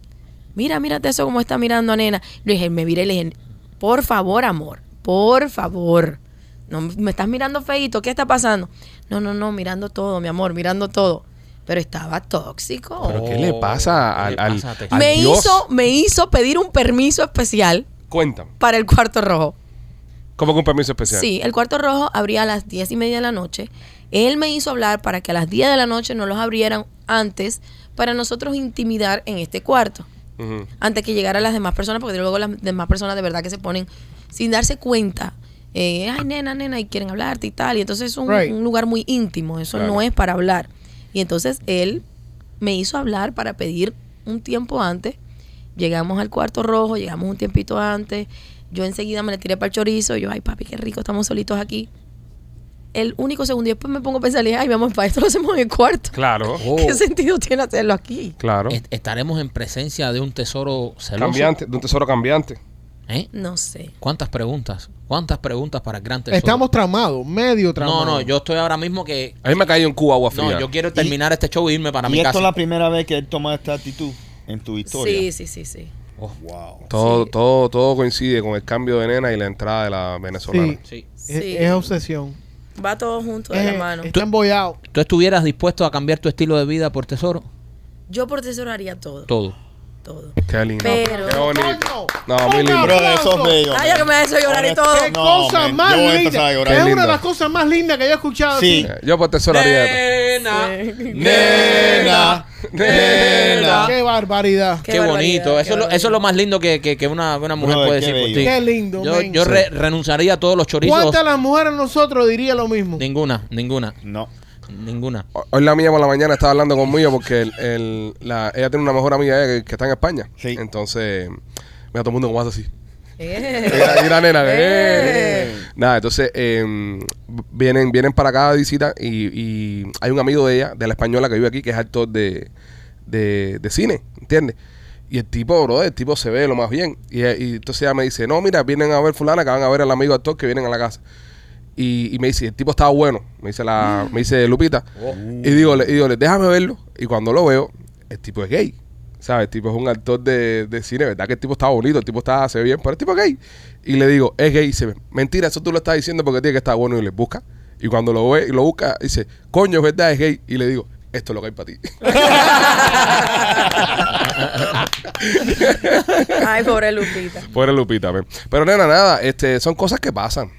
Speaker 5: Mira, mira Teso cómo está mirando a nena. Le dije, me miré y le dije, por favor, amor, por favor. No, me estás mirando feito, ¿qué está pasando? No, no, no, mirando todo, mi amor, mirando todo. Pero estaba tóxico.
Speaker 1: ¿Pero Oh, qué le pasa
Speaker 2: ¿Qué
Speaker 1: al,
Speaker 2: le
Speaker 1: al,
Speaker 2: pasa a Tesoro?
Speaker 1: al
Speaker 5: me
Speaker 1: Dios?
Speaker 5: hizo, me hizo pedir un permiso especial
Speaker 1: Cuéntame.
Speaker 5: para el cuarto rojo.
Speaker 1: ¿Cómo que un permiso especial?
Speaker 5: Sí, el cuarto rojo abría a las diez y media de la noche. Él me hizo hablar para que a las 10 de la noche no los abrieran antes para nosotros intimidar en este cuarto,
Speaker 1: Ujú.
Speaker 5: antes que llegara las demás personas, porque luego las demás personas de verdad que se ponen sin darse cuenta. eh, Ay, nena, nena, y quieren hablarte y tal. Y entonces es un,
Speaker 3: Right.
Speaker 5: un lugar muy íntimo, eso
Speaker 1: Claro.
Speaker 5: no es para hablar. Y entonces él me hizo hablar para pedir un tiempo antes. Llegamos al cuarto rojo, llegamos un tiempito antes. Yo enseguida me le tiré para el chorizo. Yo, ay, papi, qué rico, estamos solitos aquí. El único segundo, y después me pongo a pensar, le dije, ay, vamos, para esto lo hacemos en el cuarto.
Speaker 1: Claro,
Speaker 2: Oh.
Speaker 5: ¿Qué sentido tiene hacerlo aquí?
Speaker 1: claro.
Speaker 2: Est- estaremos en presencia de un tesoro celoso.
Speaker 1: Cambiante, de un tesoro cambiante.
Speaker 2: ¿Eh?
Speaker 5: No sé.
Speaker 2: ¿Cuántas preguntas? ¿Cuántas preguntas para el gran tesoro?
Speaker 3: Estamos tramados, medio
Speaker 2: No,
Speaker 3: tramados.
Speaker 2: no, yo estoy ahora mismo que.
Speaker 1: A mí me ha caído en Cuba agua fría.
Speaker 2: No, yo quiero terminar este show e irme para
Speaker 4: y
Speaker 2: mi
Speaker 4: esto
Speaker 2: casa.
Speaker 4: es la primera vez que él toma esta actitud en tu
Speaker 5: Sí,
Speaker 4: historia.
Speaker 5: sí, sí, sí.
Speaker 4: Oh, wow.
Speaker 1: Todo,
Speaker 5: Sí.
Speaker 1: todo, todo coincide con el cambio de nena y la entrada de la venezolana.
Speaker 3: Sí.
Speaker 2: Sí.
Speaker 3: Es,
Speaker 5: Sí.
Speaker 3: es obsesión.
Speaker 5: Va todo junto de
Speaker 3: Es,
Speaker 5: la
Speaker 2: Eh,
Speaker 5: mano.
Speaker 3: Está embollado.
Speaker 2: ¿Tú estuvieras dispuesto a cambiar tu estilo de vida por tesoro?
Speaker 5: Yo por tesoro haría todo.
Speaker 2: Todo.
Speaker 5: Todo.
Speaker 1: Qué lindo.
Speaker 5: Pero-
Speaker 1: Qué bonito.
Speaker 3: ¡Coño!
Speaker 1: No,
Speaker 3: ¡Coño!
Speaker 1: muy lindo.
Speaker 4: Bro, eso es bello.
Speaker 5: Ay, ya que me ha hecho llorar y todo.
Speaker 3: ¡Qué cosa
Speaker 4: man,
Speaker 3: más
Speaker 4: yo voy a
Speaker 3: linda!
Speaker 4: empezar a llorar.
Speaker 3: Es
Speaker 1: Qué
Speaker 3: una de
Speaker 1: lindo.
Speaker 3: las cosas más lindas que yo he escuchado.
Speaker 4: Sí.
Speaker 3: aquí.
Speaker 1: Eh, Yo por tesoro haría esto.
Speaker 4: Nena.
Speaker 1: Eh,
Speaker 4: Nena.
Speaker 3: ¡Qué barbaridad!
Speaker 2: Qué,
Speaker 5: Qué barbaridad,
Speaker 2: bonito. eso,
Speaker 5: qué
Speaker 2: es lo, eso es lo más lindo que, que- que una, una mujer
Speaker 4: Brother,
Speaker 2: puede
Speaker 4: qué
Speaker 2: decir por
Speaker 4: bello.
Speaker 2: ti.
Speaker 3: ¡Qué lindo!
Speaker 2: Yo,
Speaker 3: men.
Speaker 2: yo re- renunciaría a todos los chorizos.
Speaker 3: ¿Cuántas las mujeres nosotros diría lo mismo?
Speaker 2: Ninguna, ninguna,
Speaker 4: No.
Speaker 2: ninguna.
Speaker 1: Hoy la mía por la mañana estaba hablando conmigo porque el- el- la- ella tiene una mejor amiga ella que, que está en España.
Speaker 4: Sí.
Speaker 1: Entonces, mira todo el mundo como hace así.
Speaker 5: Eh.
Speaker 1: Y la- y la nena,
Speaker 5: Eh.
Speaker 1: eh. Nada, entonces eh, vienen, vienen para acá a visita y, y hay un amigo de ella, de la española que vive aquí, que es actor de, de, de cine, ¿entiendes? Y el tipo, bro, el tipo se ve lo más bien. Y, y entonces ella me dice, no, mira, vienen a ver fulana, que van a ver al amigo actor que vienen a la casa. Y, y me dice, el tipo estaba bueno, me dice la, me dice Lupita. Y digo, le- y digo, le, déjame verlo. Y cuando lo veo, el tipo es gay. ¿Sabes? El tipo es un actor de, de cine, ¿verdad? Que el tipo está bonito, el tipo está, se ve bien, pero el tipo es gay. Y le digo, es gay. Y dice, mentira, eso tú lo estás diciendo porque tiene que estar bueno. Y le busca. Y cuando lo ve y lo busca, dice, coño, es verdad, es gay. Y le digo, esto es lo que hay para ti.
Speaker 5: Ay, pobre Lupita.
Speaker 1: Pobre Lupita, men. Pero nena, nada, este, son cosas que pasan.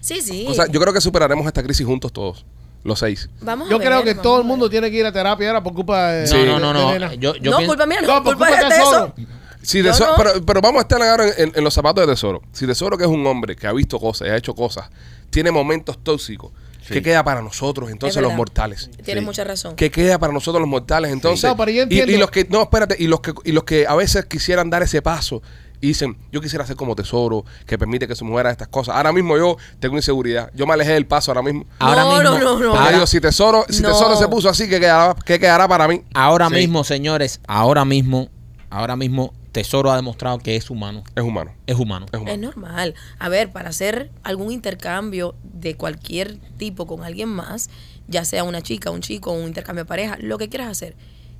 Speaker 5: Sí, sí.
Speaker 1: Cosas- yo creo que superaremos esta crisis juntos todos, los seis.
Speaker 5: Vamos a
Speaker 3: Yo
Speaker 5: ver,
Speaker 3: creo que
Speaker 5: vamos
Speaker 3: todo
Speaker 5: a
Speaker 3: el mundo
Speaker 5: ver.
Speaker 3: tiene que ir a terapia ahora por culpa de.
Speaker 1: Sí.
Speaker 3: de-
Speaker 2: No, no, no,
Speaker 3: de
Speaker 2: no.
Speaker 3: nena.
Speaker 2: Yo, yo
Speaker 5: no,
Speaker 2: pienso-
Speaker 5: culpa mía, no,
Speaker 3: No, pues, por
Speaker 5: culpa
Speaker 3: culpa
Speaker 5: de
Speaker 3: de
Speaker 5: eso.
Speaker 3: Tesoro.
Speaker 1: Si
Speaker 5: Yo
Speaker 1: Tesoro-
Speaker 5: no.
Speaker 1: pero, pero vamos a estar ahora en, en- en los zapatos de Tesoro. Si Tesoro, que es un hombre que ha visto cosas, y ha hecho cosas, tiene momentos tóxicos, ¿qué queda para nosotros entonces
Speaker 5: Es
Speaker 1: los
Speaker 5: verdad.
Speaker 1: mortales?
Speaker 5: Tienes
Speaker 4: Sí.
Speaker 5: mucha razón.
Speaker 1: ¿Qué queda para nosotros los mortales entonces?
Speaker 3: No, pero yo
Speaker 1: Y- y,
Speaker 3: entiendo.
Speaker 1: los que, no, espérate, y los que, y los que a veces quisieran dar ese paso y dicen, yo quisiera ser como Tesoro, que permite que se mueran estas cosas. Ahora mismo yo tengo inseguridad. Yo me alejé del paso ahora mismo.
Speaker 2: Ahora
Speaker 5: No,
Speaker 2: mismo,
Speaker 5: no, no, no.
Speaker 1: Porque
Speaker 2: ahora,
Speaker 1: digo, si Tesoro, si
Speaker 5: No.
Speaker 1: Tesoro se puso así, ¿qué quedará, qué quedará para mí?
Speaker 2: ahora
Speaker 4: Sí.
Speaker 2: mismo, señores, ahora mismo, ahora mismo, Tesoro ha demostrado que es humano.
Speaker 1: Es humano.
Speaker 2: Es humano.
Speaker 1: Es humano.
Speaker 5: Es normal. A ver, para hacer algún intercambio de cualquier tipo con alguien más, ya sea una chica, un chico, un intercambio de pareja, lo que quieras hacer.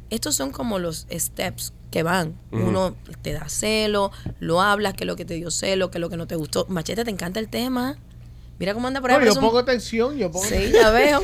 Speaker 5: Estos son como los steps que van.
Speaker 1: Ujú.
Speaker 5: Uno te da celo, lo hablas, que es lo que te dio celo, que es lo que no te gustó. Machete, te encanta el tema. Mira cómo anda por ahí.
Speaker 3: No, yo
Speaker 5: parece un-
Speaker 3: pongo tensión, yo pongo.
Speaker 5: Sí, ya veo.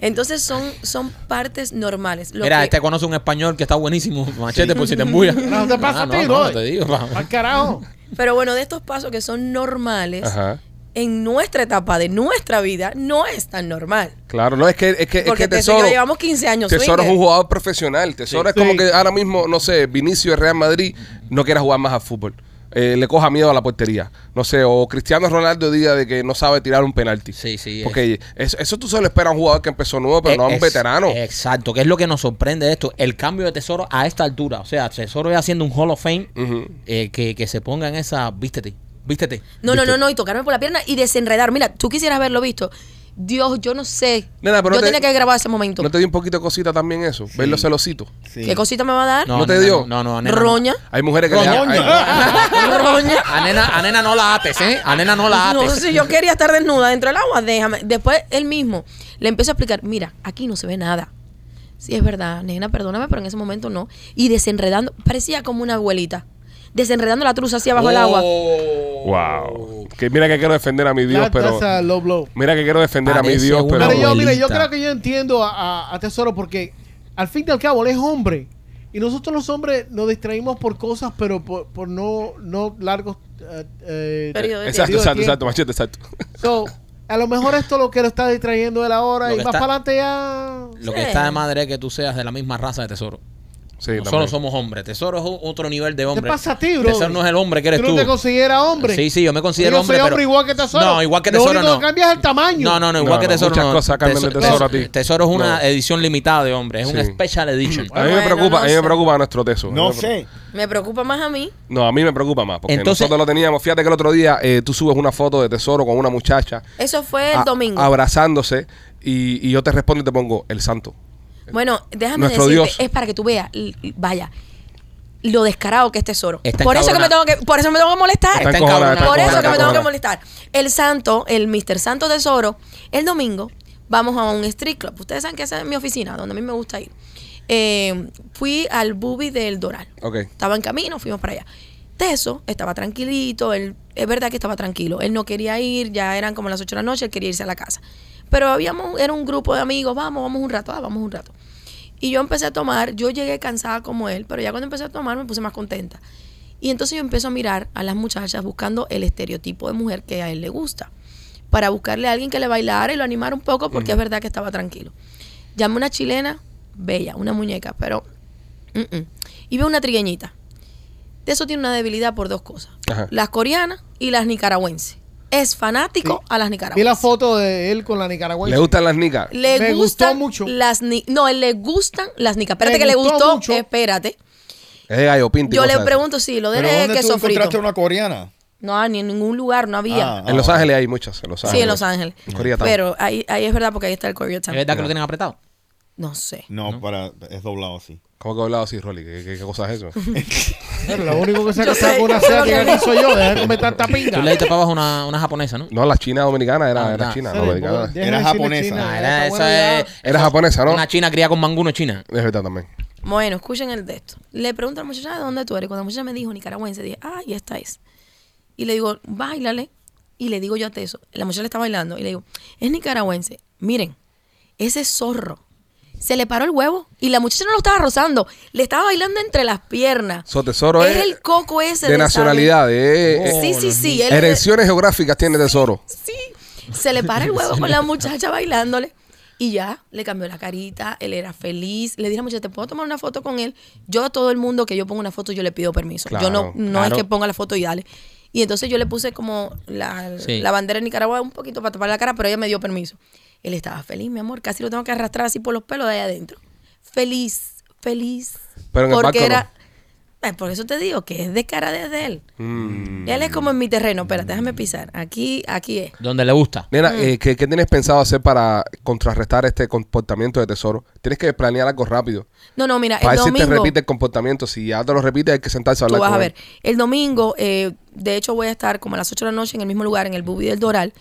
Speaker 5: Entonces son, son partes normales. Lo
Speaker 2: Mira,
Speaker 5: que-
Speaker 2: este conoce un español que está buenísimo. Machete, por si te embulla.
Speaker 3: No te pasa
Speaker 2: Ah,
Speaker 3: a
Speaker 2: no,
Speaker 3: ti,
Speaker 2: no,
Speaker 3: bro.
Speaker 2: no te digo, pa.
Speaker 3: Al carajo.
Speaker 5: Pero bueno, de estos pasos que son normales,
Speaker 1: Ajá.
Speaker 5: en nuestra etapa de nuestra vida, no es tan normal.
Speaker 1: Claro, no, es que, es que, es
Speaker 5: Porque
Speaker 1: que
Speaker 5: te-
Speaker 1: Tesoro.
Speaker 5: yo llevamos 15 años
Speaker 1: Tesoro es
Speaker 5: swinger.
Speaker 1: un jugador profesional. Tesoro es
Speaker 3: Sí.
Speaker 1: como
Speaker 3: Sí.
Speaker 1: que ahora mismo, no sé, Vinicio de Real Madrid no quiera jugar más al fútbol. Eh, le coja miedo a la portería. No sé, o Cristiano Ronaldo diga de que no sabe tirar un penalti.
Speaker 2: Sí, sí,
Speaker 1: Porque eso, eso tú solo esperas a un jugador que empezó nuevo, pero no a un
Speaker 2: Ex-
Speaker 1: veterano.
Speaker 2: Eh, Exacto, que es lo que nos sorprende de esto. El cambio de Tesoro a esta altura. O sea, Tesoro ya haciendo un Hall of Fame
Speaker 1: Ujú.
Speaker 2: eh, que, que se ponga en esa. Vístete, vístete.
Speaker 5: No, no,
Speaker 2: vístete.
Speaker 5: no, no, y tocarme por la pierna y desenredar. Mira, tú quisieras haberlo visto. Dios, yo no sé.
Speaker 1: Nena, pero
Speaker 5: yo
Speaker 1: no te-
Speaker 5: tenía que grabar ese momento.
Speaker 1: ¿No te dio un poquito de cosita también eso? Ver los celositos.
Speaker 4: Sí.
Speaker 5: ¿Qué cosita me va a dar?
Speaker 1: ¿No te
Speaker 2: nena,
Speaker 1: dio?
Speaker 2: No, no, nena, no.
Speaker 5: Roña.
Speaker 1: Hay mujeres que le dan-
Speaker 4: Roña.
Speaker 1: hay-
Speaker 5: Roña.
Speaker 2: A nena, a nena no la ates, ¿eh? A nena no la
Speaker 5: No,
Speaker 2: ates.
Speaker 5: si yo quería estar desnuda dentro del agua, déjame. Después él mismo le empiezo a explicar, mira, aquí no se ve nada. Sí, es verdad, nena, perdóname, pero en ese momento no. Y desenredando, parecía como una abuelita, desenredando la truza así abajo del agua.
Speaker 1: Oh.
Speaker 2: Oh.
Speaker 1: Wow. Que mira que quiero defender a mi Dios,
Speaker 3: That-
Speaker 1: pero.
Speaker 3: that's a low blow.
Speaker 1: Mira que quiero defender a mi
Speaker 2: Parece
Speaker 1: Dios,
Speaker 2: una
Speaker 1: pero.
Speaker 3: Pero yo, mire, yo
Speaker 2: abuelita.
Speaker 3: creo que yo entiendo a, a- a Tesoro porque al fin y al cabo él es hombre. Y nosotros los hombres nos distraímos por cosas, pero por, por no, no largos. eh, eh,
Speaker 5: Periodo
Speaker 1: Exacto,
Speaker 3: periodo de
Speaker 5: de
Speaker 1: exacto,
Speaker 3: tiempo.
Speaker 1: exacto, machete, exacto.
Speaker 3: So, A lo mejor esto lo que lo está distrayendo él ahora
Speaker 2: Lo
Speaker 3: y
Speaker 2: que
Speaker 3: más
Speaker 2: está-
Speaker 3: para adelante ya.
Speaker 2: Lo que
Speaker 5: Sí.
Speaker 2: está de madre es que tú seas de la misma raza de tesoro.
Speaker 1: Sí,
Speaker 2: Nosotros
Speaker 1: también.
Speaker 2: somos hombres. Tesoro es o- otro nivel de
Speaker 3: ¿Qué
Speaker 2: hombre.
Speaker 3: pasa a ti, bro?
Speaker 2: Tesoro no es el hombre que eres
Speaker 3: ¿Tú
Speaker 2: tú.
Speaker 3: no te consideras hombre?
Speaker 2: Sí, sí, yo me considero
Speaker 3: Yo
Speaker 2: hombre.
Speaker 3: soy
Speaker 2: pero-
Speaker 3: hombre igual que Tesoro.
Speaker 2: No, igual que
Speaker 3: Lo
Speaker 2: Tesoro.
Speaker 3: único
Speaker 2: no.
Speaker 3: que cambia es el tamaño.
Speaker 2: No, no, no, igual
Speaker 1: No,
Speaker 2: que
Speaker 1: no,
Speaker 2: Tesoro.
Speaker 1: muchas
Speaker 2: no.
Speaker 1: cosas cambian de Tesoro a ti.
Speaker 2: Tesoro es una
Speaker 1: No.
Speaker 2: edición limitada de hombre. Es un
Speaker 1: Sí. Mm.
Speaker 2: special edition.
Speaker 1: A mí me
Speaker 5: Bueno,
Speaker 1: preocupa,
Speaker 5: no
Speaker 1: a mí me
Speaker 5: sé.
Speaker 1: preocupa nuestro teso.
Speaker 4: No sé.
Speaker 5: Me preocupa más a mí.
Speaker 1: No, a mí me preocupa más. Porque
Speaker 2: Entonces-
Speaker 1: nosotros lo teníamos. Fíjate que el otro día eh, tú subes una foto de tesoro con una muchacha
Speaker 5: Eso fue el
Speaker 1: a-
Speaker 5: domingo.
Speaker 1: abrazándose y, y yo te respondo y te pongo el santo.
Speaker 5: Bueno, déjame
Speaker 1: Nuestro
Speaker 5: decirte,
Speaker 1: Dios.
Speaker 5: es para que tú veas, l- vaya, lo descarado que es tesoro.
Speaker 2: Está
Speaker 5: por eso que me
Speaker 2: encabronado.
Speaker 5: tengo que, por eso me tengo que molestar.
Speaker 1: Está
Speaker 2: Está
Speaker 1: encojonada,
Speaker 2: encabrona.
Speaker 1: está
Speaker 5: por eso
Speaker 1: encojonada,
Speaker 5: que me
Speaker 1: está encojonada.
Speaker 5: tengo que molestar. El santo, el Mr. Santo Tesoro, el domingo vamos a un street club. Ustedes saben que esa es mi oficina, donde a mí me gusta ir. Eh, fui al Bubi del Doral.
Speaker 1: Ok.
Speaker 5: Estaba en camino, fuimos para allá. Teso estaba tranquilito, él, es verdad que estaba tranquilo. Él no quería ir, ya eran como las 8 de la noche, él quería irse a la casa. Pero habíamos, era un grupo de amigos, vamos, vamos un rato, ah, vamos un rato. Y yo empecé a tomar, yo llegué cansada como él, pero ya cuando empecé a tomar me puse más contenta. Y entonces yo empiezo a mirar a las muchachas buscando el estereotipo de mujer que a él le gusta, para buscarle a alguien que le bailara y lo animara un poco, porque es verdad que estaba tranquilo. Llamé una chilena, bella, una muñeca, pero... mm, mm. Y veo una trigueñita. De eso tiene una debilidad por dos cosas.
Speaker 1: Ajá.
Speaker 5: Las coreanas y las nicaragüenses. Es fanático
Speaker 3: Sí.
Speaker 5: a las
Speaker 3: Vi la
Speaker 5: nicaragüenses.
Speaker 3: foto de él con la
Speaker 1: ¿Le
Speaker 3: nicaragüense.
Speaker 1: gustan las nicas?
Speaker 5: Le
Speaker 3: Me gustó
Speaker 5: gustan
Speaker 3: mucho.
Speaker 5: las ni No, le gustan las nicas. Espérate
Speaker 3: Me
Speaker 5: que
Speaker 3: gustó
Speaker 5: le gustó.
Speaker 3: mucho.
Speaker 5: Espérate.
Speaker 1: Es de gallo pinto y
Speaker 5: Yo le
Speaker 1: cosas.
Speaker 5: pregunto si lo
Speaker 4: ¿Pero
Speaker 5: de
Speaker 4: dónde tú
Speaker 5: queso
Speaker 4: encontraste
Speaker 5: frito.
Speaker 4: una coreana?
Speaker 5: No, ah, ni en ningún lugar, no había.
Speaker 4: Ah,
Speaker 1: En Los Ángeles hay muchas. En Los
Speaker 5: sí,
Speaker 1: Ángeles.
Speaker 5: en Los Ángeles.
Speaker 1: En Koreatown.
Speaker 5: Pero ahí, ahí es verdad porque ahí está el Koreatown.
Speaker 2: ¿Es verdad que lo tienen apretado?
Speaker 5: Ah, No sé.
Speaker 4: No, para es doblado así.
Speaker 1: ¿Cómo que he hablado así, Rolly? ¿Qué, qué- qué cosa es eso?
Speaker 3: Bueno, lo único que se ha
Speaker 5: Yo
Speaker 3: casado
Speaker 5: sé,
Speaker 3: con una
Speaker 5: yo sé lo
Speaker 3: asiática
Speaker 5: que-
Speaker 3: aquí soy yo. Deja de comer tanta
Speaker 2: Tú
Speaker 3: pinga.
Speaker 2: le diste para abajo una, una japonesa, ¿no?
Speaker 1: No, la china dominicana era,
Speaker 2: Ah,
Speaker 1: era
Speaker 2: no.
Speaker 1: china.
Speaker 3: Deja de
Speaker 1: dominicana.
Speaker 3: decirle
Speaker 4: Era japonesa.
Speaker 3: China,
Speaker 2: Ah,
Speaker 3: ya
Speaker 2: era,
Speaker 3: está
Speaker 2: eso
Speaker 3: buena
Speaker 2: es-
Speaker 3: ya.
Speaker 1: Era japonesa, ¿no?
Speaker 2: Una china cría con manguno china.
Speaker 1: Es verdad también.
Speaker 5: Bueno, escuchen el de esto. Le pregunto a la muchacha, "Ah, ¿de dónde tú eres? Cuando la muchacha me dijo nicaragüense, dije, ah, y esta es. Y le digo, bailale. Y le digo yo a Teso. La muchacha le está bailando. Y le digo, es nicaragüense. Miren, ese zorro. Se le paró el huevo y la muchacha no lo estaba rozando. Le estaba bailando entre las piernas.
Speaker 1: So, tesoro
Speaker 5: es,
Speaker 1: es
Speaker 5: el coco ese.
Speaker 1: de,
Speaker 5: saber-
Speaker 1: nacionalidad. de-
Speaker 2: Oh.
Speaker 1: eh,
Speaker 5: Sí, sí, sí. él es de-
Speaker 1: Erecciones geográficas tiene tesoro.
Speaker 5: sí. Se le para el huevo con la muchacha bailándole. Y ya, le cambió la carita, él era feliz. Le dije a la muchacha, ¿te puedo tomar una foto con él? Yo a todo el mundo que yo ponga una foto, yo le pido permiso.
Speaker 1: Claro,
Speaker 5: yo no, no
Speaker 2: claro.
Speaker 5: es que ponga la foto y dale. Y entonces yo le puse como la,
Speaker 2: Sí.
Speaker 5: la bandera de Nicaragua un poquito para tapar la cara, pero ella me dio permiso. Él estaba feliz, mi amor, casi lo tengo que arrastrar así por los pelos de ahí adentro. Feliz, feliz.
Speaker 1: Pero en el barco
Speaker 5: porque
Speaker 1: no.
Speaker 5: era... Ay, por eso te digo que es de cara desde él.
Speaker 1: Mm.
Speaker 5: Él es como en mi terreno, espérate, déjame pisar. Aquí, aquí es.
Speaker 2: Donde le gusta.
Speaker 1: Nena,
Speaker 5: Mm.
Speaker 1: eh, ¿qué, qué tienes pensado hacer para contrarrestar este comportamiento de tesoro? Tienes que planear algo rápido.
Speaker 5: No, no, mira,
Speaker 1: Para
Speaker 5: Ah, el
Speaker 1: ver si te
Speaker 5: domingo.
Speaker 1: repite el comportamiento. Si ya te lo repite, hay que sentarse a
Speaker 5: tú
Speaker 1: hablar
Speaker 5: vas
Speaker 1: con
Speaker 5: a
Speaker 1: él.
Speaker 5: ver. El domingo, eh, de hecho, voy a estar como a las 8 de la noche en el mismo lugar, en el Bubi del Doral.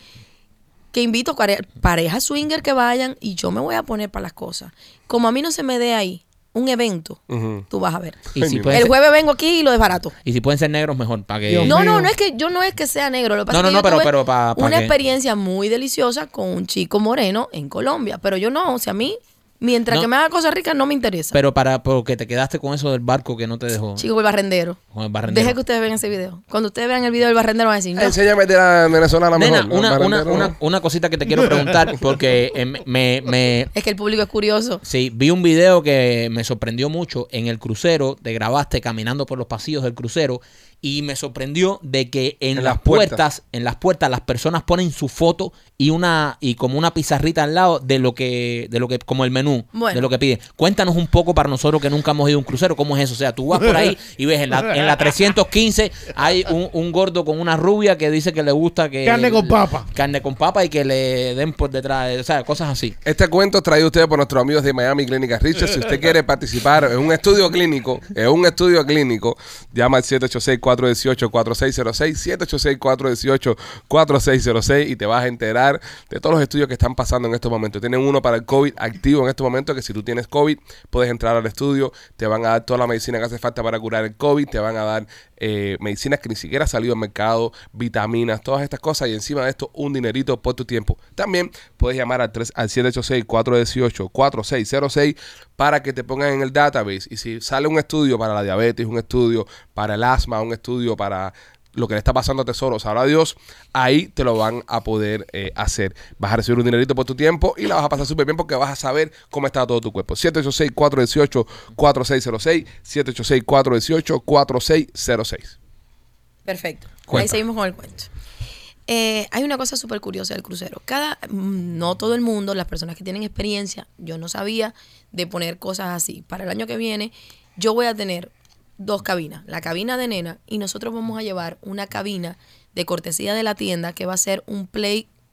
Speaker 5: Que invito a parejas swinger que vayan y yo me voy a poner para las cosas. Como a mí no se me dé ahí un evento,
Speaker 1: Ujú.
Speaker 5: tú vas a ver.
Speaker 2: Y
Speaker 1: Ay,
Speaker 2: si,
Speaker 1: mi
Speaker 2: pueden
Speaker 5: El
Speaker 2: ser,
Speaker 5: jueves vengo aquí y lo desbarato.
Speaker 2: y si pueden ser negros, mejor. Para que...
Speaker 3: Dios
Speaker 5: No,
Speaker 3: mío.
Speaker 5: no, no es que yo no es que sea negro. Lo que pasa
Speaker 2: No, no,
Speaker 5: es que
Speaker 2: no,
Speaker 5: yo
Speaker 2: pero-
Speaker 5: tuve
Speaker 2: pero pa- pa
Speaker 5: una
Speaker 2: que-
Speaker 5: experiencia muy deliciosa con un chico moreno en Colombia. Pero yo no, o sea, a mí, mientras
Speaker 2: No.
Speaker 5: que me haga cosas ricas, no me interesa.
Speaker 2: Pero para porque te quedaste con eso del barco que no te dejó.
Speaker 5: Chico, el barrendero.
Speaker 2: Con el barrendero.
Speaker 5: Deje que ustedes vean ese video. Cuando ustedes vean el video del barrendero van a decir, "No".
Speaker 1: Enséñame de la venezolana
Speaker 2: Nena,
Speaker 1: mejor. ¿no?
Speaker 2: una, una,
Speaker 1: Barrendero,
Speaker 2: una,
Speaker 1: ¿no?
Speaker 2: una cosita que te quiero preguntar porque eh, me, me, me-
Speaker 5: es que el público es curioso.
Speaker 2: sí, vi un video que me sorprendió mucho en el crucero, te grabaste caminando por los pasillos del crucero y me sorprendió de que en,
Speaker 1: En
Speaker 2: las
Speaker 1: las puertas.
Speaker 2: puertas, en las puertas las personas ponen su foto y una y como una pizarrita al lado de lo que de lo que como el menú,
Speaker 5: Bueno.
Speaker 2: de lo que piden. Cuéntanos un poco para nosotros que nunca hemos ido a un crucero, cómo es eso, o sea, tú vas por ahí y ves en la, en la 315 hay un, un gordo con una rubia que dice que le gusta que
Speaker 3: Carne con papa.
Speaker 1: Ah,
Speaker 2: carne con papa y que le den por detrás, o sea, cosas así.
Speaker 1: Este cuento es traído a ustedes por nuestros amigos de Miami Clínica Richard. Si usted quiere participar en un estudio clínico, en un estudio clínico, llama al 786-418-4606, 786-418-4606 y te vas a enterar de todos los estudios que están pasando en estos momentos. Tienen uno para el COVID activo en estos momentos, que si tú tienes COVID, puedes entrar al estudio, te van a dar toda la medicina que hace falta para curar el COVID, te van a dar eh, medicinas que ni siquiera han salido al mercado, vitaminas, todas estas cosas y encima de esto un dinerito por tu tiempo. También puedes llamar al, 3 al 786-418-4606 para que te pongan en el database y si sale un estudio para la diabetes, un estudio para el asma, un estudio para lo que le está pasando a Tesoro, sabrá Dios, ahí te lo van a poder eh, hacer. Vas a recibir un dinerito por tu tiempo y la vas a pasar súper bien porque vas a saber cómo está todo tu cuerpo. 786-418-4606, 786-418-4606.
Speaker 5: Perfecto. Ahí
Speaker 1: Cuenta.
Speaker 5: seguimos con el cuento. Eh, hay una cosa súper curiosa del crucero. Cada, mm, no todo el mundo, las personas que tienen experiencia, yo no sabía de poner cosas así. Para el año que viene, yo voy a tener dos cabinas, la cabina de nena y nosotros vamos a llevar una cabina de cortesía de la tienda que va a ser un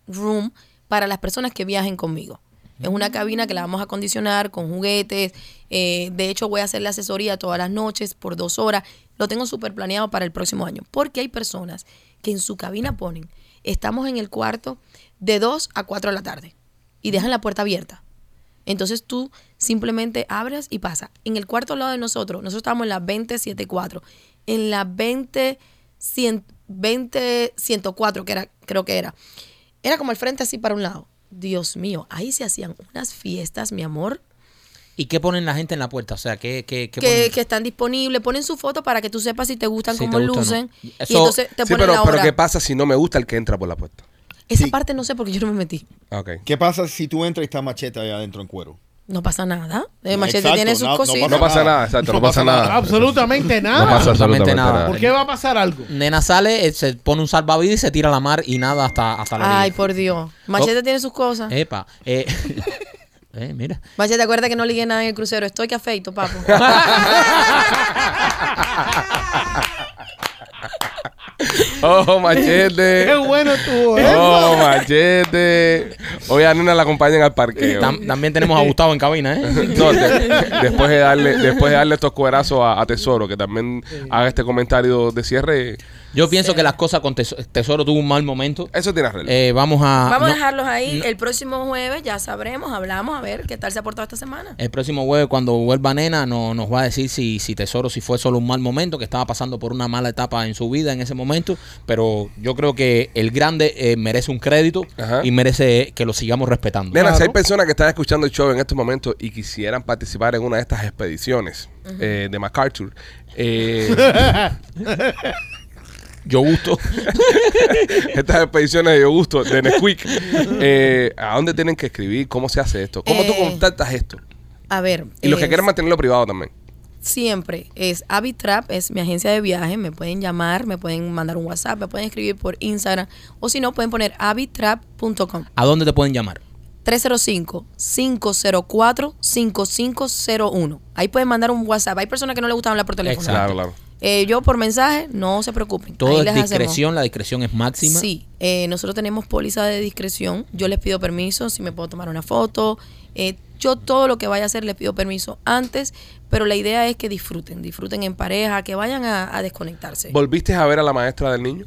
Speaker 5: playroom para las personas que viajen conmigo. Es una cabina que la vamos a acondicionar con juguetes. eh, de hecho, voy a hacer la asesoría todas las noches por dos horas. Lo tengo súper planeado para el próximo año. Porque hay personas que en su cabina ponen, estamos en el cuarto de 2 a 4 de la tarde y dejan la puerta abierta. Entonces tú simplemente abres y pasa. En el cuarto lado de nosotros, nosotros estábamos en la 2074, en la 20, 100, 20 104, que era, creo que era. Era como el frente así para un lado. Dios mío, ahí se hacían unas fiestas, mi amor,
Speaker 2: ¿Y qué ponen la gente en la puerta? O sea, ¿qué, qué, qué
Speaker 5: que,
Speaker 2: ponen?
Speaker 5: que están disponibles. Ponen su foto para que tú sepas si te gustan,
Speaker 2: Si te
Speaker 5: cómo
Speaker 2: gusta o no.
Speaker 5: lucen.
Speaker 2: Eso-
Speaker 5: y entonces te
Speaker 1: Sí,
Speaker 5: ponen
Speaker 1: pero,
Speaker 5: la
Speaker 1: pero
Speaker 5: hora.
Speaker 1: ¿qué pasa si no me gusta el que entra por la puerta?
Speaker 5: Esa
Speaker 4: Sí.
Speaker 5: parte no sé porque yo no me metí.
Speaker 1: Ah, Ok.
Speaker 4: ¿Qué pasa si tú entras y está machete allá adentro en cuero?
Speaker 5: No pasa nada. El machete
Speaker 4: Exacto,
Speaker 5: tiene sus
Speaker 4: no- no
Speaker 5: cositas.
Speaker 1: No pasa nada, exacto, no, pasa nada.
Speaker 3: Absolutamente nada.
Speaker 1: No pasa Ah, absolutamente
Speaker 2: Absolutamente
Speaker 1: nada.
Speaker 2: nada.
Speaker 3: ¿Por qué va a pasar algo?
Speaker 2: Nena sale, eh, se pone un salvavidas y se tira a la mar y nada hasta, hasta la
Speaker 5: Ay,
Speaker 2: orilla.
Speaker 5: por Dios. Machete tiene sus cosas.
Speaker 2: Epa. Eh, eh, mira.
Speaker 5: Machete, acuérdate que no ligué nada en el crucero. Estoy que afeito, papo.
Speaker 1: Ah, Oh, machete.
Speaker 3: Qué bueno estuvo, ¿eh?
Speaker 1: Oh, machete. Hoy a Nena la acompañan al parqueo.
Speaker 2: Tam- también tenemos a Gustavo en cabina, ¿eh?
Speaker 1: No, de- después de darle, después de darle estos cuerazos a, a Tesoro, que también haga este comentario de cierre,
Speaker 2: Yo pienso que las cosas con Teso- Tesoro tuvo un mal momento.
Speaker 1: eso tiene arreglo.
Speaker 2: Eh, vamos a.
Speaker 5: Vamos a
Speaker 2: no,
Speaker 5: dejarlos ahí. El próximo jueves ya sabremos, hablamos, a ver qué tal se ha portado esta semana.
Speaker 2: El próximo jueves, cuando vuelva Nena, no, nos va a decir si, si Tesoro, si fue solo un mal momento, que estaba pasando por una mala etapa en su vida en ese momento. Pero yo creo que el grande eh, merece un crédito
Speaker 1: Ajá.
Speaker 2: y merece que lo sigamos respetando.
Speaker 1: Nena, si hay
Speaker 3: Claro.
Speaker 1: personas que están escuchando el show en estos momentos y quisieran participar en una de estas expediciones eh, de MacArthur, eh,
Speaker 2: Yo gusto.
Speaker 1: estas expediciones de gusto de Nesquik, eh, ¿a dónde tienen que escribir? ¿Cómo se hace esto? ¿Cómo tú
Speaker 5: Eh,
Speaker 1: contactas esto?
Speaker 5: A ver. eh,
Speaker 1: Y los que
Speaker 5: es-
Speaker 1: quieren mantenerlo privado también.
Speaker 5: siempre es Abitrap, es mi agencia de viaje, me pueden llamar, me pueden mandar un WhatsApp, me pueden escribir por Instagram o si no pueden poner abitrap.com.
Speaker 2: ¿A dónde te pueden llamar?
Speaker 5: 305-504-5501. Ahí pueden mandar un WhatsApp. Hay personas que no les gusta hablar por teléfono.
Speaker 2: Exacto.
Speaker 1: Claro, claro.
Speaker 5: Eh, yo por mensaje, no se preocupen.
Speaker 2: Todo
Speaker 5: Ahí
Speaker 2: es
Speaker 5: les hacemos.
Speaker 2: discreción, la discreción es máxima.
Speaker 5: Sí, eh, nosotros tenemos póliza de discreción. Yo les pido permiso si me puedo tomar una foto. Eh, yo todo lo que vaya a hacer les pido permiso antes, pero la idea es que disfruten, disfruten en pareja, que vayan a, a desconectarse.
Speaker 1: ¿Volviste a ver a la maestra del niño?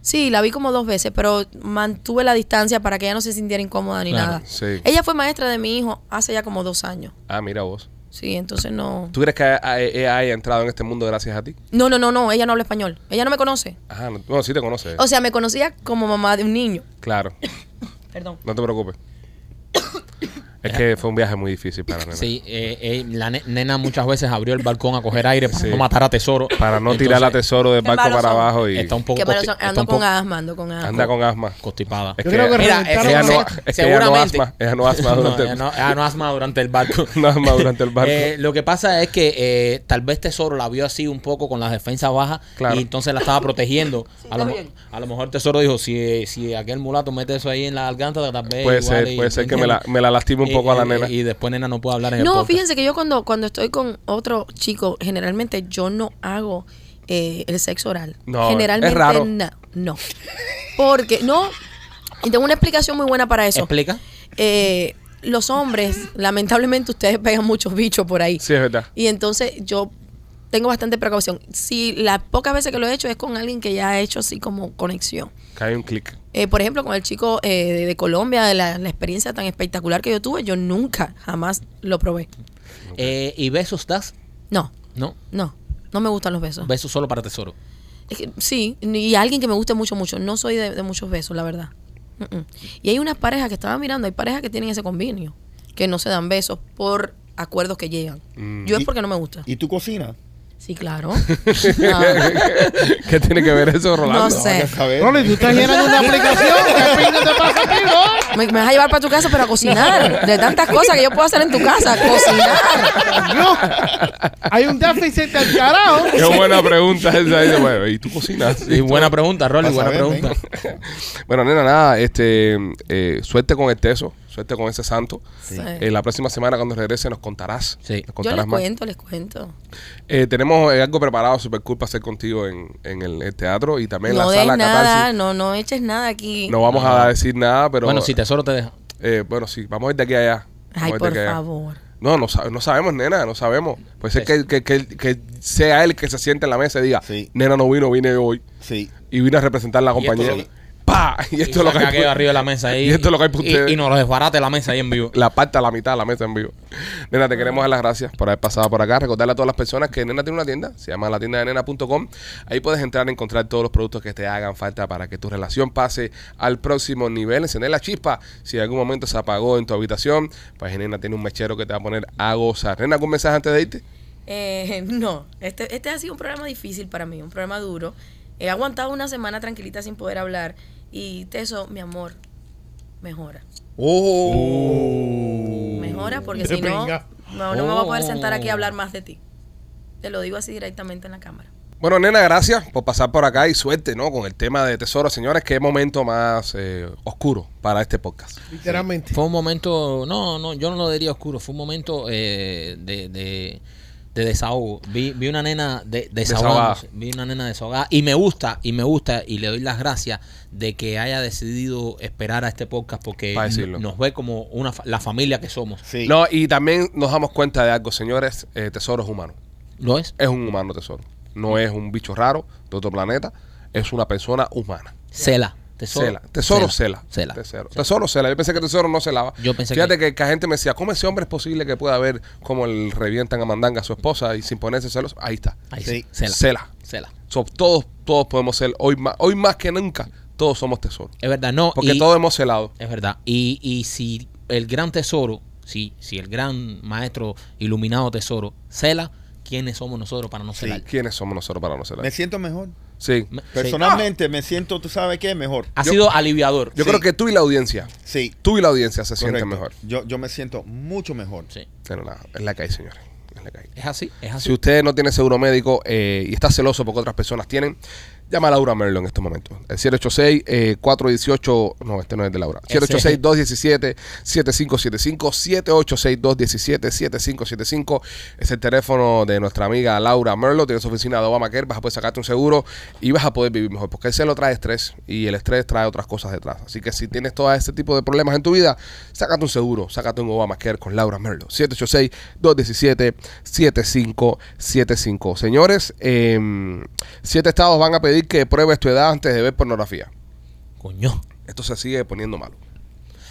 Speaker 5: Sí, la vi como dos veces, pero mantuve la distancia para que ella no se sintiera incómoda ni
Speaker 2: Claro,
Speaker 5: nada.
Speaker 1: sí.
Speaker 5: Ella fue maestra de mi hijo hace ya como dos años.
Speaker 1: Ah, mira vos.
Speaker 5: Sí, entonces no.
Speaker 1: ¿Tú crees que a- a- ella haya entrado en este mundo gracias a ti?
Speaker 5: No, no, no, no, ella no habla español. Ella no me conoce.
Speaker 1: Ajá, no, bueno, sí te conoces.
Speaker 5: O sea, me conocía como mamá de un niño.
Speaker 1: Claro,
Speaker 5: Perdón.
Speaker 1: no te preocupes. es que fue un viaje muy difícil para Nena.
Speaker 2: Sí, eh, eh, la ne- nena muchas veces abrió el balcón a coger aire para
Speaker 1: Sí.
Speaker 2: no matar a tesoro.
Speaker 1: Para no
Speaker 2: Entonces,
Speaker 1: tirar la tesoro del
Speaker 5: Qué
Speaker 1: barco
Speaker 5: malos
Speaker 1: para
Speaker 5: son.
Speaker 1: abajo y
Speaker 2: Está un poco,
Speaker 5: Que para
Speaker 2: costi-
Speaker 5: eso-
Speaker 2: está
Speaker 5: ando
Speaker 2: un
Speaker 5: con
Speaker 2: poco
Speaker 5: asma, ando con asma.
Speaker 1: anda con asma.
Speaker 2: constipada.
Speaker 1: Es
Speaker 3: Yo creo que
Speaker 2: Mira, eh,
Speaker 3: reventaron
Speaker 1: ella
Speaker 3: la-
Speaker 1: no, es que ella no
Speaker 2: seguramente-
Speaker 1: asma, ella no asma durante
Speaker 2: No,
Speaker 1: el-
Speaker 2: ella no- ella no asma durante el barco.
Speaker 1: No asma durante el barco.
Speaker 2: Eh, lo que pasa es que eh, tal vez Tesoro la vio así un poco con las defensas bajas
Speaker 1: Claro.
Speaker 2: y entonces la estaba protegiendo. a, lo,
Speaker 5: está
Speaker 2: mo-
Speaker 5: bien.
Speaker 2: a lo mejor Tesoro dijo, si, eh, si aquel mulato mete eso ahí en la garganta, tal
Speaker 5: Eh,
Speaker 2: vez...
Speaker 1: Puede
Speaker 2: igual
Speaker 1: ser,
Speaker 2: y-
Speaker 1: puede ser que me la, me la lastime un
Speaker 2: y-
Speaker 1: poco a la
Speaker 2: y-
Speaker 1: nena.
Speaker 2: Eh, Y después nena no puede hablar en el
Speaker 5: No,
Speaker 2: podcast.
Speaker 5: fíjense que yo cuando, cuando estoy con otro chico, generalmente yo no hago eh, el sexo oral.
Speaker 1: No,
Speaker 5: generalmente
Speaker 1: es raro.
Speaker 5: No, no. Porque, no. Y tengo una explicación muy buena para eso.
Speaker 2: ¿Explica?
Speaker 5: Eh, los hombres, lamentablemente, ustedes pegan muchos bichos por ahí.
Speaker 1: Sí, es verdad.
Speaker 5: Y entonces yo tengo bastante precaución. Si las pocas veces que lo he hecho es con alguien que ya ha hecho así como conexión.
Speaker 1: Cae un clic.
Speaker 5: Eh, por ejemplo, con el chico eh, de, de Colombia, de la, la experiencia tan espectacular que yo tuve, yo nunca, jamás lo probé.
Speaker 2: Eh, ¿Y besos das?
Speaker 5: No,
Speaker 2: No.
Speaker 5: no, no me gustan los besos.
Speaker 2: Besos solo para Tesoro.
Speaker 5: Es que- sí, y alguien que me guste mucho, mucho. No soy de, de muchos besos, la verdad. Mm, mm. Y hay unas parejas que estaba mirando, hay parejas que tienen ese convenio, que no se dan besos por acuerdos que llegan.
Speaker 1: Mm.
Speaker 5: Yo es
Speaker 4: Y-
Speaker 5: porque no me gusta.
Speaker 4: ¿Y tú cocinas?
Speaker 5: Sí, claro.
Speaker 1: ¿Qué tiene que ver eso, Rolando?
Speaker 5: Ah. No sé.
Speaker 4: saber.
Speaker 3: Rolly, tú estás llenando una aplicación. ¿Qué pinga te pasa a ti, no?
Speaker 5: Me, me vas a llevar para tu casa, pero a cocinar. De tantas cosas que yo puedo hacer en tu casa. Cocinar.
Speaker 3: No. Hay un déficit del carajo.
Speaker 1: Qué buena pregunta esa. Dice, bueno, ¿Y tú cocinas?
Speaker 2: Sí, buena pregunta, Rolly,
Speaker 4: Vas
Speaker 2: buena
Speaker 4: a ver,
Speaker 2: pregunta.
Speaker 1: Bueno, nena, nada, este, eh, suerte con el teso, suerte con ese santo.
Speaker 5: Sí.
Speaker 1: Eh, la próxima semana cuando regrese nos contarás.
Speaker 2: Sí.
Speaker 1: Nos
Speaker 5: Yo
Speaker 1: contarás
Speaker 5: les
Speaker 1: más.
Speaker 5: cuento, les cuento.
Speaker 1: Eh, tenemos eh, algo preparado, super cool, para hacer contigo en, en el, el teatro y también en
Speaker 5: No
Speaker 1: la
Speaker 5: des
Speaker 1: sala
Speaker 5: nada,
Speaker 1: Catarsis.
Speaker 5: no, no eches nada aquí.
Speaker 1: No vamos a decir nada, pero.
Speaker 2: bueno, si Tesoro te deja.
Speaker 1: eh, bueno, sí, vamos a ir de aquí a allá.
Speaker 5: Ay,
Speaker 1: Vamos a ir de
Speaker 5: por
Speaker 1: aquí a allá.
Speaker 5: favor.
Speaker 1: No, no, sa- no sabemos, nena, no sabemos. Puede ser que, que, que- que sea él que se siente en la mesa y diga,
Speaker 4: Sí.
Speaker 1: nena no vino, vine hoy.
Speaker 4: Sí.
Speaker 1: Y vine a representar la
Speaker 2: esto
Speaker 1: compañía.
Speaker 2: lo-
Speaker 1: ¡Pa! Y esto
Speaker 2: Y
Speaker 1: es lo que
Speaker 2: saca
Speaker 1: hay.
Speaker 2: aquello
Speaker 1: por-
Speaker 2: arriba de la mesa ahí.
Speaker 1: Y esto es lo que hay para
Speaker 2: y-
Speaker 1: ustedes.
Speaker 2: Y nos lo desbarate la mesa ahí en vivo.
Speaker 1: la parte a la mitad de la mesa en vivo. Nena, te queremos dar las gracias por haber pasado por acá. Recordarle a todas las personas que Nena tiene una tienda, se llama la tienda de nena.com. Ahí puedes entrar y encontrar todos los productos que te hagan falta para que tu relación pase al próximo nivel. Encender la chispa. Si en algún momento se apagó en tu habitación, pues Nena tiene un mechero que te va a poner a gozar. Nena, ¿algún mensaje antes de irte?
Speaker 5: Eh, no, este, este ha sido un programa difícil para mí, un programa duro. He aguantado una semana tranquilita sin poder hablar. Y Teso, mi amor, mejora. Mejora porque
Speaker 3: Te
Speaker 5: si no,
Speaker 3: pringa.
Speaker 5: no, no me voy a poder
Speaker 2: Oh.
Speaker 5: sentar aquí a hablar más de ti. Te lo digo así directamente en la cámara.
Speaker 1: Bueno, nena, gracias por pasar por acá y suerte, ¿no? Con el tema de tesoro, señores, qué momento más eh, oscuro para este podcast.
Speaker 3: Literalmente.
Speaker 1: Este.
Speaker 2: Fue un momento, no, no, yo no lo diría oscuro, fue un momento eh, de, de, de desahogo. Vi, vi una nena de, desahogándose, vi una nena desahogada y me gusta, y me gusta, y le doy las gracias de que haya decidido esperar a este podcast porque
Speaker 1: Pa' decirlo.
Speaker 2: nos ve como una fa- la familia que somos.
Speaker 4: Sí.
Speaker 1: No, y también nos damos cuenta de algo, señores, eh, tesoro es humano.
Speaker 2: ¿Lo es?
Speaker 1: Es un humano tesoro. No es un bicho raro de otro planeta, es una persona humana.
Speaker 2: Cela. Tesoro.
Speaker 1: Cela. Tesoro cela.
Speaker 2: Cela.
Speaker 1: Tesoro. Tesoro cela. Yo pensé que tesoro no celaba.
Speaker 2: Yo pensé
Speaker 1: Fíjate que... que la gente me decía, ¿cómo ese hombre es posible que pueda ver cómo le revientan a mandanga a su esposa y sin ponerse celos? Ahí está.
Speaker 2: Ahí
Speaker 4: Sí.
Speaker 2: sí.
Speaker 1: Cela.
Speaker 2: Cela. Cela.
Speaker 1: So, todos, todos podemos ser, hoy más, hoy más que nunca, todos somos tesoro.
Speaker 2: Es verdad, no.
Speaker 1: Porque
Speaker 2: y-
Speaker 1: todos hemos celado.
Speaker 2: Es verdad. Y, y si el gran tesoro, si, si el gran maestro iluminado tesoro cela, ¿quiénes somos nosotros para no
Speaker 4: Sí.
Speaker 2: celar?
Speaker 1: ¿Quiénes somos nosotros para no celar?
Speaker 4: Me siento mejor.
Speaker 1: Sí.
Speaker 2: Me-
Speaker 4: Personalmente me siento, tú sabes qué, mejor.
Speaker 2: Ha
Speaker 1: Yo-
Speaker 2: sido aliviador.
Speaker 1: Yo
Speaker 4: Sí.
Speaker 1: creo que tú y la audiencia,
Speaker 4: Sí.
Speaker 1: tú y la audiencia se sienten
Speaker 4: correcto.
Speaker 1: mejor.
Speaker 4: Yo, yo me siento mucho mejor.
Speaker 2: Sí.
Speaker 1: Pero nada, es la que hay, señores. Es la que hay.
Speaker 2: Es así, es así.
Speaker 1: Si usted no tiene seguro médico eh, y está celoso porque otras personas tienen, llama a Laura Merlo en estos momentos. El 786-418, eh, no, este no es de Laura.
Speaker 2: Ese es.
Speaker 1: 786-217-7575, 786-217-7575. Es el teléfono de nuestra amiga Laura Merlo. Tiene su oficina de Obamacare. Vas a poder sacarte un seguro y vas a poder vivir mejor porque el celo trae estrés y el estrés trae otras cosas detrás. Así que si tienes todo este tipo de problemas en tu vida, sácate un seguro, sácate un Obamacare con Laura Merlo. 786-217-7575. Señores, em, siete estados van a pedir que pruebes tu edad antes de ver pornografía.
Speaker 2: Coño.
Speaker 1: Esto se sigue poniendo malo.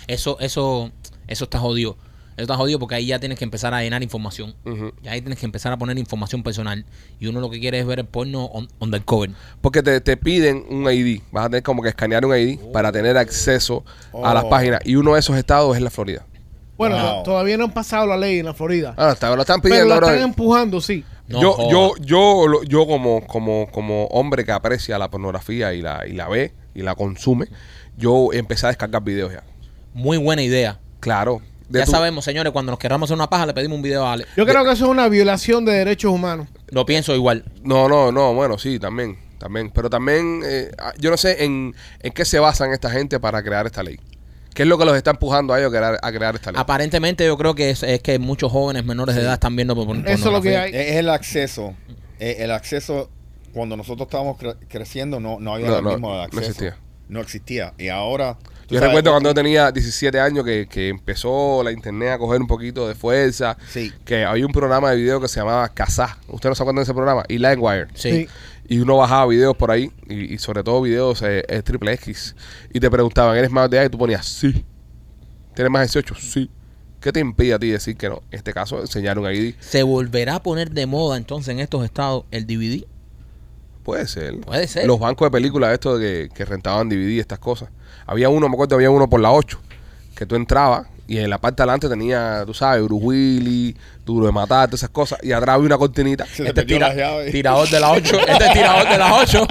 Speaker 2: Eso, eso, eso está jodido. Eso está jodido porque ahí ya tienes que empezar a llenar información.
Speaker 1: Ujú.
Speaker 2: Y ahí tienes que empezar a poner información personal. Y uno lo que quiere es ver el porno on, undercover.
Speaker 1: Porque te, te piden un ID. Vas a tener como que escanear un ID para tener acceso a las
Speaker 4: Oh.
Speaker 1: páginas. Y uno de esos estados es la Florida.
Speaker 3: Bueno, to-
Speaker 4: Wow.
Speaker 3: todavía no han pasado la ley en la Florida.
Speaker 1: Ah, hasta ahora lo están
Speaker 3: pero
Speaker 1: pidiendo.
Speaker 3: la están em-
Speaker 1: brother.
Speaker 3: empujando, sí.
Speaker 2: No
Speaker 1: yo,
Speaker 2: jodas.
Speaker 1: yo, yo, lo- yo como, como, como hombre que aprecia la pornografía y la, y la ve y la consume, yo empecé a descargar videos ya.
Speaker 2: Muy buena idea.
Speaker 1: Claro. de
Speaker 2: Ya
Speaker 1: tu-
Speaker 2: sabemos, señores, cuando nos querramos hacer una paja, le pedimos un video a Ale.
Speaker 3: Yo creo que eso es una violación de derechos humanos.
Speaker 2: Lo pienso igual.
Speaker 1: No, no, no, bueno, sí, también, también. Pero también, eh, ah, yo no sé en, en qué se basan esta gente para crear esta ley. ¿Qué es lo que los está empujando a ellos a crear, a crear esta ley?
Speaker 2: Aparentemente yo creo que es, es que muchos jóvenes menores de edad están viendo por, por-
Speaker 3: Eso es lo que
Speaker 2: pornografía.
Speaker 3: hay.
Speaker 4: Es el acceso. Eh, El acceso, cuando nosotros estábamos cre- creciendo, no, no había
Speaker 1: No,
Speaker 4: el
Speaker 1: no,
Speaker 4: mismo
Speaker 1: no
Speaker 4: acceso.
Speaker 1: existía.
Speaker 4: No existía. Y ahora. tú
Speaker 1: yo
Speaker 4: sabes,
Speaker 1: recuerdo
Speaker 4: tú-
Speaker 1: cuando yo tenía 17 años que, que empezó la internet a coger un poquito de fuerza.
Speaker 4: Sí.
Speaker 1: Que había un programa de video que se llamaba Kazaa. ¿Usted no se acuerdan de ese programa? Y Linewire.
Speaker 2: Sí.
Speaker 3: Sí.
Speaker 1: Y uno bajaba videos por ahí, y, y sobre todo videos eh, eh, triple X, y te preguntaban, ¿eres más de edad? Y tú ponías, sí. ¿Tienes más de 18? Sí. ¿Qué te impide a ti decir que no? En este caso, enseñar un ID.
Speaker 2: ¿Se volverá a poner de moda entonces en estos estados el DVD?
Speaker 1: Puede ser.
Speaker 2: Puede ser.
Speaker 1: Los bancos de películas estos de que, que rentaban DVD y estas cosas. Había uno, me acuerdo, había uno por la 8, que tú entrabas Y en la parte de adelante tenía, tú sabes, Bruce Willis, Duro de Matar, todas esas cosas. Y atrás había una cortinita.
Speaker 4: Se le
Speaker 2: Este es
Speaker 4: perdió
Speaker 2: tira-
Speaker 4: la llave.
Speaker 2: tirador de las 8. Este es tirador de las 8.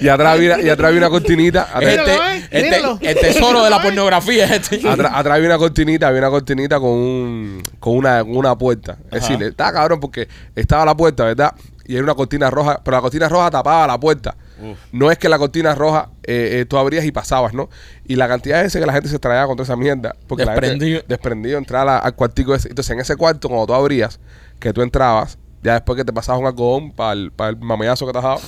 Speaker 1: Y atrás había, y atrás había una cortinita. Atrás,
Speaker 3: Míralo,
Speaker 2: Este,
Speaker 3: eh,
Speaker 2: este-
Speaker 3: míralo.
Speaker 2: el tesoro de la
Speaker 3: Ay.
Speaker 2: pornografía es este.
Speaker 1: atrás- atrás había una cortinita, había una cortinita con, un, con, una, con una puerta. Es
Speaker 4: Ajá.
Speaker 1: decir, estaba cabrón porque estaba la puerta, ¿verdad? Y era una cortina roja, pero la cortina roja tapaba la puerta.
Speaker 4: Uf.
Speaker 1: No es que la cortina roja eh, eh, tú abrías y pasabas, ¿no? Y la cantidad de veces que la gente se tragaba contra esa mierda. Porque La
Speaker 2: Desprendido.
Speaker 1: gente, desprendido, entrar a- al cuartico ese. Entonces, en ese cuarto, cuando tú abrías, que tú entrabas, ya después que te pasabas un algodón para el, para el mameazo que te has dado,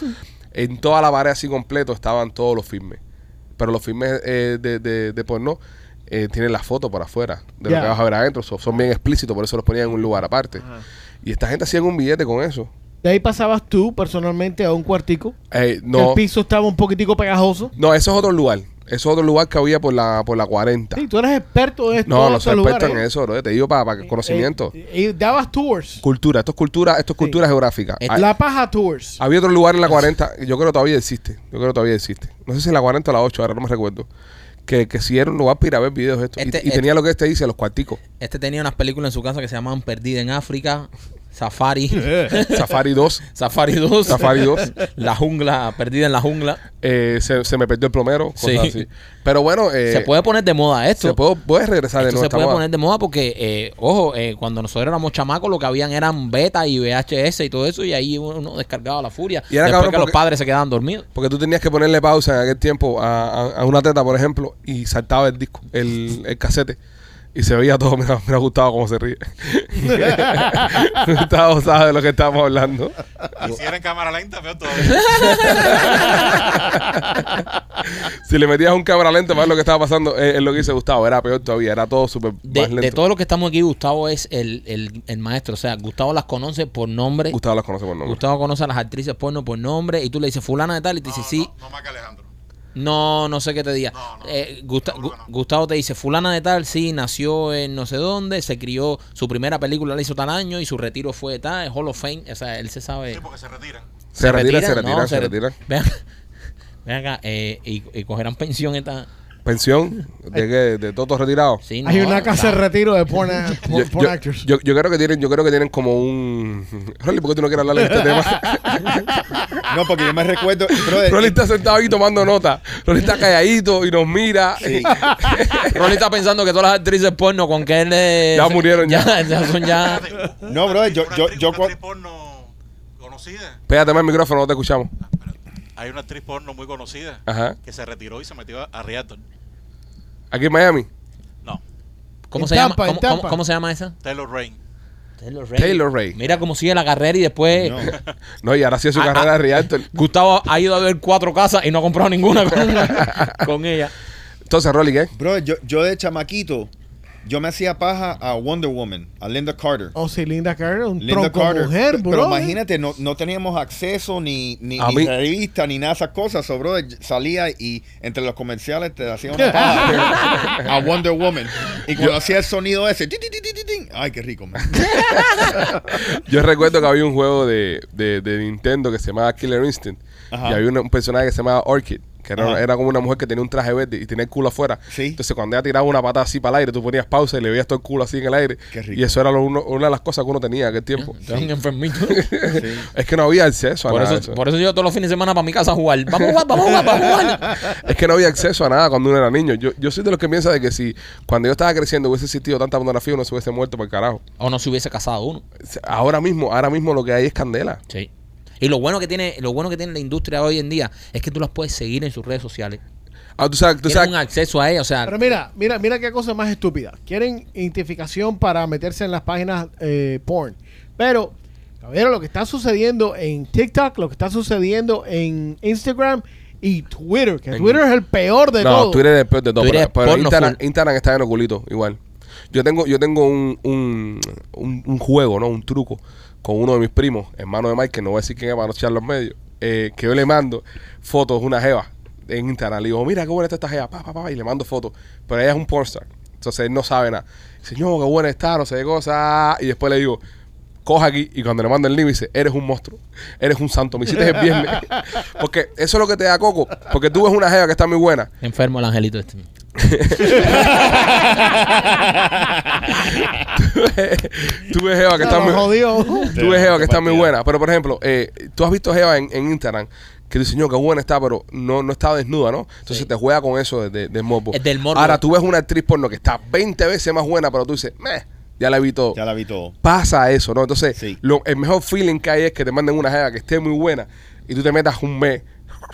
Speaker 1: en toda la pared así completo estaban todos los filmes. Pero los filmes eh, de, de, de porno eh, tienen la foto por afuera de
Speaker 3: Ya.
Speaker 1: lo que vas a ver adentro. So- son bien explícitos, por eso los ponían en un lugar aparte.
Speaker 3: Ajá.
Speaker 1: Y esta gente hacían un billete con eso.
Speaker 3: De ahí pasabas tú personalmente a un cuartico.
Speaker 1: Eh,
Speaker 3: que
Speaker 1: no,
Speaker 3: El piso estaba un poquitico pegajoso.
Speaker 1: no, eso es otro lugar. Eso es otro lugar que había por la, por la 40.
Speaker 3: Sí, tú eres experto de esto.
Speaker 1: No,
Speaker 3: todos
Speaker 1: no
Speaker 3: estos
Speaker 1: soy experto en
Speaker 3: lugares, ¿eh?
Speaker 1: eso, bro. Te digo para, para conocimiento.
Speaker 3: Eh, Y dabas tours.
Speaker 1: cultura, esto es cultura, esto es cultura geográfica.
Speaker 2: Es-
Speaker 1: Hay-
Speaker 3: La paja tours.
Speaker 1: había otro lugar en la 40, yo creo que todavía existe. Yo creo que todavía existe. No sé si en la 40 o la 8, ahora no me recuerdo. Que, que sí era un lugar para ir a ver videos de esto. Y-
Speaker 2: Este-
Speaker 1: y,
Speaker 2: este-
Speaker 1: tenía lo que este dice, los cuarticos.
Speaker 2: Este tenía unas películas en su casa que se llamaban Perdida en África, Safari,
Speaker 1: Safari 2.
Speaker 2: Safari 2,
Speaker 1: Eh. Safari 2.
Speaker 2: La jungla, Perdida en la jungla.
Speaker 1: eh, se, se me perdió el plomero. Cosas
Speaker 2: Sí.
Speaker 1: así. Pero bueno, eh,
Speaker 2: se puede poner de moda esto.
Speaker 1: se puede- puedes regresar de
Speaker 2: Esto
Speaker 1: nuevo.
Speaker 2: se
Speaker 1: esta
Speaker 2: puede
Speaker 1: moda.
Speaker 2: poner de moda porque, eh, ojo, eh, cuando nosotros éramos chamacos, lo que habían eran beta y VHS y todo eso, y ahí uno descargaba la furia.
Speaker 1: Y era
Speaker 2: después
Speaker 1: cabrón
Speaker 2: que
Speaker 1: porque-
Speaker 2: los padres se quedaban dormidos.
Speaker 1: Porque tú tenías que ponerle pausa en aquel tiempo a, a- a una teta, por ejemplo, y saltaba el disco, el, el casete. Y se veía todo. Mira, mira Gustavo cómo se ríe. Gustavo sabe de lo que estamos hablando.
Speaker 6: Y si era en cámara lenta, veo todavía.
Speaker 1: Si le metías un cámara lenta para ver lo que estaba pasando, eh, es, es lo que dice Gustavo. Era peor todavía. Era todo súper
Speaker 2: De,
Speaker 1: más lento.
Speaker 2: de todo lo que estamos aquí, Gustavo es el, el- el maestro. O sea, Gustavo las conoce por nombre.
Speaker 1: Gustavo las conoce por nombre.
Speaker 2: eh, Gustavo conoce a las actrices porno por nombre. Y tú le dices fulana de tal y te
Speaker 6: No,
Speaker 2: dice
Speaker 6: no,
Speaker 2: sí.
Speaker 6: no más que Alejandro.
Speaker 2: No, no sé qué te diga.
Speaker 6: No, no,
Speaker 2: Eh, Gusta-
Speaker 6: seguro que
Speaker 2: Gu-
Speaker 6: no.
Speaker 2: Gustavo te dice, fulana de tal, sí, nació en no sé dónde, se crió, su primera película la hizo tal año y su retiro fue tal, es Hall of Fame, o sea, él se sabe.
Speaker 6: Sí, porque se retiran.
Speaker 1: Se, retira, se
Speaker 2: retiran?
Speaker 1: retira,
Speaker 2: No,
Speaker 1: se
Speaker 2: re-
Speaker 1: retira.
Speaker 2: Vean, vean acá, eh, y, y cogerán pensión esta...
Speaker 1: Pensión de, que, de todos retirados.
Speaker 2: Sí,
Speaker 3: Hay
Speaker 2: no,
Speaker 3: una
Speaker 2: la-
Speaker 3: casa de retiro de porn, porn- porn actors.
Speaker 1: yo- yo creo que tienen, yo creo que tienen como un. Rolly, ¿por qué tú no quieres hablar de este tema?
Speaker 4: No, porque yo me recuerdo. brother,
Speaker 1: Rolly está sentado ahí tomando nota. Rolly está calladito y nos mira.
Speaker 4: Sí.
Speaker 2: Rolly está pensando que todas las actrices porno con que él... eh,
Speaker 1: Ya murieron, ya.
Speaker 2: ya son ya...
Speaker 6: Espérate,
Speaker 4: No, bro, yo-
Speaker 6: una
Speaker 4: yo-
Speaker 6: actriz-
Speaker 4: yo
Speaker 6: una
Speaker 4: cua-
Speaker 6: actriz porno conocida.
Speaker 1: Pégate más el micrófono, no te escuchamos.
Speaker 6: Hay una actriz porno muy conocida
Speaker 1: Ajá.
Speaker 6: que se retiró y se metió a, a Rialto.
Speaker 1: Aquí en Miami.
Speaker 6: No,
Speaker 2: ¿Cómo
Speaker 3: En
Speaker 2: se
Speaker 3: Tampa,
Speaker 2: llama?
Speaker 3: en
Speaker 2: ¿Cómo, cómo-
Speaker 3: Tampa.
Speaker 2: cómo se llama esa?
Speaker 6: Taylor Rain.
Speaker 2: Taylor Ray.
Speaker 1: Taylor Ray.
Speaker 2: Mira cómo sigue la carrera y después...
Speaker 4: No.
Speaker 1: No, y ahora sí es su
Speaker 2: Ah,
Speaker 1: carrera
Speaker 2: ah.
Speaker 1: de Realtor.
Speaker 2: Gustavo ha ido a ver cuatro casas y no ha comprado ninguna con, con ella.
Speaker 1: Entonces, Rolly, ¿qué?
Speaker 4: Bro, yo, yo de chamaquito, yo me hacía paja a Wonder Woman, a Linda Carter.
Speaker 3: Oh, sí, Linda Carter, un
Speaker 4: Linda
Speaker 3: tronco
Speaker 4: Carter.
Speaker 3: mujer,
Speaker 4: Pe-
Speaker 3: bro.
Speaker 4: Pero imagínate, no, no teníamos acceso ni, ni,
Speaker 1: A
Speaker 4: ni
Speaker 1: mí-
Speaker 4: revista ni nada de esas cosas. So, bro, salía y entre los comerciales te hacía una paja a Wonder Woman. Y cuando hacía el sonido ese, ti, ti, ti, ti, ti, ti, ay, qué rico, man.
Speaker 1: Yo recuerdo que había un juego de, de- de Nintendo que se llamaba Killer Instinct.
Speaker 4: Ajá.
Speaker 1: Y había una- un personaje que se llamaba Orchid. Que era,
Speaker 4: Ajá.
Speaker 1: era como una mujer que tenía un traje verde y tenía el culo afuera.
Speaker 4: Sí.
Speaker 1: Entonces, cuando ella tiraba una pata así para el aire, tú ponías pausa y le veías todo el culo así en el aire.
Speaker 4: Qué rico.
Speaker 1: Y eso era lo uno- una de las cosas que uno tenía en aquel tiempo.
Speaker 2: Entonces, un enfermito.
Speaker 1: Es que no había acceso a
Speaker 2: Por
Speaker 1: nada. de
Speaker 2: eso,
Speaker 1: eso.
Speaker 2: por eso yo todos los fines de semana para mi casa a jugar. Vamos a jugar, vamos a jugar, vamos a jugar.
Speaker 1: Es que no había acceso a nada cuando uno era niño. Yo, yo soy de los que piensa de que si cuando yo estaba creciendo hubiese existido tanta pornografía, uno se hubiese muerto por el carajo.
Speaker 2: O no se hubiese casado uno.
Speaker 1: Ahora mismo, ahora mismo lo que hay es candela.
Speaker 2: Sí. Y lo bueno que tiene, lo bueno que tiene la industria hoy en día es que tú las puedes seguir en sus redes sociales.
Speaker 1: Ah, tú sabes, tú
Speaker 2: Tienes
Speaker 1: sabes.
Speaker 2: un acceso a ella, o sea,
Speaker 3: Pero mira, mira, mira qué cosa más estúpida. Quieren identificación para meterse en las páginas eh, porn. Pero, cabrón, lo que está sucediendo en TikTok, lo que está sucediendo en Instagram y Twitter, que
Speaker 1: En-
Speaker 3: Twitter es el peor de
Speaker 1: no,
Speaker 3: todo.
Speaker 1: Twitter es el peor de todo.
Speaker 2: Twitter
Speaker 1: Pero, pero
Speaker 2: es porno
Speaker 1: Instagram,
Speaker 2: full.
Speaker 1: Instagram está en oculito, igual. Yo tengo, yo tengo un, un, un- un juego, ¿no? Un truco con uno de mis primos, hermano de Mike, que no voy a decir quién es para no echar los medios, eh, que yo le mando fotos de una jeva en Instagram. Le digo, mira qué buena está esta jeva, pa, pa, pa, y le mando fotos. Pero ella es un pornstar. Entonces él no sabe nada. Dice, no, qué buena está, no sé qué cosa. Y después le digo, coja aquí y cuando le mando el link me dice, eres un monstruo, eres un santo, me hiciste el viernes. Porque eso es lo que te da coco, porque tú ves una jeva que está muy buena
Speaker 2: Enfermo el angelito este.
Speaker 1: tú ves Jeva que está
Speaker 3: Lo
Speaker 1: muy
Speaker 3: jodió.
Speaker 1: tú ves Jeva que está muy
Speaker 4: Partida.
Speaker 1: buena pero por ejemplo eh, tú has visto Jeva en, en Instagram que dice señor qué buena está pero no no está desnuda no entonces
Speaker 2: Sí.
Speaker 1: te juega con eso de, de, del morbo
Speaker 2: Es del morbo.
Speaker 1: ahora tú ves una actriz porno que está 20 veces más buena pero tú dices meh, ya la vi todo
Speaker 4: Ya la vi todo.
Speaker 1: pasa eso no entonces
Speaker 4: Sí.
Speaker 1: lo- el mejor feeling que hay es que te manden una Jeva que esté muy buena y tú te metas un mes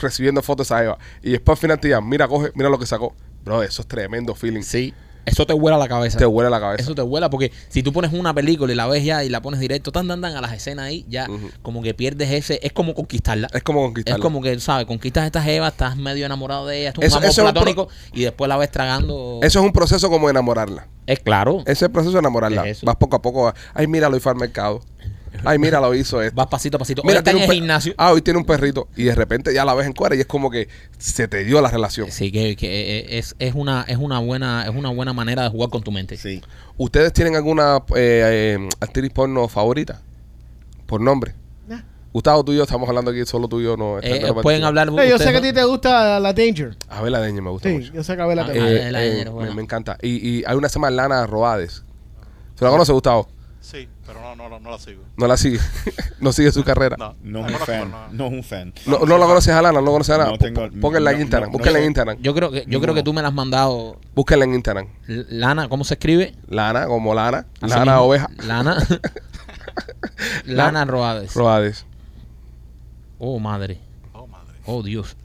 Speaker 1: recibiendo fotos de esa Jeva y después al final te digan mira coge mira lo que sacó bro eso es tremendo feeling
Speaker 2: Sí. Eso te vuela la cabeza.
Speaker 1: te huele la cabeza
Speaker 2: Eso te vuela porque si tú pones una película y la ves ya y la pones directo, tan, tan, tan a las escenas ahí, ya
Speaker 1: Ujú.
Speaker 2: como que pierdes ese. Es como conquistarla.
Speaker 1: es como conquistarla
Speaker 2: Es como que, ¿sabes? Conquistas a esta jeva, estás medio enamorado de ella, es un
Speaker 1: Eso-
Speaker 2: amor
Speaker 1: eso es un pro-
Speaker 2: platónico y después la ves tragando.
Speaker 1: Eso es un proceso como enamorarla.
Speaker 2: es claro.
Speaker 1: Ese es el proceso de enamorarla.
Speaker 2: Es eso.
Speaker 1: Vas poco a poco. Ay, mira, lo hizo al mercado. Ay, mira, lo hizo esto.
Speaker 2: Vas pasito a pasito. Mira,
Speaker 1: Mira,
Speaker 2: está en el
Speaker 1: per-
Speaker 2: gimnasio.
Speaker 1: Ah, hoy tiene un perrito. Y de repente ya la ves en cuera y es como que se te dio la relación.
Speaker 2: Sí, que, que, eh, es, es una, es, una buena, es una buena manera de jugar con tu mente. Eh,
Speaker 4: Sí.
Speaker 1: ¿Ustedes tienen alguna eh, eh, actriz porno favorita? Por nombre.
Speaker 3: Nah.
Speaker 1: Gustavo, tú y yo estamos hablando aquí, solo tú y yo no.
Speaker 2: Eh,
Speaker 1: está
Speaker 2: eh,
Speaker 1: entre los
Speaker 2: pueden
Speaker 1: partidos.
Speaker 2: hablar.
Speaker 3: No, yo
Speaker 2: ustedes
Speaker 3: sé que a
Speaker 2: dos.
Speaker 3: ti te gusta la Danger.
Speaker 1: A Bella Deñe me gusta
Speaker 3: Sí,
Speaker 1: mucho.
Speaker 3: yo sé que a Bella
Speaker 2: Ah,
Speaker 3: te
Speaker 1: Eh,
Speaker 3: gusta.
Speaker 2: Bella
Speaker 1: eh,
Speaker 2: Deñe es buena.
Speaker 1: me, me encanta. Y, y hay una que se llama Lana Roades. ¿Se la conoce, Gustavo?
Speaker 6: Sí, pero no, no, no, no la sigo.
Speaker 1: No la sigue. no sigue su carrera.
Speaker 6: No,
Speaker 4: Ah, No
Speaker 6: la
Speaker 4: es un
Speaker 6: conozco,
Speaker 4: fan.
Speaker 6: pero no.
Speaker 4: No es un fan.
Speaker 1: No, no lo conoces a Lana, no lo conoces a Lana.
Speaker 4: No tengo-
Speaker 1: Pónganla en
Speaker 4: no,
Speaker 1: Instagram,
Speaker 4: no,
Speaker 1: búsquenla
Speaker 4: no
Speaker 1: en
Speaker 4: sé.
Speaker 1: Instagram.
Speaker 2: Yo creo que, yo creo que tú me las has mandado.
Speaker 1: Búsquenla en Instagram.
Speaker 2: L- Lana, ¿cómo se escribe?
Speaker 1: Lana, como Lana.
Speaker 2: Así
Speaker 1: Lana
Speaker 2: mismo.
Speaker 1: oveja.
Speaker 2: Lana. Lana Roades.
Speaker 1: Roades.
Speaker 2: Oh, madre.
Speaker 6: Oh, madre.
Speaker 2: Oh, Dios.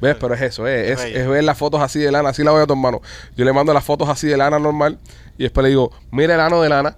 Speaker 1: ¿Ves? Pero es eso, eh, es,
Speaker 6: Qué
Speaker 1: es,
Speaker 6: bello.
Speaker 1: ver las fotos así de Lana. Así la voy a tu hermano. Yo le mando las fotos así de Lana normal y después le digo, mira el ano de Lana.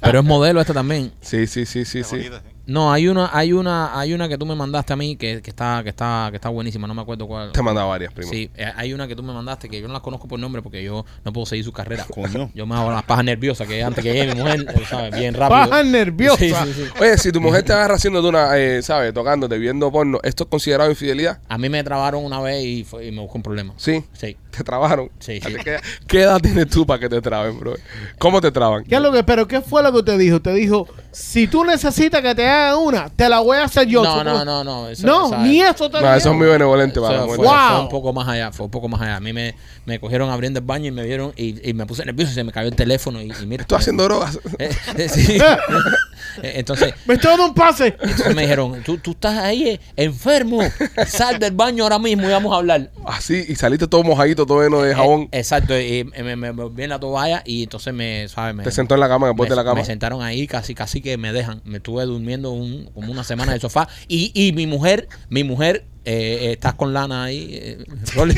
Speaker 2: Pero es modelo esta también.
Speaker 1: Sí, sí, sí, sí,
Speaker 6: Es
Speaker 1: sí.
Speaker 6: bonita, ¿eh?
Speaker 2: No, hay una, hay una, hay una que tú me mandaste a mí que, que está, que está, que está buenísima. No me acuerdo cuál.
Speaker 1: Te he mandado varias, primo.
Speaker 2: Sí, eh, hay una que tú me mandaste que yo no la conozco por nombre porque yo no puedo seguir su carrera.
Speaker 4: Coño.
Speaker 2: Yo me hago las pajas nerviosas que antes que llegue mi mujer, eh, ¿sabes? Bien rápido.
Speaker 3: Baja nerviosa.
Speaker 2: Sí, sí, sí.
Speaker 1: Oye, si tu mujer te agarra haciéndote una, eh, ¿sabes? Tocándote, viendo porno, ¿esto es considerado infidelidad?
Speaker 2: A mí me trabaron una vez y, fue- y me buscó un problema.
Speaker 1: Sí.
Speaker 2: Sí.
Speaker 1: Te trabaron.
Speaker 2: Sí, sí.
Speaker 1: Así que, ¿Qué edad tienes tú para que te traben, bro? ¿Cómo te traban?
Speaker 3: ¿Qué es lo que, pero qué fue lo que usted dijo? Te dijo, si tú necesitas que te hagan una, te la voy a hacer yo.
Speaker 2: No,
Speaker 3: Supongo-
Speaker 2: no, no, no. eso-
Speaker 3: no,
Speaker 2: esa-
Speaker 3: ni eso te
Speaker 1: No, eso es Ah, muy benevolente,
Speaker 2: Eso
Speaker 1: mano.
Speaker 2: fue,
Speaker 1: Bueno.
Speaker 3: Wow.
Speaker 2: fue un poco más allá, fue un poco más allá. A mí me, me cogieron abriendo el baño y me vieron y, y me puse nervioso y se me cayó el teléfono y, y mira.
Speaker 1: Estoy haciendo drogas.
Speaker 2: Eh, eh, sí. Eh, Entonces,
Speaker 3: Me estoy dando un pase.
Speaker 2: entonces me dijeron, tú, tú estás ahí eh, enfermo, sal del baño ahora mismo y vamos a hablar.
Speaker 1: Así, y saliste todo mojadito, todo lleno de jabón.
Speaker 2: Eh, exacto, y eh, me, me volví en la toalla y entonces me, ¿sabes? Me,
Speaker 1: te sentó en la cama, en el borde de la
Speaker 2: me-
Speaker 1: cama.
Speaker 2: me sentaron ahí, casi, casi que me dejan. Me estuve durmiendo un- como una semana en el sofá. Y, y mi mujer, mi mujer, eh, eh, estás con lana ahí. eh, Rolly.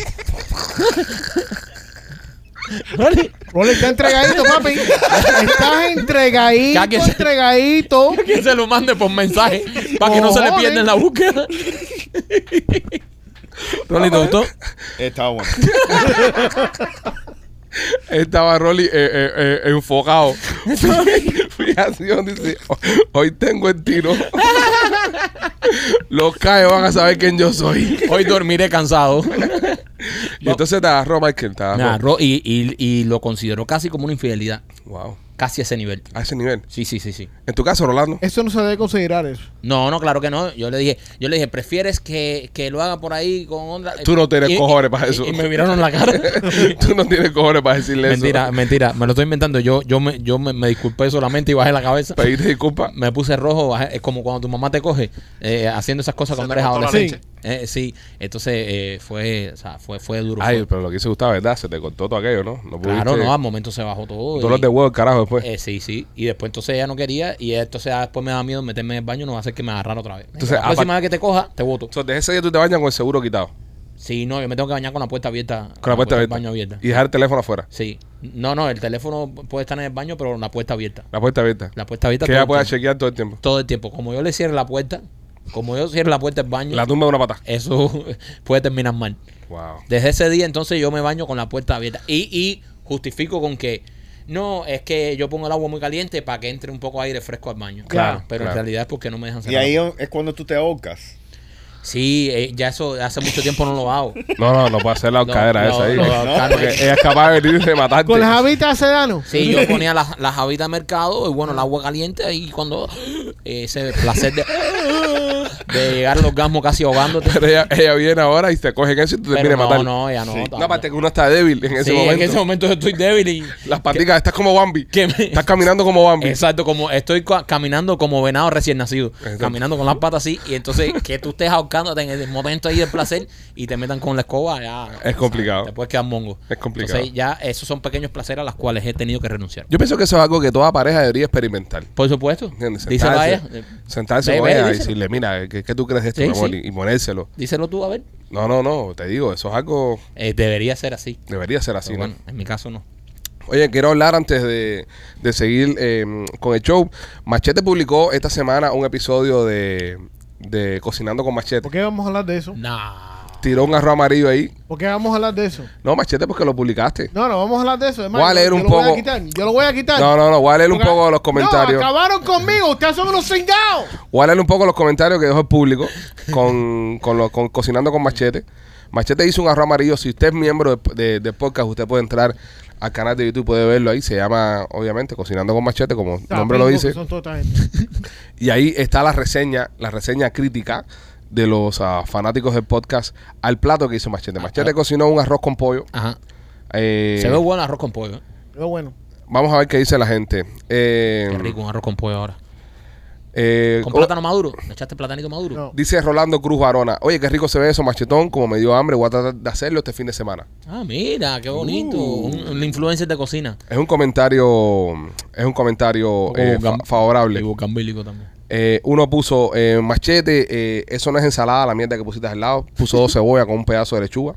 Speaker 2: Rolly.
Speaker 3: Rolly, está entregadito, papi. Estás entregadito,
Speaker 2: Ya que se-
Speaker 3: entregadito.
Speaker 2: Que se lo mande por mensaje para que no se le
Speaker 3: Cojones.
Speaker 2: pierda en la búsqueda. Rolly, ¿te gustó?
Speaker 4: Estaba bueno.
Speaker 1: Estaba Rolly eh, eh, eh, enfocado. Fui- Fui así donde dice, "Oh, hoy tengo el tiro. Los caes van a saber quién yo soy.
Speaker 2: Hoy dormiré cansado.
Speaker 1: Y entonces te agarró Michael, te agarró.
Speaker 2: Nada, Ro- y, y- y lo consideró casi como una infidelidad.
Speaker 1: Wow.
Speaker 2: Casi a ese nivel.
Speaker 1: A ese nivel.
Speaker 2: Sí, sí, sí, sí.
Speaker 1: En tu caso, Rolando.
Speaker 3: Eso no se debe considerar eso.
Speaker 2: No, no, claro que no. Yo le dije, yo le dije, ¿prefieres que, que lo haga por ahí con onda?
Speaker 1: Tú no tienes
Speaker 2: Y-
Speaker 1: cojones para eso.
Speaker 2: Y, y me miraron la cara.
Speaker 1: Tú no tienes cojones para decirle
Speaker 2: mentira,
Speaker 1: eso.
Speaker 2: mentira. Me lo estoy inventando. Yo, yo me, yo me, me disculpé solamente y bajé la cabeza.
Speaker 1: Pediste disculpas.
Speaker 2: Me puse rojo, bajé- es como cuando tu mamá te coge eh, haciendo esas cosas
Speaker 6: Se
Speaker 2: cuando
Speaker 6: te
Speaker 2: eres
Speaker 6: cortó la
Speaker 2: adolescente.
Speaker 3: leche.
Speaker 2: Eh, sí, entonces eh, fue, o sea, fue, fue duro.
Speaker 1: Ay,
Speaker 2: fue-
Speaker 1: pero lo que hizo Gustavo, ¿verdad? Se te cortó todo aquello, ¿no? No
Speaker 2: claro,
Speaker 1: pudiste-
Speaker 2: no, al momento se bajó todo.
Speaker 1: Dolor
Speaker 2: y-
Speaker 1: de huevo, el carajo, después.
Speaker 2: eh, sí, sí. Y después entonces ella no quería y entonces ah, después me da miedo meterme en el baño, no va a hacer que me agarrar otra vez.
Speaker 1: Entonces,
Speaker 2: la próxima vez que te coja, te voto.
Speaker 1: Entonces, desde ese día tú te bañas con el seguro quitado.
Speaker 2: Sí, no, yo me tengo que bañar con la puerta abierta.
Speaker 1: Con la puerta
Speaker 2: del
Speaker 1: abierta.
Speaker 2: baño abierta.
Speaker 1: Y dejar el teléfono afuera.
Speaker 2: Sí. No, no, el teléfono puede estar en el baño, pero la puerta abierta.
Speaker 1: La puerta abierta.
Speaker 2: La puerta abierta
Speaker 1: que
Speaker 2: todo,
Speaker 1: ella
Speaker 2: el
Speaker 1: pueda
Speaker 2: tiempo.
Speaker 1: chequear todo el tiempo.
Speaker 2: todo el tiempo. Como yo le cierre la puerta, como yo cierre la puerta del baño,
Speaker 1: La tumba de una pata.
Speaker 2: eso puede terminar mal.
Speaker 1: Wow.
Speaker 2: Desde ese día entonces yo me baño con la puerta abierta. Y, y justifico con que no, es que yo pongo el agua muy caliente para que entre un poco aire fresco al baño.
Speaker 1: Claro,
Speaker 2: Pero
Speaker 1: claro.
Speaker 2: en realidad es porque no me dejan
Speaker 4: Y
Speaker 2: cerrar.
Speaker 4: ahí es cuando tú te ahorcas.
Speaker 2: Sí, eh, ya eso hace mucho tiempo no lo hago.
Speaker 1: No, no, no puede ser la
Speaker 2: No,
Speaker 1: horcadera
Speaker 2: no,
Speaker 1: esa ahí.
Speaker 2: no, no,
Speaker 1: Porque ella es capaz de venir y de matarte.
Speaker 3: Con las habitas sedano.
Speaker 2: Sí, yo ponía las, las habitas de mercado y bueno, el agua caliente y cuando eh, ese placer de, de llegar al orgasmo casi ahogándote.
Speaker 1: Pero ella, ella viene ahora y te coge en eso y te termina
Speaker 2: Pero
Speaker 1: de matar.
Speaker 2: no, no, ya no.
Speaker 4: Sí.
Speaker 2: tampoco.
Speaker 1: No, aparte que uno está débil en ese
Speaker 2: Sí,
Speaker 1: momento.
Speaker 2: en ese momento yo estoy débil y...
Speaker 1: Las paticas, estás como Bambi.
Speaker 2: que me-
Speaker 1: Estás caminando como Bambi.
Speaker 2: Exacto, como estoy cua- caminando como venado recién nacido,
Speaker 1: Exacto.
Speaker 2: caminando con las patas así, y entonces que tú estés ahorcándote en el momento ahí del placer y te metan con la escoba, ya.
Speaker 1: Es complicado.
Speaker 2: Te puedes quedar mongo.
Speaker 1: Es complicado.
Speaker 2: Entonces, ya esos son pequeños placeres a los cuales he tenido que renunciar.
Speaker 1: Yo pienso que eso es algo que toda pareja debería experimentar.
Speaker 2: Por supuesto. eh,
Speaker 1: ¿Entiendes?
Speaker 2: Díselo a ella.
Speaker 1: Sentarse- Sentarse
Speaker 2: Ve,
Speaker 1: con
Speaker 2: ve,
Speaker 1: ella y
Speaker 2: díselo.
Speaker 1: decirle, mira, ¿qué, qué tú crees de esto,
Speaker 2: Sí,
Speaker 1: mi amor?
Speaker 2: sí.
Speaker 1: Y, y ponérselo.
Speaker 2: Díselo tú, a ver.
Speaker 1: No, no, no, te digo, eso es algo,
Speaker 2: Eh, debería ser así.
Speaker 1: debería ser así,
Speaker 2: Pero
Speaker 1: ¿no?
Speaker 2: bueno, en mi caso no.
Speaker 1: Oye, quiero hablar antes de, de seguir eh, con el show. Machete publicó esta semana un episodio de, de Cocinando con Machete.
Speaker 3: ¿Por qué vamos a hablar de eso?
Speaker 2: Nah.
Speaker 1: Tiró un arroz amarillo ahí.
Speaker 3: ¿Por qué vamos a hablar de eso?
Speaker 1: No, Machete, porque lo publicaste.
Speaker 3: No, no, vamos a hablar de eso. Además,
Speaker 1: Voy a leer
Speaker 3: yo
Speaker 1: un
Speaker 3: lo Voy
Speaker 1: poco.
Speaker 3: a quitar. Yo lo voy a quitar.
Speaker 1: No, no, no, voy a leer un
Speaker 3: Porque-
Speaker 1: poco los
Speaker 3: No,
Speaker 1: comentarios.
Speaker 3: acabaron conmigo. Ustedes son unos cingados.
Speaker 1: Voy a leer un poco los comentarios que dejó el público con, con, lo- con Cocinando con Machete. Machete hizo un arroz amarillo. Si usted es miembro de, de- de podcast, usted puede entrar al canal de YouTube, puede verlo ahí. Se llama, obviamente, Cocinando con Machete, como el nombre lo
Speaker 3: Tapingo,
Speaker 1: dice.
Speaker 3: que Son toda esta gente.
Speaker 1: Y ahí está la reseña, la reseña crítica de los ah, fanáticos del podcast al plato que hizo Machete. Machete cocinó un arroz con pollo.
Speaker 2: Ajá.
Speaker 1: Eh,
Speaker 2: Se ve bueno arroz con pollo. ¿eh?
Speaker 3: Pero bueno.
Speaker 1: Vamos a ver qué dice la gente. Eh,
Speaker 2: Qué rico un arroz con pollo ahora.
Speaker 1: eh,
Speaker 2: Con
Speaker 1: oh,
Speaker 2: plátano maduro. ¿Le echaste platanito maduro?
Speaker 3: No.
Speaker 1: dice Rolando Cruz Barona. Oye, qué rico se ve eso, machetón. Como me dio hambre, voy a tratar de hacerlo este fin de semana.
Speaker 2: Ah, mira, qué bonito.
Speaker 1: Uh.
Speaker 2: Un, un influencer de cocina.
Speaker 1: Es un comentario, es un comentario eh, fa-
Speaker 2: vocam- Y
Speaker 1: favorable.
Speaker 2: vocambílico también.
Speaker 1: Eh, uno puso eh, machete, eh, eso no es ensalada, la mierda que pusiste al lado. Puso dos cebollas con un pedazo de lechuga.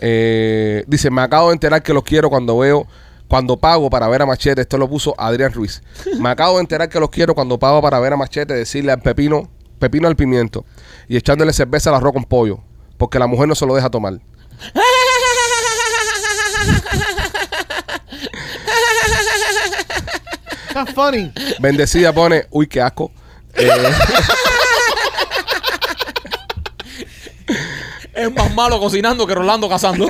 Speaker 1: Eh, dice, me acabo de enterar que los quiero cuando veo, cuando pago para ver a machete. Esto lo puso Adrián Ruiz. Me acabo de enterar que los quiero cuando pago para ver a machete, decirle al pepino, pepino al pimiento y echándole cerveza al arroz con pollo, porque la mujer no se lo deja tomar.
Speaker 3: Está funny.
Speaker 1: Bendecida pone, uy, qué asco. Eh,
Speaker 2: Es más malo cocinando que Rolando cazando.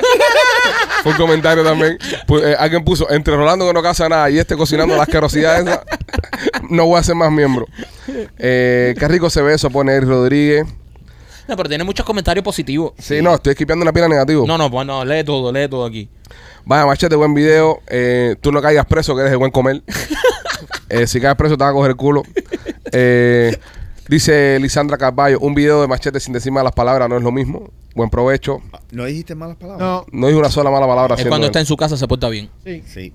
Speaker 1: Fue un comentario también. Pu- eh, alguien puso, entre Rolando que no casa nada y este cocinando las carosidades esas, no voy a ser más miembro. Eh, qué rico se ve eso, pone Eric Rodríguez.
Speaker 2: no, pero tiene muchos comentarios positivos.
Speaker 1: Sí, no, estoy esquipeando una pila negativo.
Speaker 2: No, no, bueno, lee todo, lee todo aquí.
Speaker 1: Vaya, machete, buen video. Eh, tú no caigas preso, que eres de buen comer. Eh, si caes preso, te van a coger el culo. Eh, dice Lisandra Carballo, un video de machete sin decir malas palabras no es lo mismo. Buen provecho.
Speaker 4: ¿No dijiste malas palabras?
Speaker 3: No.
Speaker 1: No dijo una sola mala palabra.
Speaker 2: Es
Speaker 1: haciendo
Speaker 2: cuando
Speaker 1: él.
Speaker 2: está en su casa se porta bien.
Speaker 3: Sí.
Speaker 4: Sí.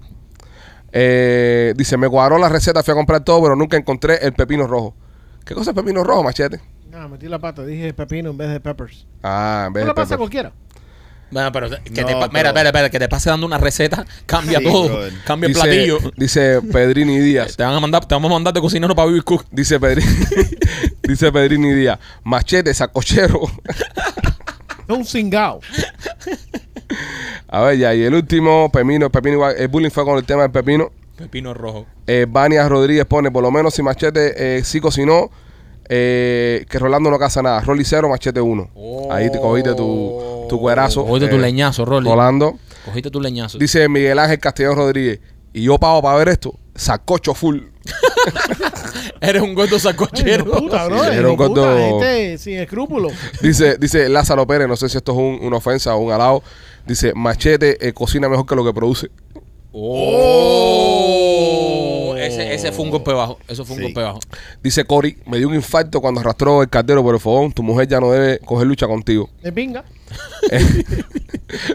Speaker 1: Eh, dice, me cuadró la receta, fui a comprar todo, pero nunca encontré el pepino rojo. ¿Qué cosa es pepino rojo, machete?
Speaker 3: No, metí la pata. Dije pepino en vez de peppers.
Speaker 1: Ah, en
Speaker 3: No
Speaker 1: vez de
Speaker 3: le pasa a
Speaker 1: pepper.
Speaker 3: cualquiera.
Speaker 2: Bueno, pero que te,
Speaker 4: No,
Speaker 2: pa-
Speaker 4: pero-
Speaker 2: mira, espera, espera, que te pase dando una receta, cambia
Speaker 4: Sí,
Speaker 2: todo,
Speaker 4: brother.
Speaker 2: cambia el
Speaker 1: dice,
Speaker 2: platillo.
Speaker 1: Dice Pedrini Díaz.
Speaker 2: Te van a mandar, te vamos a mandar de cocinero para Baby Cook.
Speaker 1: Dice Pedrini, dice Pedrini Díaz. Machete, sacochero.
Speaker 3: Es un cingao.
Speaker 1: A ver, ya, y el último, Pepino, Pepino igual, el bullying fue con el tema del Pepino.
Speaker 2: Pepino rojo.
Speaker 1: Eh, Vania Rodríguez pone, por lo menos si Machete eh, sí cocinó, eh, que Rolando no casa nada. Rolly cero, Machete uno.
Speaker 2: Oh.
Speaker 1: Ahí te cogiste tu, tu cuerazo.
Speaker 2: Cogiste tu
Speaker 1: eh,
Speaker 2: leñazo, Rolly.
Speaker 1: Rolando.
Speaker 2: Cogiste tu leñazo.
Speaker 1: Dice Miguel Ángel Castellón Rodríguez. Y yo pago para ver esto. Sacocho full.
Speaker 2: Eres un gordo
Speaker 3: Ay,
Speaker 2: sacochero.
Speaker 3: hijo de puta, bro.
Speaker 1: Sí,
Speaker 3: hijo
Speaker 1: era un
Speaker 3: de puta,
Speaker 1: gordo-
Speaker 3: Este sin escrúpulos.
Speaker 1: Dice, dice Lázaro Pérez, no sé si esto es un- una ofensa o un alao. Dice, machete eh, cocina mejor que lo que produce.
Speaker 2: Oh. Ese, ese fue un golpe bajo. Eso fue un
Speaker 4: Sí.
Speaker 2: golpe bajo.
Speaker 1: Dice Cory, me dio un infarto cuando arrastró el caldero por el fogón. Tu mujer ya no debe coger lucha contigo.
Speaker 3: De pinga.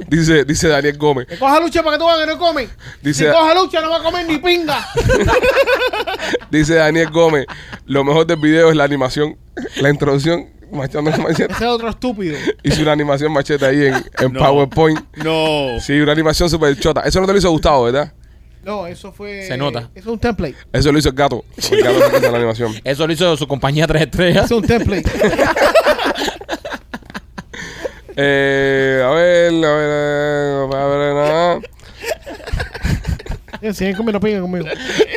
Speaker 1: Dice, dice Daniel Gómez.
Speaker 3: Que coja lucha para que tú veas que no comen.
Speaker 1: Dice-
Speaker 3: si coja lucha no va a comer ni pinga.
Speaker 1: Dice Daniel Gómez, lo mejor del video es la animación, la introducción, machando con machete.
Speaker 3: Ese es otro estúpido.
Speaker 1: Hice una animación machete ahí en, en
Speaker 4: No.
Speaker 1: PowerPoint.
Speaker 4: No.
Speaker 1: Sí, una animación súper chota. Eso no te lo hizo Gustavo, ¿verdad?
Speaker 3: No, eso fue.
Speaker 2: Se nota.
Speaker 3: Eso es un template.
Speaker 1: Eso lo hizo el gato. El gato fue que hizo la animación.
Speaker 2: Eso lo hizo su compañía tres
Speaker 3: Eso
Speaker 2: estrellas.
Speaker 3: es un template.
Speaker 1: Eh, a ver, a ver, a ver, a ver, a ver.
Speaker 3: Bien, siguen comiendo pinga conmigo.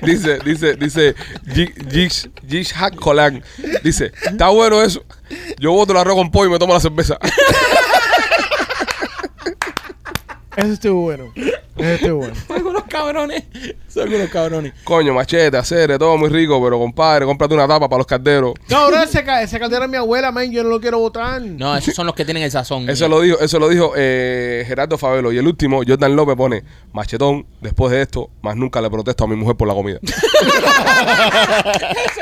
Speaker 1: Dice, dice, dice, Jish Hack Colan. Dice, está bueno eso. Yo boto el arroz con pollo y me tomo la cerveza.
Speaker 3: Eso estuvo bueno. Eso estuvo bueno.
Speaker 2: Son unos cabrones. Son unos cabrones.
Speaker 1: Coño, machete, acere, todo muy rico, pero compadre, cómprate una tapa para los calderos.
Speaker 3: No, bro, ese, ca- ese caldero es mi abuela, man. Yo no lo quiero votar.
Speaker 2: No, esos son los que tienen el sazón.
Speaker 1: Eso lo dijo, eso lo dijo eh, Gerardo Fabelo. Y el último, Jordan López pone, machetón, después de esto, más nunca le protesto a mi mujer por la comida.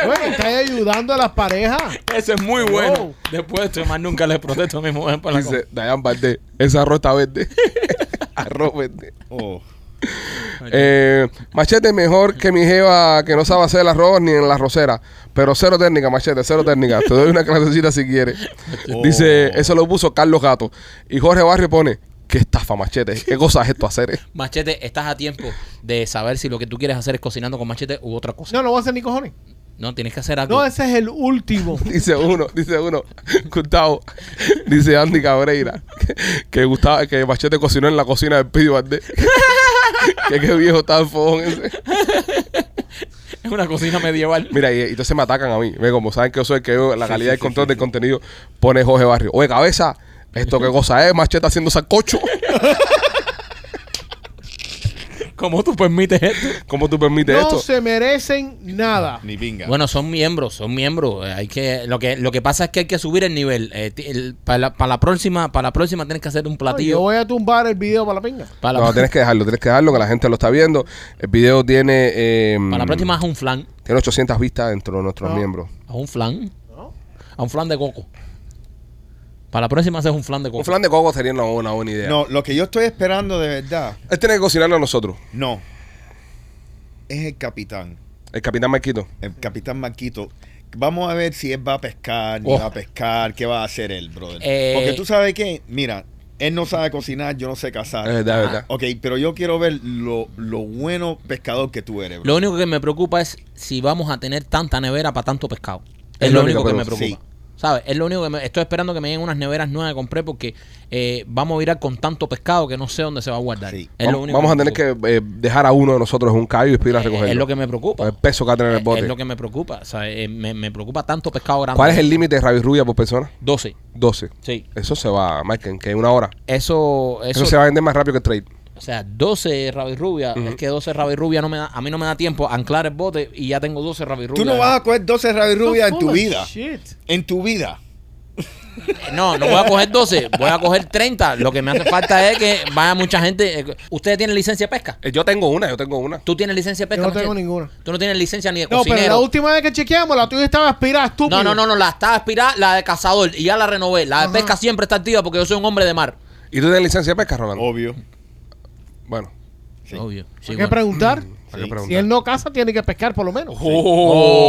Speaker 3: Bueno, está ahí ayudando a las parejas.
Speaker 2: Eso es muy bueno.
Speaker 3: Wow.
Speaker 2: Después de esto, más nunca le protesto a mi mujer por la
Speaker 1: Dice, Dayan Valdés, ese arroz está verde. arroz verde.
Speaker 4: Oh.
Speaker 1: Eh, machete mejor que mi jeva que no sabe hacer el arroz ni en la rosera. Pero cero técnica, machete, cero técnica. Te doy una clasecita si quieres.
Speaker 4: Oh.
Speaker 1: Dice, eso lo puso Carlos Gato. Y Jorge Barrio pone, qué estafa, machete. ¿Qué cosa es esto hacer? eh".
Speaker 2: Machete, estás a tiempo de saber si lo que tú quieres hacer es cocinando con machete u otra cosa.
Speaker 3: No, no voy a hacer ni cojones.
Speaker 2: No, tienes que hacer algo.
Speaker 3: No, ese es el último.
Speaker 1: Dice uno, dice uno, Gustavo, dice Andy Cabreira, que, que Gustavo, que Machete cocinó en la cocina del Pidi Valdés. que qué viejo está el fogón ese.
Speaker 2: Es una cocina medieval.
Speaker 1: Mira, y, y entonces me atacan a mí. Ve, como saben que yo soy el que veo la calidad y el control del contenido, pone Jorge Barrio. Oye, cabeza, ¿esto qué cosa es? Machete haciendo sacocho.
Speaker 2: ¿Cómo tú permites esto?
Speaker 1: ¿Cómo tú permites
Speaker 3: No
Speaker 1: esto?
Speaker 3: se merecen nada.
Speaker 4: Ni pinga.
Speaker 2: Bueno, son miembros, son miembros. Eh, Hay que, lo que, lo que pasa es que hay que subir el nivel. Eh, ti- el- para, la, para la próxima, para la próxima tienes que hacer un
Speaker 3: No, yo
Speaker 2: platillo.
Speaker 3: voy a tumbar el video para la pinga.
Speaker 2: para, la,
Speaker 1: No, tienes que dejarlo, tienes que dejarlo, que la gente lo está viendo. El video tiene. eh,
Speaker 2: para la próxima haz un flan,
Speaker 1: Tiene 800 vistas dentro de nuestros
Speaker 3: No.
Speaker 1: miembros.
Speaker 2: haz un flan,
Speaker 3: ¿no?
Speaker 2: a un flan de coco. Para la próxima haces un flan de coco.
Speaker 1: Un flan de coco sería una, una buena idea.
Speaker 4: No, lo que yo estoy esperando de verdad,
Speaker 1: Él tiene que cocinarlo a nosotros.
Speaker 4: no. Es el capitán.
Speaker 1: El capitán Marquito.
Speaker 4: El capitán Marquito. Vamos a ver si él va a pescar, ni
Speaker 2: Oh.
Speaker 4: va a pescar, qué va a hacer él, brother.
Speaker 2: Eh.
Speaker 4: Porque tú sabes que, mira, él no sabe cocinar, yo no sé cazar. Ah,
Speaker 1: Es verdad, es verdad.
Speaker 4: Ok, pero yo quiero ver lo, lo bueno pescador que tú eres,
Speaker 2: Lo
Speaker 4: bro.
Speaker 2: único que me preocupa es si vamos a tener tanta nevera para tanto pescado. Es, lo, único que me preocupa.
Speaker 4: sí.
Speaker 2: ¿Sabes? Es lo único que me, estoy esperando que me lleguen unas neveras nuevas que compré porque eh, vamos a virar con tanto pescado que no sé dónde se va a guardar.
Speaker 4: Sí.
Speaker 2: Es
Speaker 1: vamos,
Speaker 2: lo único
Speaker 1: vamos a
Speaker 2: me
Speaker 1: tener
Speaker 2: preocupa.
Speaker 1: que eh, dejar a uno de nosotros un callo y pedir a
Speaker 2: Eh,
Speaker 1: recogerlo.
Speaker 2: Es lo que me preocupa.
Speaker 1: Por el peso que va a tener el
Speaker 2: Eh, Es-
Speaker 1: bote.
Speaker 2: Es lo que me preocupa. O sea, eh, me, me preocupa tanto pescado grande.
Speaker 1: ¿Cuál es el límite de rabia rubia por persona?
Speaker 2: 12.
Speaker 1: 12.
Speaker 2: Sí.
Speaker 1: Eso se va, Mike, en que una hora.
Speaker 2: Eso,
Speaker 1: Eso,
Speaker 2: eso,
Speaker 1: se va a vender más rápido que el trade.
Speaker 2: o sea, 12 rabis rubia. Es que 12 rabis rubia no me da, a mí no me da tiempo a anclar el bote y ya tengo 12 rabis rubia.
Speaker 4: Tú no vas a coger 12 rabia rubias en
Speaker 3: Full
Speaker 4: tu
Speaker 3: of
Speaker 4: vida.
Speaker 3: shit.
Speaker 4: En tu vida.
Speaker 2: Eh, No, no voy a coger 12, voy a coger 30. Lo que me hace falta es que vaya mucha gente. eh, ¿Ustedes tienen licencia de pesca?
Speaker 1: Eh, Yo tengo una, yo tengo una.
Speaker 2: ¿Tú tienes licencia de
Speaker 3: Yo
Speaker 2: pesca?
Speaker 3: no tengo
Speaker 2: Machete?
Speaker 3: ninguna.
Speaker 2: Tú no tienes licencia ni de
Speaker 3: No, pero la
Speaker 2: cocinero.
Speaker 3: última vez que chequeamos, la tuya estaba aspirada, estúpido.
Speaker 2: No, no, no, no, la estaba aspirada, la de cazador, y ya la renové. La de pesca siempre está activa porque yo soy un hombre de mar.
Speaker 1: ¿Y tú tienes licencia de pesca, Rolando?
Speaker 4: Obvio.
Speaker 1: Bueno,
Speaker 4: Sí.
Speaker 2: Obvio. sí,
Speaker 3: Hay que
Speaker 2: bueno.
Speaker 3: Mm, preguntar.
Speaker 1: hay que
Speaker 3: Si
Speaker 1: preguntar.
Speaker 3: él no casa, tiene que pescar por lo menos.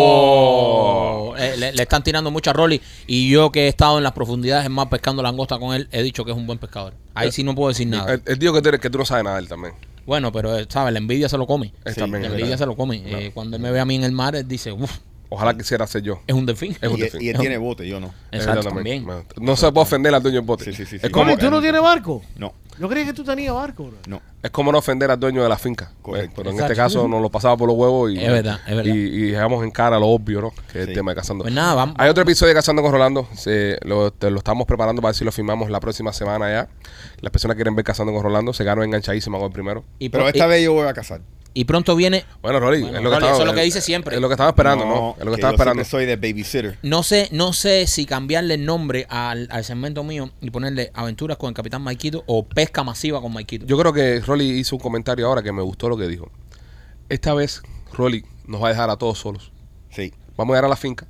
Speaker 1: Oh.
Speaker 2: Oh, eh, le, le están tirando mucha roli y yo que he estado en las profundidades más pescando langosta con él, he dicho que es un buen pescador. Ahí sí no puedo decir nada.
Speaker 1: El, el tío que, tú eres- que tú no sabes nada de él también.
Speaker 2: Bueno, pero eh, sabes, la envidia se lo come.
Speaker 1: Él
Speaker 4: Sí,
Speaker 1: también
Speaker 2: La
Speaker 1: Eh, es
Speaker 2: envidia
Speaker 1: verdad.
Speaker 2: se lo come. Eh, cuando él me ve a mí en el mar, él dice, uff,
Speaker 1: Ojalá quisiera ser yo.
Speaker 2: es un delfín.
Speaker 1: Es un
Speaker 4: Y, él-
Speaker 1: delfín.
Speaker 4: y él tiene bote, yo no.
Speaker 1: Es
Speaker 2: Exacto,
Speaker 1: verdad
Speaker 2: también.
Speaker 1: Bueno, No se puede ofender al dueño del bote.
Speaker 4: Sí, sí, sí, sí.
Speaker 1: Es, como,
Speaker 3: Oye, ¿Tú no tienes barco?
Speaker 4: No,
Speaker 3: Yo creía que tú tenías barco, bro.
Speaker 4: no.
Speaker 1: es como no ofender al dueño de la finca.
Speaker 4: Correcto.
Speaker 1: Pero en
Speaker 2: Exacto.
Speaker 1: este caso nos lo pasaba por los huevos y,
Speaker 2: Es verdad, es verdad.
Speaker 1: y, y dejamos en cara lo obvio, ¿no? Que es el
Speaker 4: Sí.
Speaker 1: tema de cazando.
Speaker 2: Pues nada, vamos.
Speaker 1: Hay otro episodio de Cazando con Rolando. Se- lo, te- lo estamos preparando para ver si lo filmamos la próxima semana ya. Las personas que quieren ver Cazando con Rolando. Se ganó enganchadísima con el primero.
Speaker 2: Y, pro-
Speaker 4: Pero esta
Speaker 2: y-
Speaker 4: vez yo voy a casar.
Speaker 2: y pronto viene,
Speaker 1: Bueno, Rolly,
Speaker 2: Bueno,
Speaker 1: es lo que
Speaker 2: Rolly,
Speaker 1: estaba- eh,
Speaker 2: eso es lo que dice siempre.
Speaker 1: Es lo que estaba esperando, ¿no? Es lo que, estaba
Speaker 4: yo siempre
Speaker 1: esperando.
Speaker 4: soy de babysitter.
Speaker 2: no sé, no sé si cambiarle el nombre al, al segmento mío y ponerle Aventuras con el Capitán Maikito o Pesca Masiva con Maikito.
Speaker 1: Yo creo que Rolly hizo un comentario ahora que me gustó lo que dijo. Esta vez Rolly nos va a dejar a todos solos.
Speaker 4: Sí,
Speaker 1: Vamos a ir a la finca.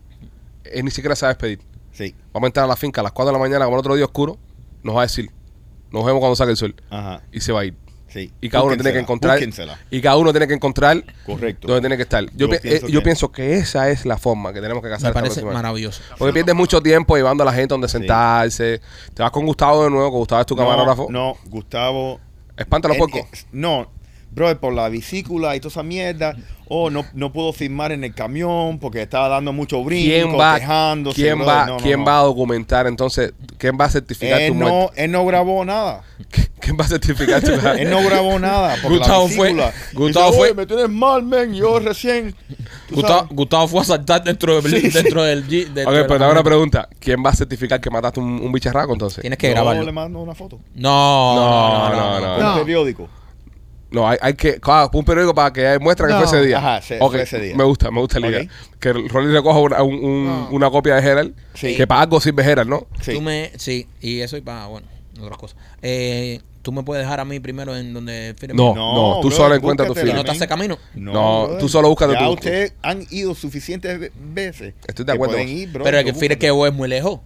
Speaker 1: Él ni siquiera se va a despedir.
Speaker 4: sí.
Speaker 1: Vamos a entrar a la finca a las 4 de la mañana, como el otro día oscuro. Nos va a decir, nos vemos cuando saque el sol.
Speaker 4: Ajá.
Speaker 1: Y se va a ir.
Speaker 4: Sí.
Speaker 1: Y cada uno tiene que
Speaker 4: Búsquensela,
Speaker 1: encontrar.
Speaker 4: búsquensela.
Speaker 1: Y cada uno tiene que encontrar
Speaker 4: Correcto.
Speaker 1: donde tiene que estar. Yo,
Speaker 4: Yo
Speaker 1: pi- eh, yo pienso,
Speaker 4: pienso
Speaker 1: que...
Speaker 4: que-
Speaker 1: esa es la forma que tenemos que casar.
Speaker 2: Me
Speaker 1: esta
Speaker 2: parece
Speaker 1: próxima vez.
Speaker 2: maravilloso.
Speaker 1: Porque pierdes mucho tiempo llevando a la gente donde sentarse. Te vas con Gustavo de nuevo, que Gustavo es tu
Speaker 4: No,
Speaker 1: camarógrafo.
Speaker 4: No, Gustavo.
Speaker 1: Espántalo,
Speaker 4: él-
Speaker 1: puerco.
Speaker 4: eh, no, brother, por la vesícula y toda esa mierda. Oh, no, no pudo firmar en el camión porque estaba dando mucho brinco,
Speaker 1: ¿Quién va,
Speaker 4: quejándose.
Speaker 1: quién
Speaker 4: brother.
Speaker 1: va,
Speaker 4: No, Eh, no,
Speaker 1: quién
Speaker 4: no.
Speaker 1: va a documentar entonces? ¿Quién va a certificar tu
Speaker 4: Él
Speaker 1: muerte?
Speaker 4: no, él no grabó nada.
Speaker 1: ¿Quién va a certificar tu cara?
Speaker 4: Él no grabó nada. Porque
Speaker 2: Gustavo
Speaker 4: la vesícula.
Speaker 2: fue-
Speaker 4: Dice,
Speaker 2: Gustavo
Speaker 4: "Oye,
Speaker 2: fue-
Speaker 4: Me tienes mal, men. Yo recién. tú
Speaker 2: Gustavo,
Speaker 4: sabes".
Speaker 2: Gustavo fue a saltar dentro, del
Speaker 4: Sí, sí.
Speaker 2: dentro del G. dentro de
Speaker 1: Ok,
Speaker 2: la
Speaker 1: pero ahora una
Speaker 2: camioneta.
Speaker 1: pregunta. ¿Quién va a certificar que mataste un, un bicharraco entonces?
Speaker 2: Tienes que
Speaker 4: No,
Speaker 2: grabarlo. Ah.
Speaker 4: le mando una foto.
Speaker 2: No, no, no, no.
Speaker 1: no.
Speaker 4: Con
Speaker 3: No.
Speaker 4: un periódico.
Speaker 1: No, hay, hay que. Claro, un periódico para que muestra que
Speaker 3: No.
Speaker 1: fue ese día.
Speaker 4: Ajá, se-
Speaker 1: Ok,
Speaker 4: fue ese día.
Speaker 1: Me gusta, me gusta la
Speaker 4: Ok.
Speaker 1: idea. Que Rolly recoja una, un- un-
Speaker 3: No.
Speaker 1: una copia de Gerald.
Speaker 4: Sí.
Speaker 1: Que para algo sirve Gerald, ¿no?
Speaker 4: Sí.
Speaker 2: Tú me, sí, y eso y para, bueno, otras cosas. Eh, Tú me puedes dejar a mí primero en donde firme.
Speaker 1: No, no, tú solo encuentras tu
Speaker 4: búscatela,
Speaker 1: feeling.
Speaker 2: ¿No te
Speaker 4: men.
Speaker 2: hace camino?
Speaker 1: No,
Speaker 4: brother.
Speaker 1: tú solo búscate
Speaker 4: Ya
Speaker 1: tu-
Speaker 4: ustedes han ido suficientes ve- veces.
Speaker 1: Estoy de
Speaker 4: que
Speaker 1: acuerdo.
Speaker 4: pueden ir, brother,
Speaker 2: pero el que firme
Speaker 4: búscatela.
Speaker 2: que voy es muy lejos.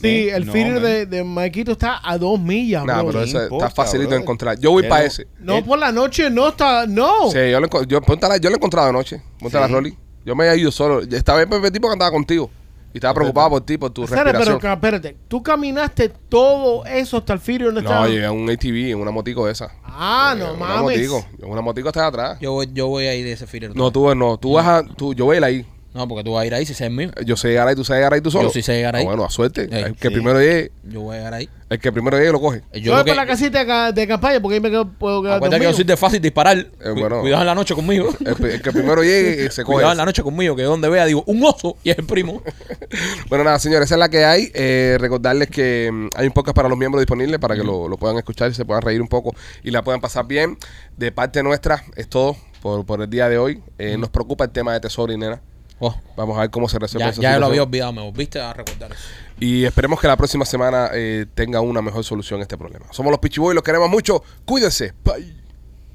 Speaker 3: Sí, el
Speaker 4: No,
Speaker 3: feeder
Speaker 4: man.
Speaker 3: de, de Maikito está a dos millas,
Speaker 1: Nah,
Speaker 3: bro.
Speaker 1: pero
Speaker 4: no
Speaker 1: eso
Speaker 4: importa,
Speaker 1: está facilito de
Speaker 4: brother.
Speaker 1: encontrar. Yo voy
Speaker 4: Pero-
Speaker 1: para ese.
Speaker 3: No, por la noche no está. No.
Speaker 1: Sí, yo lo, enco- yo, póntala- yo lo he encontrado anoche. Póntala,
Speaker 4: Sí.
Speaker 1: Rolly. Yo me he ido solo. Esta vez me metí porque andaba contigo. Y estaba preocupado por ti, por tu
Speaker 3: Espérate,
Speaker 1: respiración.
Speaker 3: pero ca- espérate, tú caminaste todo eso hasta el feeder donde
Speaker 1: No,
Speaker 3: estaba.
Speaker 1: llegué a un ATV, en una motico esa. Eh,
Speaker 3: Ah, no
Speaker 1: una
Speaker 3: mames.
Speaker 1: motico. Una motico está atrás.
Speaker 2: Yo voy, yo voy ahí de ese feeder.
Speaker 1: No, tú no. Tú vas a. Tú, yo voy a ir ahí.
Speaker 2: No, porque tú vas a ir ahí si ese es mío.
Speaker 1: Yo sé llegar ahí, tú sabes llegar ahí tú solo.
Speaker 2: Yo sí sé llegar ahí.
Speaker 1: Ah, bueno, a suerte.
Speaker 2: Ey.
Speaker 1: el que
Speaker 4: Sí.
Speaker 1: primero llegue,
Speaker 2: Yo voy a llegar ahí.
Speaker 1: el que primero llegue lo coge.
Speaker 2: Eh,
Speaker 3: Yo
Speaker 2: lo
Speaker 3: voy
Speaker 2: que-
Speaker 3: para la casita de, ca- de campaña porque ahí me quedo, puedo quedar
Speaker 2: Acuérdate que yo soy
Speaker 3: dormido.
Speaker 2: de fácil disparar. Cu-
Speaker 1: bueno.
Speaker 2: Cuidado en la noche conmigo.
Speaker 1: El, pe- el que primero llegue eh, se coge.
Speaker 2: Cuidado en la noche conmigo, que donde vea digo, un oso y es el primo.
Speaker 1: Bueno, nada, señores, esa es la que hay. Eh, recordarles que mm, hay un podcast para los miembros disponible para que lo, lo puedan escuchar y se puedan reír un poco y la puedan pasar bien. De parte nuestra, es todo por, por el día de hoy. Eh, Nos preocupa el tema de tesoro y nena.
Speaker 2: Oh,
Speaker 1: Vamos a ver cómo se resuelve
Speaker 2: ya
Speaker 1: esa
Speaker 2: ya lo había
Speaker 1: situación.
Speaker 2: olvidado, me volviste a recordar eso.
Speaker 1: Y esperemos que la próxima semana eh, tenga una mejor solución a este problema. Somos los Pichiboy, los queremos mucho. Cuídense. Bye.